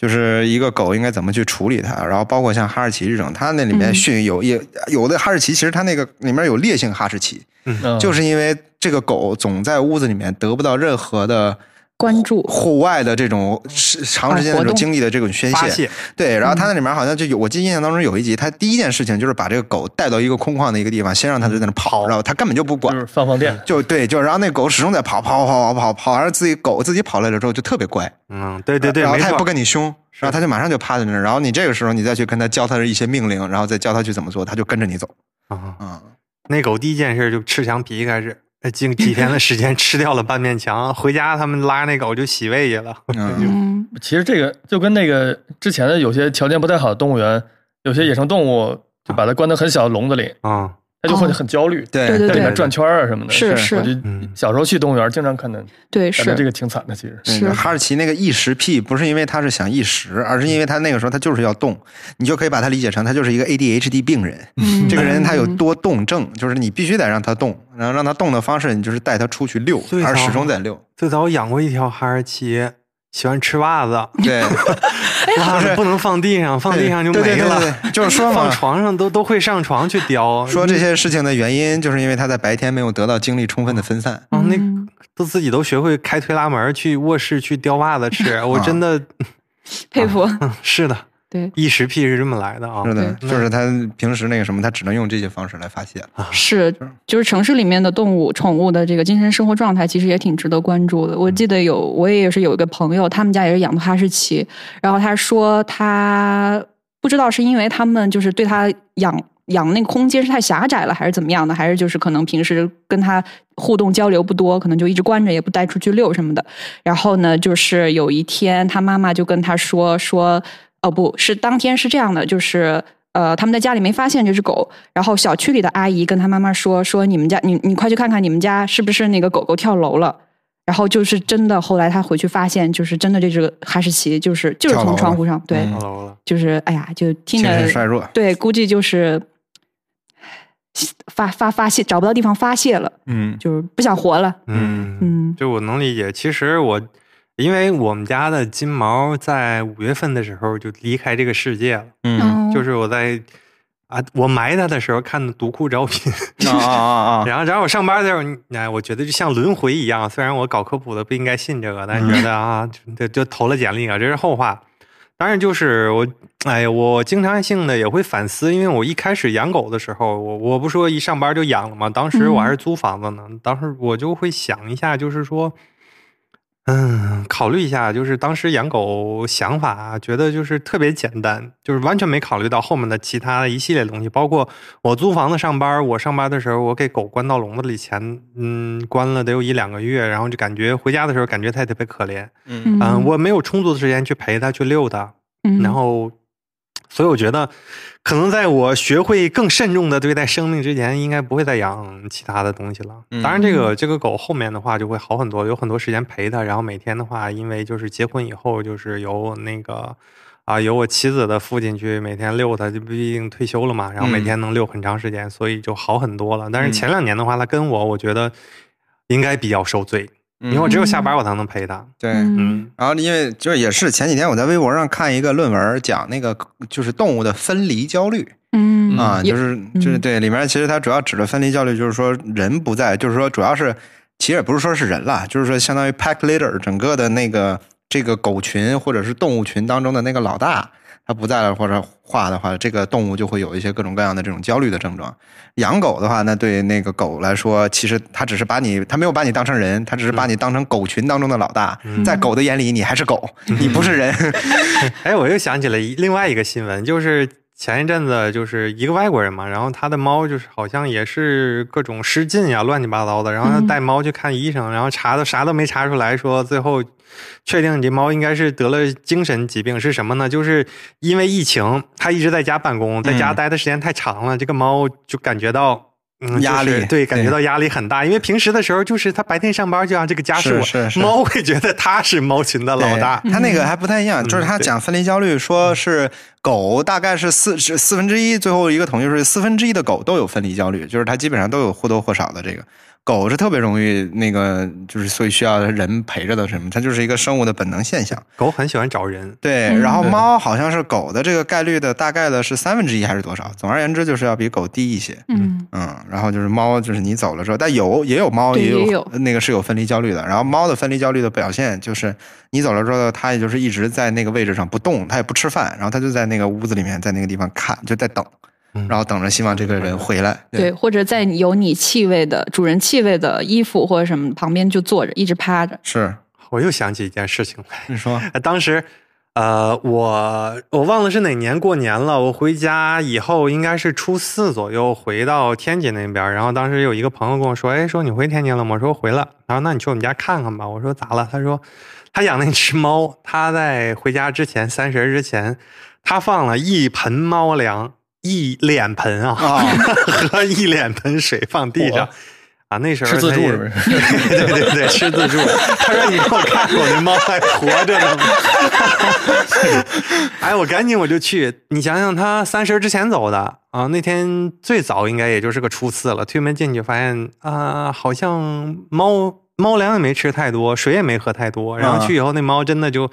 [SPEAKER 3] 就是一个狗应该怎么去处理它，然后包括像哈士奇这种，它那里面
[SPEAKER 2] 嗯
[SPEAKER 3] 训有也有的哈士奇，其实它那个里面有烈性哈士奇，
[SPEAKER 5] 嗯
[SPEAKER 3] 就是因为这个狗总在屋子里面得不到任何的
[SPEAKER 2] 关 注
[SPEAKER 3] 户外的这种时长时间的这
[SPEAKER 2] 活
[SPEAKER 3] 种
[SPEAKER 2] 动
[SPEAKER 3] 经历的这种宣
[SPEAKER 4] 啊发
[SPEAKER 3] 泄，
[SPEAKER 4] 泄，嗯
[SPEAKER 3] 对，然后他那里面好像就有，我记得印象当中有一集，他第一件事情就是把这个狗带到一个空旷的一个地方，先让它就在那跑，然后他根本就不
[SPEAKER 5] 就
[SPEAKER 4] 嗯
[SPEAKER 3] 管，
[SPEAKER 5] 是放放电。
[SPEAKER 3] 就对，就然后那狗始终在跑跑跑跑跑跑，然后自己狗自己跑累了之后就特别乖，
[SPEAKER 4] 嗯，对对对，
[SPEAKER 3] 然后
[SPEAKER 4] 没
[SPEAKER 3] 它也
[SPEAKER 4] 错
[SPEAKER 3] 不，跟你凶，然后它就马上就趴在那儿，然后你这个时候你再去跟它教它一些命令，然后再教它去怎么做，它就跟着你走，
[SPEAKER 4] 啊、
[SPEAKER 3] 嗯，
[SPEAKER 4] 那狗第一件事就吃墙皮开始，呃经几天的时间吃掉了半面墙，回家他们拉那狗就洗胃去了，
[SPEAKER 3] 嗯
[SPEAKER 2] 嗯，
[SPEAKER 5] 其实这个就跟那个之前的有些条件不太好的动物园，有些野生动物就把它关到很小的笼子里，
[SPEAKER 4] 啊、
[SPEAKER 5] 它就会
[SPEAKER 2] 哦
[SPEAKER 5] 很焦虑，
[SPEAKER 3] 对
[SPEAKER 2] 对对
[SPEAKER 5] 在里
[SPEAKER 2] 对
[SPEAKER 5] 面转圈儿啊什么的。
[SPEAKER 2] 是是
[SPEAKER 5] 我就
[SPEAKER 4] 嗯
[SPEAKER 5] 小时候去动物园经常看到，
[SPEAKER 2] 对
[SPEAKER 5] 感觉这
[SPEAKER 2] 是
[SPEAKER 5] 个挺惨的，其实。
[SPEAKER 3] 那
[SPEAKER 2] 是
[SPEAKER 3] 个哈士奇那个异食癖，不是因为它是想异食，而是因为它那个时候它就是要动，你就可以把它理解成它就是一个 ADHD 病人。
[SPEAKER 4] 嗯
[SPEAKER 3] 这个人他有多动症，就是你必须得让他动，然后让他动的方式，你就是带他出去遛
[SPEAKER 4] 对，
[SPEAKER 3] 而
[SPEAKER 4] 头
[SPEAKER 3] 始终在 遛。
[SPEAKER 4] 最早养过一条哈士奇，喜欢吃袜子，
[SPEAKER 3] 对，
[SPEAKER 4] 袜哎子不能放地上，放地上就
[SPEAKER 3] 对对
[SPEAKER 4] 没
[SPEAKER 3] 对
[SPEAKER 4] 了。
[SPEAKER 3] 对对就是 说
[SPEAKER 4] 放
[SPEAKER 3] 嘛，
[SPEAKER 4] 床上都都会上床去叼，
[SPEAKER 3] 说这些事情的原因，就是因为他在白天没有得到精力充分的分散。
[SPEAKER 4] 啊，那
[SPEAKER 2] 嗯
[SPEAKER 4] 都自己都学会开推拉门去卧室去叼袜子 吃，
[SPEAKER 3] 啊
[SPEAKER 4] 我真的
[SPEAKER 2] 佩服，
[SPEAKER 4] 是的，
[SPEAKER 2] 对
[SPEAKER 4] 异食癖是这么来的啊。
[SPEAKER 3] 是的，
[SPEAKER 4] 对
[SPEAKER 3] 就是他平时那个什么，他只能用这些方式来发泄。
[SPEAKER 2] 是就是城市里面的动物宠物的这个精神生活状态，其实也挺值得关注的。我记得有我也是有一个朋友，他们家也是养的哈士奇，然后他说他不知道是因为他们就是对他养。养那个空间是太狭窄了，还是怎么样的？还是就是可能平时跟他互动交流不多，可能就一直关着，也不带出去遛什么的。然后呢，就是有一天他妈妈就跟他说说，哦不是当天是这样的，就是呃他们在家里没发现这只狗，然后小区里的阿姨跟他妈妈说说你们家你你快去看看你们家是不是那个狗狗跳楼了。然后就是真的，后来他回去发现，就是真的这只哈士奇就是就是
[SPEAKER 3] 跳楼
[SPEAKER 2] 从
[SPEAKER 3] 了
[SPEAKER 2] 窗户上，对，
[SPEAKER 3] 嗯
[SPEAKER 4] 跳楼了，
[SPEAKER 2] 就是哎呀，就听
[SPEAKER 3] 精
[SPEAKER 2] 着
[SPEAKER 3] 神衰弱，
[SPEAKER 2] 对，估计就是发发发泄，找不到地方发泄了，
[SPEAKER 3] 嗯，
[SPEAKER 2] 就是不想活了。
[SPEAKER 4] 嗯
[SPEAKER 2] 嗯
[SPEAKER 4] 就我能理解。其实我，因为我们家的金毛在五月份的时候就离开这个世界了，
[SPEAKER 3] 嗯，
[SPEAKER 2] 哦
[SPEAKER 4] 就是我在啊，我埋它的时候看的独库招聘，
[SPEAKER 3] 啊啊啊啊！
[SPEAKER 4] 然后然后我上班的时候，哎，我觉得就像轮回一样。虽然我搞科普的不应该信这个，但是觉得啊，就就投了简历啊，这是后话。当然，就是我，哎呀，我经常性的也会反思，因为我一开始养狗的时候，我我不说一上班就养了嘛，当时我还是租房子呢，当时我就会想一下，就是说，嗯，考虑一下，就是当时养狗想法啊，觉得就是特别简单，就是完全没考虑到后面的其他的一系列东西，包括我租房子上班，我上班的时候我给狗关到笼子里前，嗯，关了得有一两个月，然后就感觉回家的时候感觉它也特别可怜，
[SPEAKER 2] 嗯
[SPEAKER 4] 嗯，我没有充足的时间去陪它去遛它，
[SPEAKER 2] 嗯
[SPEAKER 4] 然后，所以我觉得，可能在我学会更慎重的对待生命之前，应该不会再养其他的东西了。
[SPEAKER 2] 嗯
[SPEAKER 4] 当然，这个这个狗后面的话就会好很多，有很多时间陪它。然后每天的话，因为就是结婚以后，就是由那个啊，由我妻子的父亲去每天遛它，就毕竟退休了嘛，然后
[SPEAKER 2] 嗯
[SPEAKER 4] 每天能遛很长时间，所以就好很多了。但是前两年的话，它跟我，我觉得应该比较受罪，因为我只有下班我才能陪它。
[SPEAKER 3] 嗯对，
[SPEAKER 2] 嗯
[SPEAKER 3] 然后因为就是也是前几天我在微博上看一个论文，讲那个就是动物的分离焦虑。
[SPEAKER 2] 嗯
[SPEAKER 3] 啊，
[SPEAKER 2] 也
[SPEAKER 3] 就是就是
[SPEAKER 2] 嗯
[SPEAKER 3] 对，里面其实它主要指的分离焦虑，就是说人不在，就是说主要是其实也不是说是人啦，就是说相当于 pack leader 整个的那个这个狗群或者是动物群当中的那个老大，他不在了或者话的话，这个动物就会有一些各种各样的这种焦虑的症状。养狗的话，那对那个狗来说，其实它只是把你，它没有把你当成人，它只是把你当成狗群当中的老大，在狗的眼里你还是狗，你不是人。
[SPEAKER 4] 哎，我又想起了一另外一个新闻，就是前一阵子就是一个外国人嘛，然后他的猫就是好像也是各种失禁呀、乱七八糟的，然后
[SPEAKER 3] 嗯
[SPEAKER 4] 他带猫去看医生，然后查都啥都没查出来，说最后确定你这猫应该是得了精神疾病，是什么呢？就是因为疫情，它一直在家办公，在家
[SPEAKER 3] 嗯
[SPEAKER 4] 待的时间太长了，这个猫就感觉到。嗯，
[SPEAKER 3] 压
[SPEAKER 4] 就是
[SPEAKER 3] 力
[SPEAKER 4] 对，感觉
[SPEAKER 3] 对
[SPEAKER 4] 到压力很大，因为平时的时候就是它白天上班就让这个家我，
[SPEAKER 3] 是是是
[SPEAKER 4] 猫会觉得它是猫群的老
[SPEAKER 3] 对
[SPEAKER 4] 大，
[SPEAKER 3] 他那个还不太一样，就是他
[SPEAKER 4] 嗯对
[SPEAKER 3] 讲分离焦虑，说是狗大概是四是四分之一，最后一个统计是四分之一的狗都有分离焦虑，就是它基本上都有或多或少的这个。狗是特别容易那个，就是所以需要人陪着的什么，它就是一个生物的本能现象。
[SPEAKER 4] 狗很喜欢找人，
[SPEAKER 3] 对，
[SPEAKER 2] 嗯
[SPEAKER 3] 然后猫好像是狗的这个概率的大概的是三分之一还是多少？总而言之，就是要比狗低一些。
[SPEAKER 2] 嗯，
[SPEAKER 3] 嗯，然后就是猫，就是你走了之后，但有也有猫
[SPEAKER 2] 对
[SPEAKER 3] 也有
[SPEAKER 2] 也有
[SPEAKER 3] 那个是有分离焦虑的。然后猫的分离焦虑的表现就是你走了之后，它也就是一直在那个位置上不动，它也不吃饭，然后它就在那个屋子里面，在那个地方看，就在等，
[SPEAKER 4] 嗯
[SPEAKER 3] 然后等着希望这个人回来。
[SPEAKER 2] 对，或者在有你气味的主人气味的衣服或者什么旁边就坐着，一直趴着。
[SPEAKER 3] 是
[SPEAKER 4] 我又想起一件事情来。
[SPEAKER 3] 你说
[SPEAKER 4] 呃当时，呃，我我忘了是哪年过年了，我回家以后应该是初四左右回到天津那边儿，然后当时有一个朋友跟我说，哎，说你回天津了吗？我说回了。然后那你去我们家看看吧。我说咋了？他说他养那只猫，他在回家之前三十儿之前，他放了一盆猫粮，一脸盆啊，
[SPEAKER 3] 啊，
[SPEAKER 4] 喝一脸盆水放地上
[SPEAKER 5] 哇。
[SPEAKER 4] 啊，那时候
[SPEAKER 5] 吃自
[SPEAKER 4] 他
[SPEAKER 5] 助
[SPEAKER 4] 也
[SPEAKER 5] 是不是
[SPEAKER 4] 对对 对，吃自助。他说：“你让我看我那猫还活着呢吗？” 哎，我赶紧我就去。你想想，他三十之前走的啊，那天最早应该也就是个初四了。推门进去发现啊、好像猫猫粮也没吃太多，水也没喝太多。
[SPEAKER 3] 啊
[SPEAKER 4] 然后去以后，那猫真的就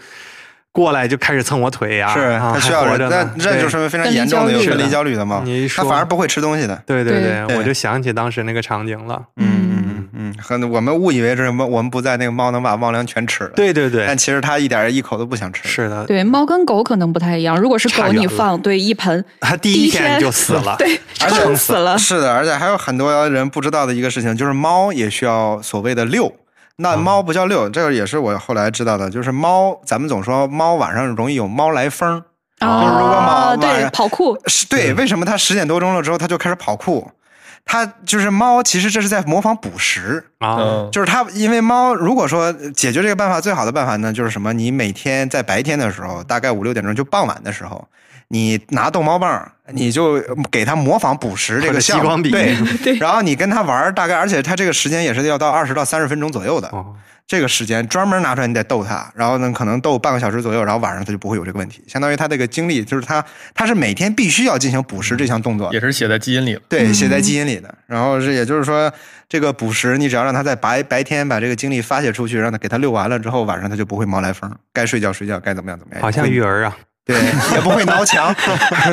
[SPEAKER 4] 过来就开始蹭我腿呀、啊，
[SPEAKER 3] 是它需要
[SPEAKER 4] 还活着，
[SPEAKER 3] 人
[SPEAKER 4] 呢
[SPEAKER 3] 但这就
[SPEAKER 4] 对
[SPEAKER 3] 是非常
[SPEAKER 2] 分离
[SPEAKER 3] 严重
[SPEAKER 2] 焦
[SPEAKER 3] 的有
[SPEAKER 2] 虑
[SPEAKER 3] 分离
[SPEAKER 4] 是的
[SPEAKER 3] 焦虑的猫，
[SPEAKER 4] 你一
[SPEAKER 3] 它
[SPEAKER 4] 说
[SPEAKER 3] 反而不会吃东西的。
[SPEAKER 4] 对对对，
[SPEAKER 3] 对
[SPEAKER 4] 我就想起当时那个场景了。
[SPEAKER 3] 嗯嗯嗯，嗯，很我们误以为这猫，我们不在那个猫能把猫粮全吃了，，
[SPEAKER 4] 对对对
[SPEAKER 3] 但，其实它一点儿一口都不想吃。
[SPEAKER 4] 是的，
[SPEAKER 2] 对，猫跟狗可能不太一样。如果是
[SPEAKER 4] 差
[SPEAKER 2] 狗，
[SPEAKER 4] 远
[SPEAKER 2] 你
[SPEAKER 4] 了
[SPEAKER 2] 放对一盆，
[SPEAKER 4] 他第
[SPEAKER 2] 第一
[SPEAKER 4] 一
[SPEAKER 2] 天。
[SPEAKER 4] 天就死了
[SPEAKER 2] 对，
[SPEAKER 3] 而且
[SPEAKER 2] 撑死
[SPEAKER 4] 啊
[SPEAKER 2] 了。
[SPEAKER 3] 是的，而且还有很多人不知道的一个事情，就是猫也需要所谓的遛。那猫不叫
[SPEAKER 4] 啊
[SPEAKER 3] 遛，这个也是我后来知道的，就是猫，咱们总说猫晚上容易有猫来疯儿，
[SPEAKER 4] 就是如果
[SPEAKER 3] 猫
[SPEAKER 2] 啊，
[SPEAKER 3] 晚
[SPEAKER 2] 哦对，
[SPEAKER 3] 上
[SPEAKER 2] 跑酷，
[SPEAKER 3] 是对，
[SPEAKER 4] 嗯
[SPEAKER 3] 为什么它十点多钟了之后它就开始跑酷？它就是猫，其实这是在模仿捕食。
[SPEAKER 4] 啊，
[SPEAKER 5] 嗯，
[SPEAKER 3] 就是它，因为猫，如果说解决这个办法最好的办法呢，就是什么？你每天在白天的时候，大概五六点钟，就傍晚的时候，你拿逗猫棒，你就给它模仿捕食这
[SPEAKER 4] 或
[SPEAKER 3] 个
[SPEAKER 4] 者
[SPEAKER 3] 项目，
[SPEAKER 4] 激光笔
[SPEAKER 3] 对
[SPEAKER 2] 对
[SPEAKER 3] 然后你跟它玩儿，大概而且它这个时间也是要到二十到三十分钟左右的，
[SPEAKER 4] 哦，
[SPEAKER 3] 这个时间专门拿出来，你得逗它，然后呢，可能逗半个小时左右，然后晚上它就不会有这个问题，相当于它这个精力就是它，它是每天必须要进行捕食这项动作的
[SPEAKER 5] 也是写在基因里了。
[SPEAKER 4] 嗯
[SPEAKER 3] 对，写在基因里的。然后是，也就是说，这个捕食，你只要让它在白白天把这个精力发泄出去，让它给它遛完了之后，晚上它就不会毛来疯，该睡觉睡觉，该怎么样怎么样。
[SPEAKER 4] 好像
[SPEAKER 3] 也
[SPEAKER 4] 育
[SPEAKER 3] 不会
[SPEAKER 4] 儿 啊，
[SPEAKER 3] 对，也不会 挠墙。哎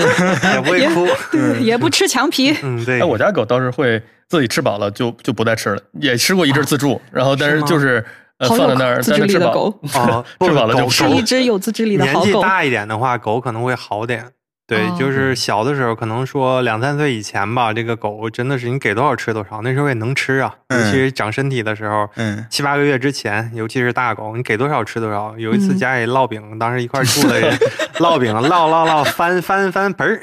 [SPEAKER 4] 也不 会哭。
[SPEAKER 2] 对，也不吃墙皮。
[SPEAKER 4] 嗯，对
[SPEAKER 5] 哎，，我家狗倒是会自己吃饱了就就不再吃了，也吃过一阵自助，然后但是就是呃
[SPEAKER 2] 啊好
[SPEAKER 5] 放在
[SPEAKER 2] 有
[SPEAKER 5] 那儿，
[SPEAKER 2] 自
[SPEAKER 5] 但
[SPEAKER 2] 制力
[SPEAKER 5] 是吃
[SPEAKER 2] 的
[SPEAKER 5] 饱
[SPEAKER 2] 狗，
[SPEAKER 4] 哦，不
[SPEAKER 5] 吃饱了就
[SPEAKER 4] 狗
[SPEAKER 2] 是
[SPEAKER 5] 吃狗
[SPEAKER 2] 一只有自制力的
[SPEAKER 4] 年
[SPEAKER 2] 好
[SPEAKER 4] 纪
[SPEAKER 2] 狗。
[SPEAKER 4] 大一点的话，狗可能会好点。对，
[SPEAKER 2] 哦
[SPEAKER 3] 嗯
[SPEAKER 4] 就是小的时候，可能说两三岁以前吧，这个狗真的是你给多少吃多少，那时候也能吃啊，尤
[SPEAKER 3] 嗯
[SPEAKER 4] 其是长身体的时候，
[SPEAKER 3] 嗯，
[SPEAKER 4] 七八个月之前，尤其是大狗，你给多少吃多少。有一次
[SPEAKER 2] 嗯
[SPEAKER 4] 家里烙饼，当时一块儿住的人烙饼烙烙烙翻翻翻盆儿，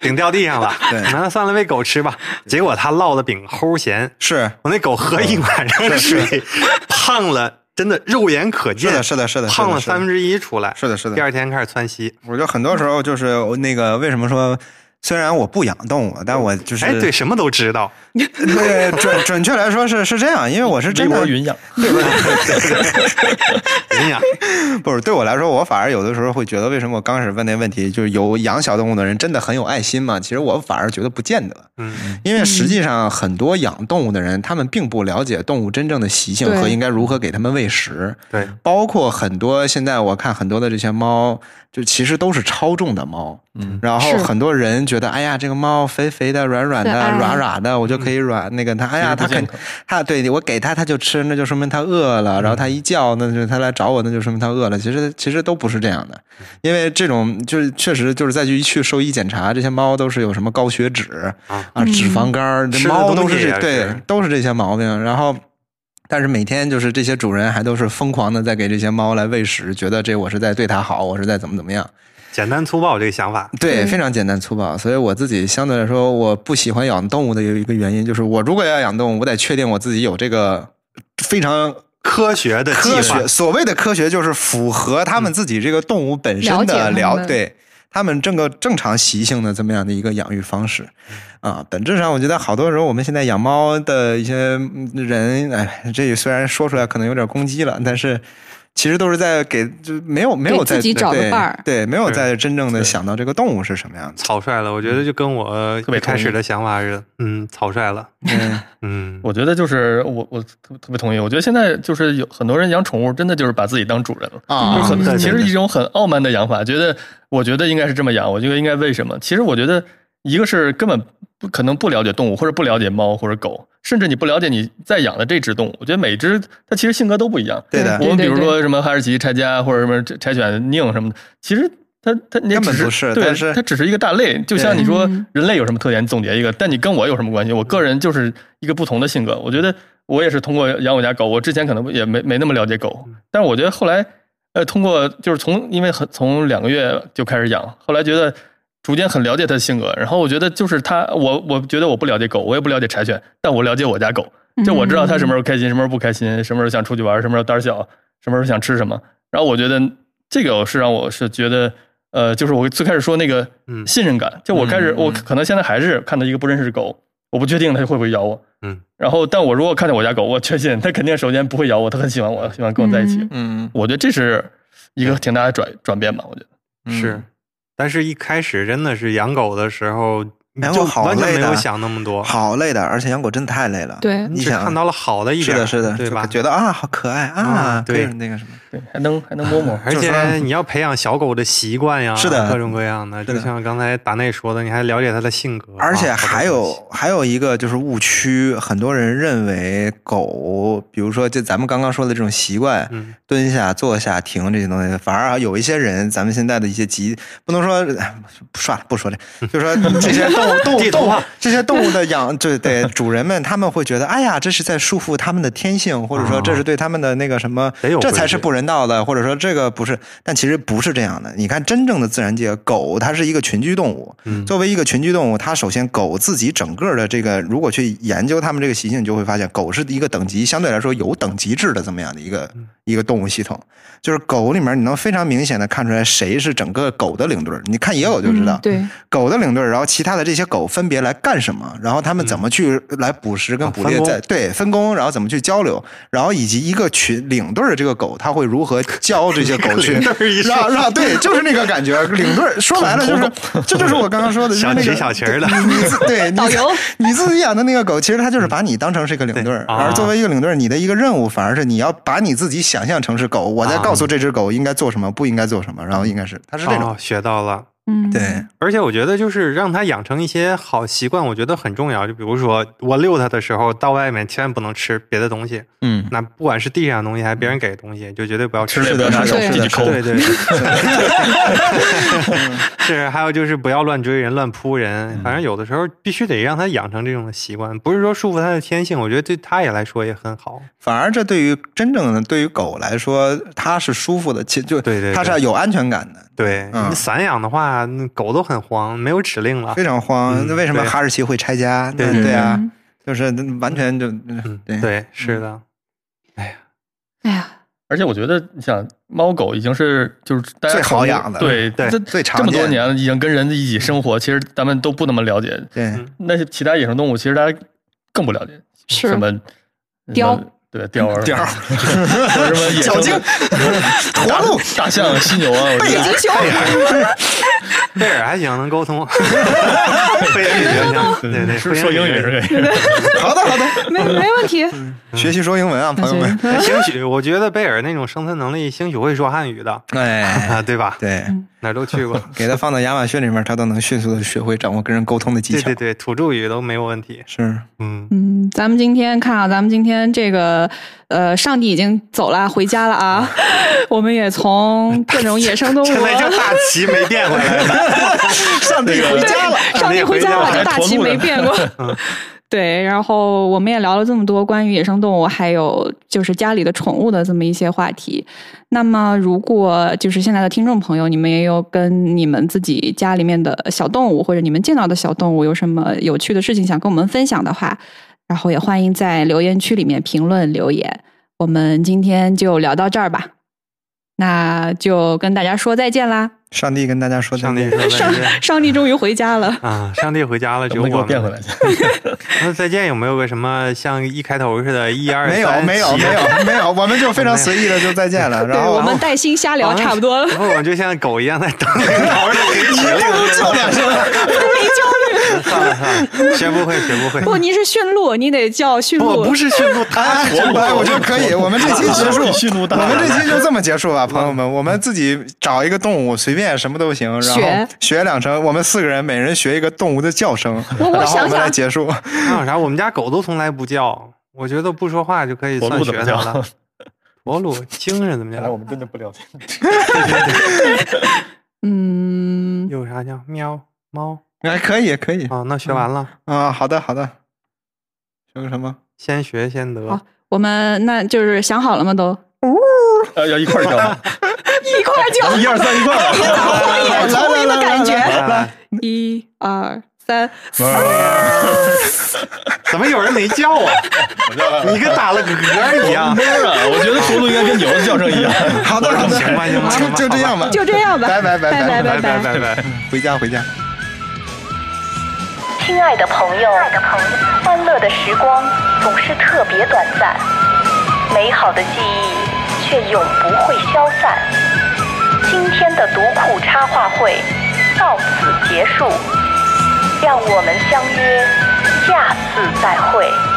[SPEAKER 4] 饼掉地上了。
[SPEAKER 3] 对
[SPEAKER 4] 那算了，喂狗吃吧。结果他烙的饼齁咸，
[SPEAKER 3] 是
[SPEAKER 4] 我那狗喝
[SPEAKER 3] 嗯
[SPEAKER 4] 一晚上的水，胖了，真的肉眼可
[SPEAKER 3] 是
[SPEAKER 4] 见，
[SPEAKER 3] 的，是的，是的，
[SPEAKER 4] 胖了三分
[SPEAKER 3] 之
[SPEAKER 4] 之一出来。
[SPEAKER 3] 是的，是
[SPEAKER 4] 第
[SPEAKER 3] 的。
[SPEAKER 4] 二天开始窜稀。
[SPEAKER 3] 我觉得很多时候就是那个，为什么说？虽然我不养动物，但我就是
[SPEAKER 4] 哎，对，什么都知道。
[SPEAKER 3] 对准 准确来说是是这样，因为我是
[SPEAKER 5] 微
[SPEAKER 3] 真
[SPEAKER 5] 博
[SPEAKER 3] 的
[SPEAKER 5] 云养，
[SPEAKER 4] 哎 呀，
[SPEAKER 3] 不是对我来说，我反而有的时候会觉得，为什么我刚开始问那问题，就是有养小动物的人真的很有爱心吗？其实我反而觉得不见得，
[SPEAKER 4] 嗯，
[SPEAKER 3] 因为实际上很多养动物的人，他们并不了解动物真正的习性
[SPEAKER 2] 对
[SPEAKER 3] 和应该如何给它们喂食。
[SPEAKER 4] 对，
[SPEAKER 3] 包括很多现在我看很多的这些猫，就其实都是超重的猫。
[SPEAKER 5] 嗯，
[SPEAKER 3] 然后
[SPEAKER 2] 是
[SPEAKER 3] 很多人觉得，哎呀，这个猫肥肥的、软软的
[SPEAKER 2] 可爱、
[SPEAKER 3] 软软的，我就可以软那个它。哎呀，
[SPEAKER 5] 嗯其
[SPEAKER 3] 它
[SPEAKER 5] 实不健
[SPEAKER 3] 肯
[SPEAKER 5] 康
[SPEAKER 3] 它对我给它，它就吃，那就说明它饿
[SPEAKER 4] 嗯
[SPEAKER 3] 了。然后它一叫，那就它来找我，那就说明它饿了。其实其实都不是这样的，因为这种就是确实就是再去去兽医检查，这些猫都是有什么高血脂
[SPEAKER 4] 啊
[SPEAKER 3] 啊、脂肪肝儿，这
[SPEAKER 4] 吃的
[SPEAKER 3] 猫
[SPEAKER 4] 东
[SPEAKER 3] 都
[SPEAKER 4] 西
[SPEAKER 3] 是
[SPEAKER 4] 也
[SPEAKER 3] 这对
[SPEAKER 4] 是
[SPEAKER 3] 都是这些毛病。然后。但是每天就是这些主人还都是疯狂的在给这些猫来喂食，觉得这我是在对它好，我是在怎么怎么样。
[SPEAKER 4] 简单粗暴这个想法。
[SPEAKER 3] 对，
[SPEAKER 2] 对
[SPEAKER 3] 非常简单粗暴。所以我自己相对来说，我不喜欢养动物的有一个原因，就是我如果要养动物，我得确定我自己有这个非常
[SPEAKER 4] 科学的计
[SPEAKER 3] 科
[SPEAKER 4] 划
[SPEAKER 3] 学。，所谓的科学就是符合他们自己这个动物本身
[SPEAKER 2] 了解他
[SPEAKER 3] 的了，
[SPEAKER 2] 们
[SPEAKER 3] 对他们正个正常习性的这么样的一个养育方式啊。本质上，我觉得好多时候我们现在养猫的一些嗯人，哎，这虽然说出来可能有点攻击了，但是其实都是在给就没有没有
[SPEAKER 2] 给自
[SPEAKER 3] 在
[SPEAKER 2] 己找个
[SPEAKER 3] 对
[SPEAKER 2] 伴儿
[SPEAKER 3] 对，没有
[SPEAKER 4] 是
[SPEAKER 3] 在真正的
[SPEAKER 5] 是
[SPEAKER 3] 想到这个动物是什么样子。
[SPEAKER 4] 草率了，我觉得就跟我
[SPEAKER 5] 特别
[SPEAKER 4] 一开始
[SPEAKER 5] 同
[SPEAKER 4] 的想法似的，嗯，草率了，
[SPEAKER 3] 嗯，
[SPEAKER 4] 嗯，
[SPEAKER 5] 我觉得就是我我特特别同意，我觉得现在就是有很多人养宠物，真的就是把自己当主人了。
[SPEAKER 3] 啊
[SPEAKER 5] 就是
[SPEAKER 4] 对
[SPEAKER 5] 很，其
[SPEAKER 4] 对
[SPEAKER 5] 实
[SPEAKER 4] 对
[SPEAKER 5] 一种很傲慢的养法，觉得我觉得应该是这么养，我觉得应该为什么？其实我觉得一个是根本不可能不了解动物，或者不了解猫或者狗，甚至你不了解你在养的这只动物。我觉得每只它其实性格都不一样。
[SPEAKER 3] 对的
[SPEAKER 5] 我们比如
[SPEAKER 2] 对对
[SPEAKER 5] 说什么哈士奇拆家或者什么柴犬宁什么的，其实它它你也
[SPEAKER 3] 根本
[SPEAKER 5] 只
[SPEAKER 3] 不是
[SPEAKER 5] 对，
[SPEAKER 3] 但是
[SPEAKER 5] 它只是一个大类。就像
[SPEAKER 3] 对
[SPEAKER 5] 你说
[SPEAKER 2] 嗯
[SPEAKER 5] 人类有什么特点，你总结一个，但你跟我有什么关系？我个人就是一个不同的性格。我觉得我也是通过养我家狗，我之前可能也没没那么了解狗，
[SPEAKER 3] 嗯
[SPEAKER 5] 但是我觉得后来呃，通过就是从因为很从两个月就开始养，后来觉得。逐渐很了解它的性格，然后我觉得就是它，我我觉得我不了解狗，我也不了解柴犬，但我了解我家狗，
[SPEAKER 2] 嗯
[SPEAKER 5] 就我知道它什么时候开心，什么时候不开心，什么时候想出去玩，什么时候胆儿小，什么时候想吃什么。然后我觉得这个是让我是觉得，呃，就是我最开始说那个
[SPEAKER 4] 嗯
[SPEAKER 5] 信任感，就我开始、
[SPEAKER 3] 嗯
[SPEAKER 5] 我
[SPEAKER 3] 嗯
[SPEAKER 5] 可能现在还是看到一个不认识的狗，我不确定它会不会咬我，
[SPEAKER 4] 嗯，
[SPEAKER 5] 然后但我如果看见我家狗，我确信它肯定首先不会咬我，它很喜欢我，喜欢跟我在一起。
[SPEAKER 2] 嗯
[SPEAKER 3] 嗯，
[SPEAKER 5] 我觉得这是一个挺大的转转变吧，我觉得。
[SPEAKER 4] 是，
[SPEAKER 3] 嗯
[SPEAKER 4] 但是一开始真的是养狗的时候，
[SPEAKER 3] 哎
[SPEAKER 4] 就
[SPEAKER 3] 我好
[SPEAKER 4] 完全
[SPEAKER 3] 累
[SPEAKER 4] 没
[SPEAKER 3] 的
[SPEAKER 4] 有想那么多，
[SPEAKER 3] 好累的，而且养狗真的太累了。
[SPEAKER 2] 对
[SPEAKER 3] 你
[SPEAKER 4] 是
[SPEAKER 3] 想
[SPEAKER 4] 看到了好的一
[SPEAKER 3] 是
[SPEAKER 4] 点儿，
[SPEAKER 3] 的，是的，
[SPEAKER 4] 对
[SPEAKER 3] 就
[SPEAKER 4] 吧？
[SPEAKER 3] 觉得啊，好可爱啊，
[SPEAKER 4] 嗯
[SPEAKER 3] 可以
[SPEAKER 4] 对
[SPEAKER 3] 那个什么，
[SPEAKER 5] 对，还能还能摸摸，
[SPEAKER 4] 而
[SPEAKER 3] 就是
[SPEAKER 4] 且
[SPEAKER 3] 说
[SPEAKER 4] 你要培养小狗的习惯呀，
[SPEAKER 3] 是的
[SPEAKER 4] 各种各样的，
[SPEAKER 3] 是的
[SPEAKER 4] 就像刚才达内说的，你还了解它的性格，
[SPEAKER 3] 而且
[SPEAKER 4] 啊好多
[SPEAKER 3] 还
[SPEAKER 4] 东西
[SPEAKER 3] 有还有一个就是误区，很多人认为狗，比如说就咱们刚刚说的这种习惯，
[SPEAKER 4] 嗯，
[SPEAKER 3] 蹲下、坐下、停这些东西，反而有一些人，咱们现在的一些急，不能说哎不算了，不说这，就说 这些动物、动物、
[SPEAKER 4] 地图
[SPEAKER 3] 动物
[SPEAKER 4] 啊，
[SPEAKER 3] 这些动物的养，对对，主人们他们会觉得，哎呀，这是在束缚他们的天性，或者说
[SPEAKER 4] 哦
[SPEAKER 3] 这是对他们的那个什么
[SPEAKER 4] 得有，
[SPEAKER 3] 这
[SPEAKER 4] 规
[SPEAKER 3] 才是
[SPEAKER 4] 矩
[SPEAKER 3] 不人道的，或者说这个不是，但其实不是这样的。你看，真正的自然界，狗它是一个群居动物，
[SPEAKER 4] 嗯
[SPEAKER 3] 作为一个群居动物，它首先狗自己整个的这个，如果去研究它们这个习性，你就会发现狗是一个等级相对来说有等级制的这么样的一个、
[SPEAKER 4] 嗯
[SPEAKER 3] 一个动物系统。就是狗里面，你能非常明显的看出来谁是整个狗的领队儿。你看野狗就知道，
[SPEAKER 2] 嗯对，
[SPEAKER 3] 狗的领队儿，然后其他的这些狗分别来干什么，然后它们怎么去来捕食跟
[SPEAKER 4] 啊
[SPEAKER 3] 捕
[SPEAKER 4] 分
[SPEAKER 3] 猎
[SPEAKER 4] 工
[SPEAKER 3] 在，对分工，然后怎么去交流，然后以及一个群领队儿的这个狗，它会如何教这些狗去
[SPEAKER 4] 领队儿一说
[SPEAKER 3] 让让对，就是那个感觉。领队儿说白了就是，这就是我刚刚说的，就是
[SPEAKER 4] 小
[SPEAKER 3] 那
[SPEAKER 4] 旗
[SPEAKER 3] 个
[SPEAKER 4] 小旗儿的
[SPEAKER 3] 对你自对你
[SPEAKER 2] 导游
[SPEAKER 3] 你自己养的那个狗，其实它就是把你当成是一个领队儿，
[SPEAKER 4] 对啊
[SPEAKER 3] 而作为一个领队儿，你的一个任务反而是你要把你自己想象成是狗，我在
[SPEAKER 4] 啊
[SPEAKER 3] 告诉这只狗应该做什么，不应该做什么，然后应该是它是这种
[SPEAKER 4] 哦，学到了。
[SPEAKER 2] 嗯，
[SPEAKER 3] 对。
[SPEAKER 4] 而且我觉得，就是让它养成一些好习惯，我觉得很重要。就比如说，我遛它的时候，到外面千万不能吃别的东西。
[SPEAKER 3] 嗯，
[SPEAKER 4] 那不管是地上的东西，还是别人给的东西，就绝对不要吃
[SPEAKER 5] 吃
[SPEAKER 3] 是
[SPEAKER 5] 了也不要
[SPEAKER 3] 的，
[SPEAKER 5] 拿
[SPEAKER 3] 是
[SPEAKER 5] 手
[SPEAKER 3] 的，
[SPEAKER 5] 机
[SPEAKER 3] 是
[SPEAKER 5] 去
[SPEAKER 3] 的，
[SPEAKER 5] 抠，
[SPEAKER 4] 对对，是，还有就是不要乱追人、乱扑人，
[SPEAKER 5] 嗯
[SPEAKER 4] 反正有的时候必须得让他养成这种习惯，不是说束缚他的天性，我觉得对他也来说也很好。
[SPEAKER 3] 反而这对于真正的对于狗来说，它是舒服的，其就
[SPEAKER 4] 对对对
[SPEAKER 3] 它是有安全感的，
[SPEAKER 4] 对、
[SPEAKER 3] 嗯
[SPEAKER 4] 你散养的话，那狗都很慌，没有指令了
[SPEAKER 3] 非。常慌。
[SPEAKER 4] 嗯
[SPEAKER 3] 那为什么
[SPEAKER 4] 对
[SPEAKER 3] 哈士奇会拆家？
[SPEAKER 4] 对
[SPEAKER 3] 那
[SPEAKER 4] 对
[SPEAKER 3] 对啊
[SPEAKER 2] 嗯，
[SPEAKER 3] 就是完全就
[SPEAKER 4] 嗯，
[SPEAKER 3] 对
[SPEAKER 4] 对，是的，
[SPEAKER 2] 哎呀，
[SPEAKER 5] 而且我觉得，你想，猫狗已经是就是大家
[SPEAKER 3] 最好
[SPEAKER 5] 宠物
[SPEAKER 3] 养的
[SPEAKER 5] 对
[SPEAKER 4] 对
[SPEAKER 5] 这
[SPEAKER 3] 最常
[SPEAKER 5] 这么多
[SPEAKER 3] 见
[SPEAKER 5] 年了，已经跟人一起生活，其实咱们都不那么了解
[SPEAKER 4] 嗯
[SPEAKER 3] 对
[SPEAKER 5] 那些其他野生动物，其实大家更不了解，
[SPEAKER 2] 是
[SPEAKER 5] 什么
[SPEAKER 2] 雕
[SPEAKER 5] 什么对雕 儿
[SPEAKER 3] 貂儿
[SPEAKER 5] 还 有什么野生
[SPEAKER 3] 小鲸
[SPEAKER 5] 的大
[SPEAKER 3] 驼鹿、哎
[SPEAKER 5] 大象、犀牛啊，我觉得
[SPEAKER 2] 球，
[SPEAKER 4] 贝尔还行，能沟 通。贝尔语言上，对对，
[SPEAKER 5] 嗯是说英语是可以。
[SPEAKER 4] 嗯
[SPEAKER 3] 好的好的，
[SPEAKER 2] 没没问题，
[SPEAKER 3] 学习说英文啊，嗯朋友们。
[SPEAKER 4] 哎兴许我觉得贝尔那种生存能力，兴许会说汉语的
[SPEAKER 3] 哎，
[SPEAKER 4] 啊，对吧？
[SPEAKER 3] 对，
[SPEAKER 4] 哪儿都去过，
[SPEAKER 3] 给它放到亚马逊里面，它都能迅速的学会掌握跟人沟通的技
[SPEAKER 4] 对
[SPEAKER 3] 巧
[SPEAKER 4] 对。对，土著语都没有问题。
[SPEAKER 3] 是，
[SPEAKER 4] 嗯，
[SPEAKER 2] 嗯，咱们今天看啊，咱们今天这个呃，上帝已经走了，回家了 啊，我们也从各种野生动物，啊
[SPEAKER 4] 现在就大旗没变回来了。
[SPEAKER 5] 上帝回
[SPEAKER 2] 对， 上帝回家了，
[SPEAKER 5] 还
[SPEAKER 2] 这大旗
[SPEAKER 5] 驼鹿
[SPEAKER 2] 没
[SPEAKER 5] 呢嗯
[SPEAKER 2] 变 过。对，然后我们也聊了这么多关于野生动物，还有就是家里的宠物的这么一些话题。那么，如果就是现在的听众朋友，你们也有跟你们自己家里面的小动物，或者你们见到的小动物有什么有趣的事情想跟我们分享的话，然后也欢迎在留言区里面评论留言。我们今天就聊到这儿吧，那就跟大家说再见啦，
[SPEAKER 3] 上帝跟大家说再
[SPEAKER 4] 上帝
[SPEAKER 3] 见，
[SPEAKER 4] 说再见
[SPEAKER 2] 上帝终于回家了。
[SPEAKER 4] 啊！上帝回家了，只
[SPEAKER 5] 能
[SPEAKER 4] 有
[SPEAKER 5] 不能给
[SPEAKER 4] 我
[SPEAKER 5] 我变回
[SPEAKER 4] 们。
[SPEAKER 5] 来去？
[SPEAKER 4] 那再见有没有个什么像一开头似的，一二
[SPEAKER 3] 没有
[SPEAKER 4] 三
[SPEAKER 3] 没有
[SPEAKER 4] 起
[SPEAKER 3] 没有没有，我们就非常随意的就再见了。然
[SPEAKER 2] 对，
[SPEAKER 3] 后
[SPEAKER 2] 我们带薪瞎聊差不多了，
[SPEAKER 4] 然后啊我就像狗一样在等头里起了一个
[SPEAKER 3] 两声，
[SPEAKER 4] 算了算了，学不会学不会。
[SPEAKER 2] 不，你是驯鹿，你得叫驯 鹿。
[SPEAKER 4] 不不是驯鹿，他
[SPEAKER 3] 哎，
[SPEAKER 4] 活
[SPEAKER 3] 我我
[SPEAKER 4] 我
[SPEAKER 3] 觉得可以，我们这 期结束，
[SPEAKER 5] 比驯鹿大
[SPEAKER 3] 我们这期就这么结束吧，朋友们，我们自己找一个动物，随便什么都行，然
[SPEAKER 2] 学
[SPEAKER 3] 后学两声，我们四个人每人学一个动物的叫声，
[SPEAKER 2] 我我
[SPEAKER 3] 然后
[SPEAKER 2] 想
[SPEAKER 3] 我们来
[SPEAKER 2] 想，
[SPEAKER 3] 结束。
[SPEAKER 4] 那有啥？我们家狗都从来不叫，我觉得不说话就可以
[SPEAKER 5] 驼
[SPEAKER 4] 算
[SPEAKER 5] 鹿
[SPEAKER 4] 学
[SPEAKER 5] 怎么
[SPEAKER 4] 它
[SPEAKER 5] 叫？
[SPEAKER 4] 了。驼鹿精是怎么
[SPEAKER 5] 看来我
[SPEAKER 4] 叫？
[SPEAKER 5] 们真的不了解。
[SPEAKER 2] 嗯，
[SPEAKER 4] 有啥叫喵猫？
[SPEAKER 3] 哎，可以可以
[SPEAKER 4] 啊，那学完了，
[SPEAKER 3] 啊，好的好的，学个什么？
[SPEAKER 4] 先学先得
[SPEAKER 2] 好。我们那就是想好了吗？都
[SPEAKER 5] 呃，要一块 儿叫吗，
[SPEAKER 2] 一块儿叫，
[SPEAKER 5] 一二三，一块
[SPEAKER 3] 啊
[SPEAKER 5] 儿吧。
[SPEAKER 2] 荒野丛林的感 觉。
[SPEAKER 4] 来来，
[SPEAKER 2] 一二三，
[SPEAKER 4] 怎么有人没叫啊？你跟打了个嗝一样。
[SPEAKER 5] 没有啊，我觉得葫芦应该跟牛的叫声一样。
[SPEAKER 3] 好的好的，
[SPEAKER 4] 行吧行吧
[SPEAKER 3] 就就这样吧，
[SPEAKER 2] 就这样吧，
[SPEAKER 3] 拜拜拜
[SPEAKER 2] 拜
[SPEAKER 3] 拜
[SPEAKER 2] 拜
[SPEAKER 4] 拜拜拜。
[SPEAKER 3] 回家回家。
[SPEAKER 1] 亲爱的朋友，欢乐的时光总是特别短暂，美好的记忆却永不会消散。今天的读库插画会到此结束，让我们相约下次再会。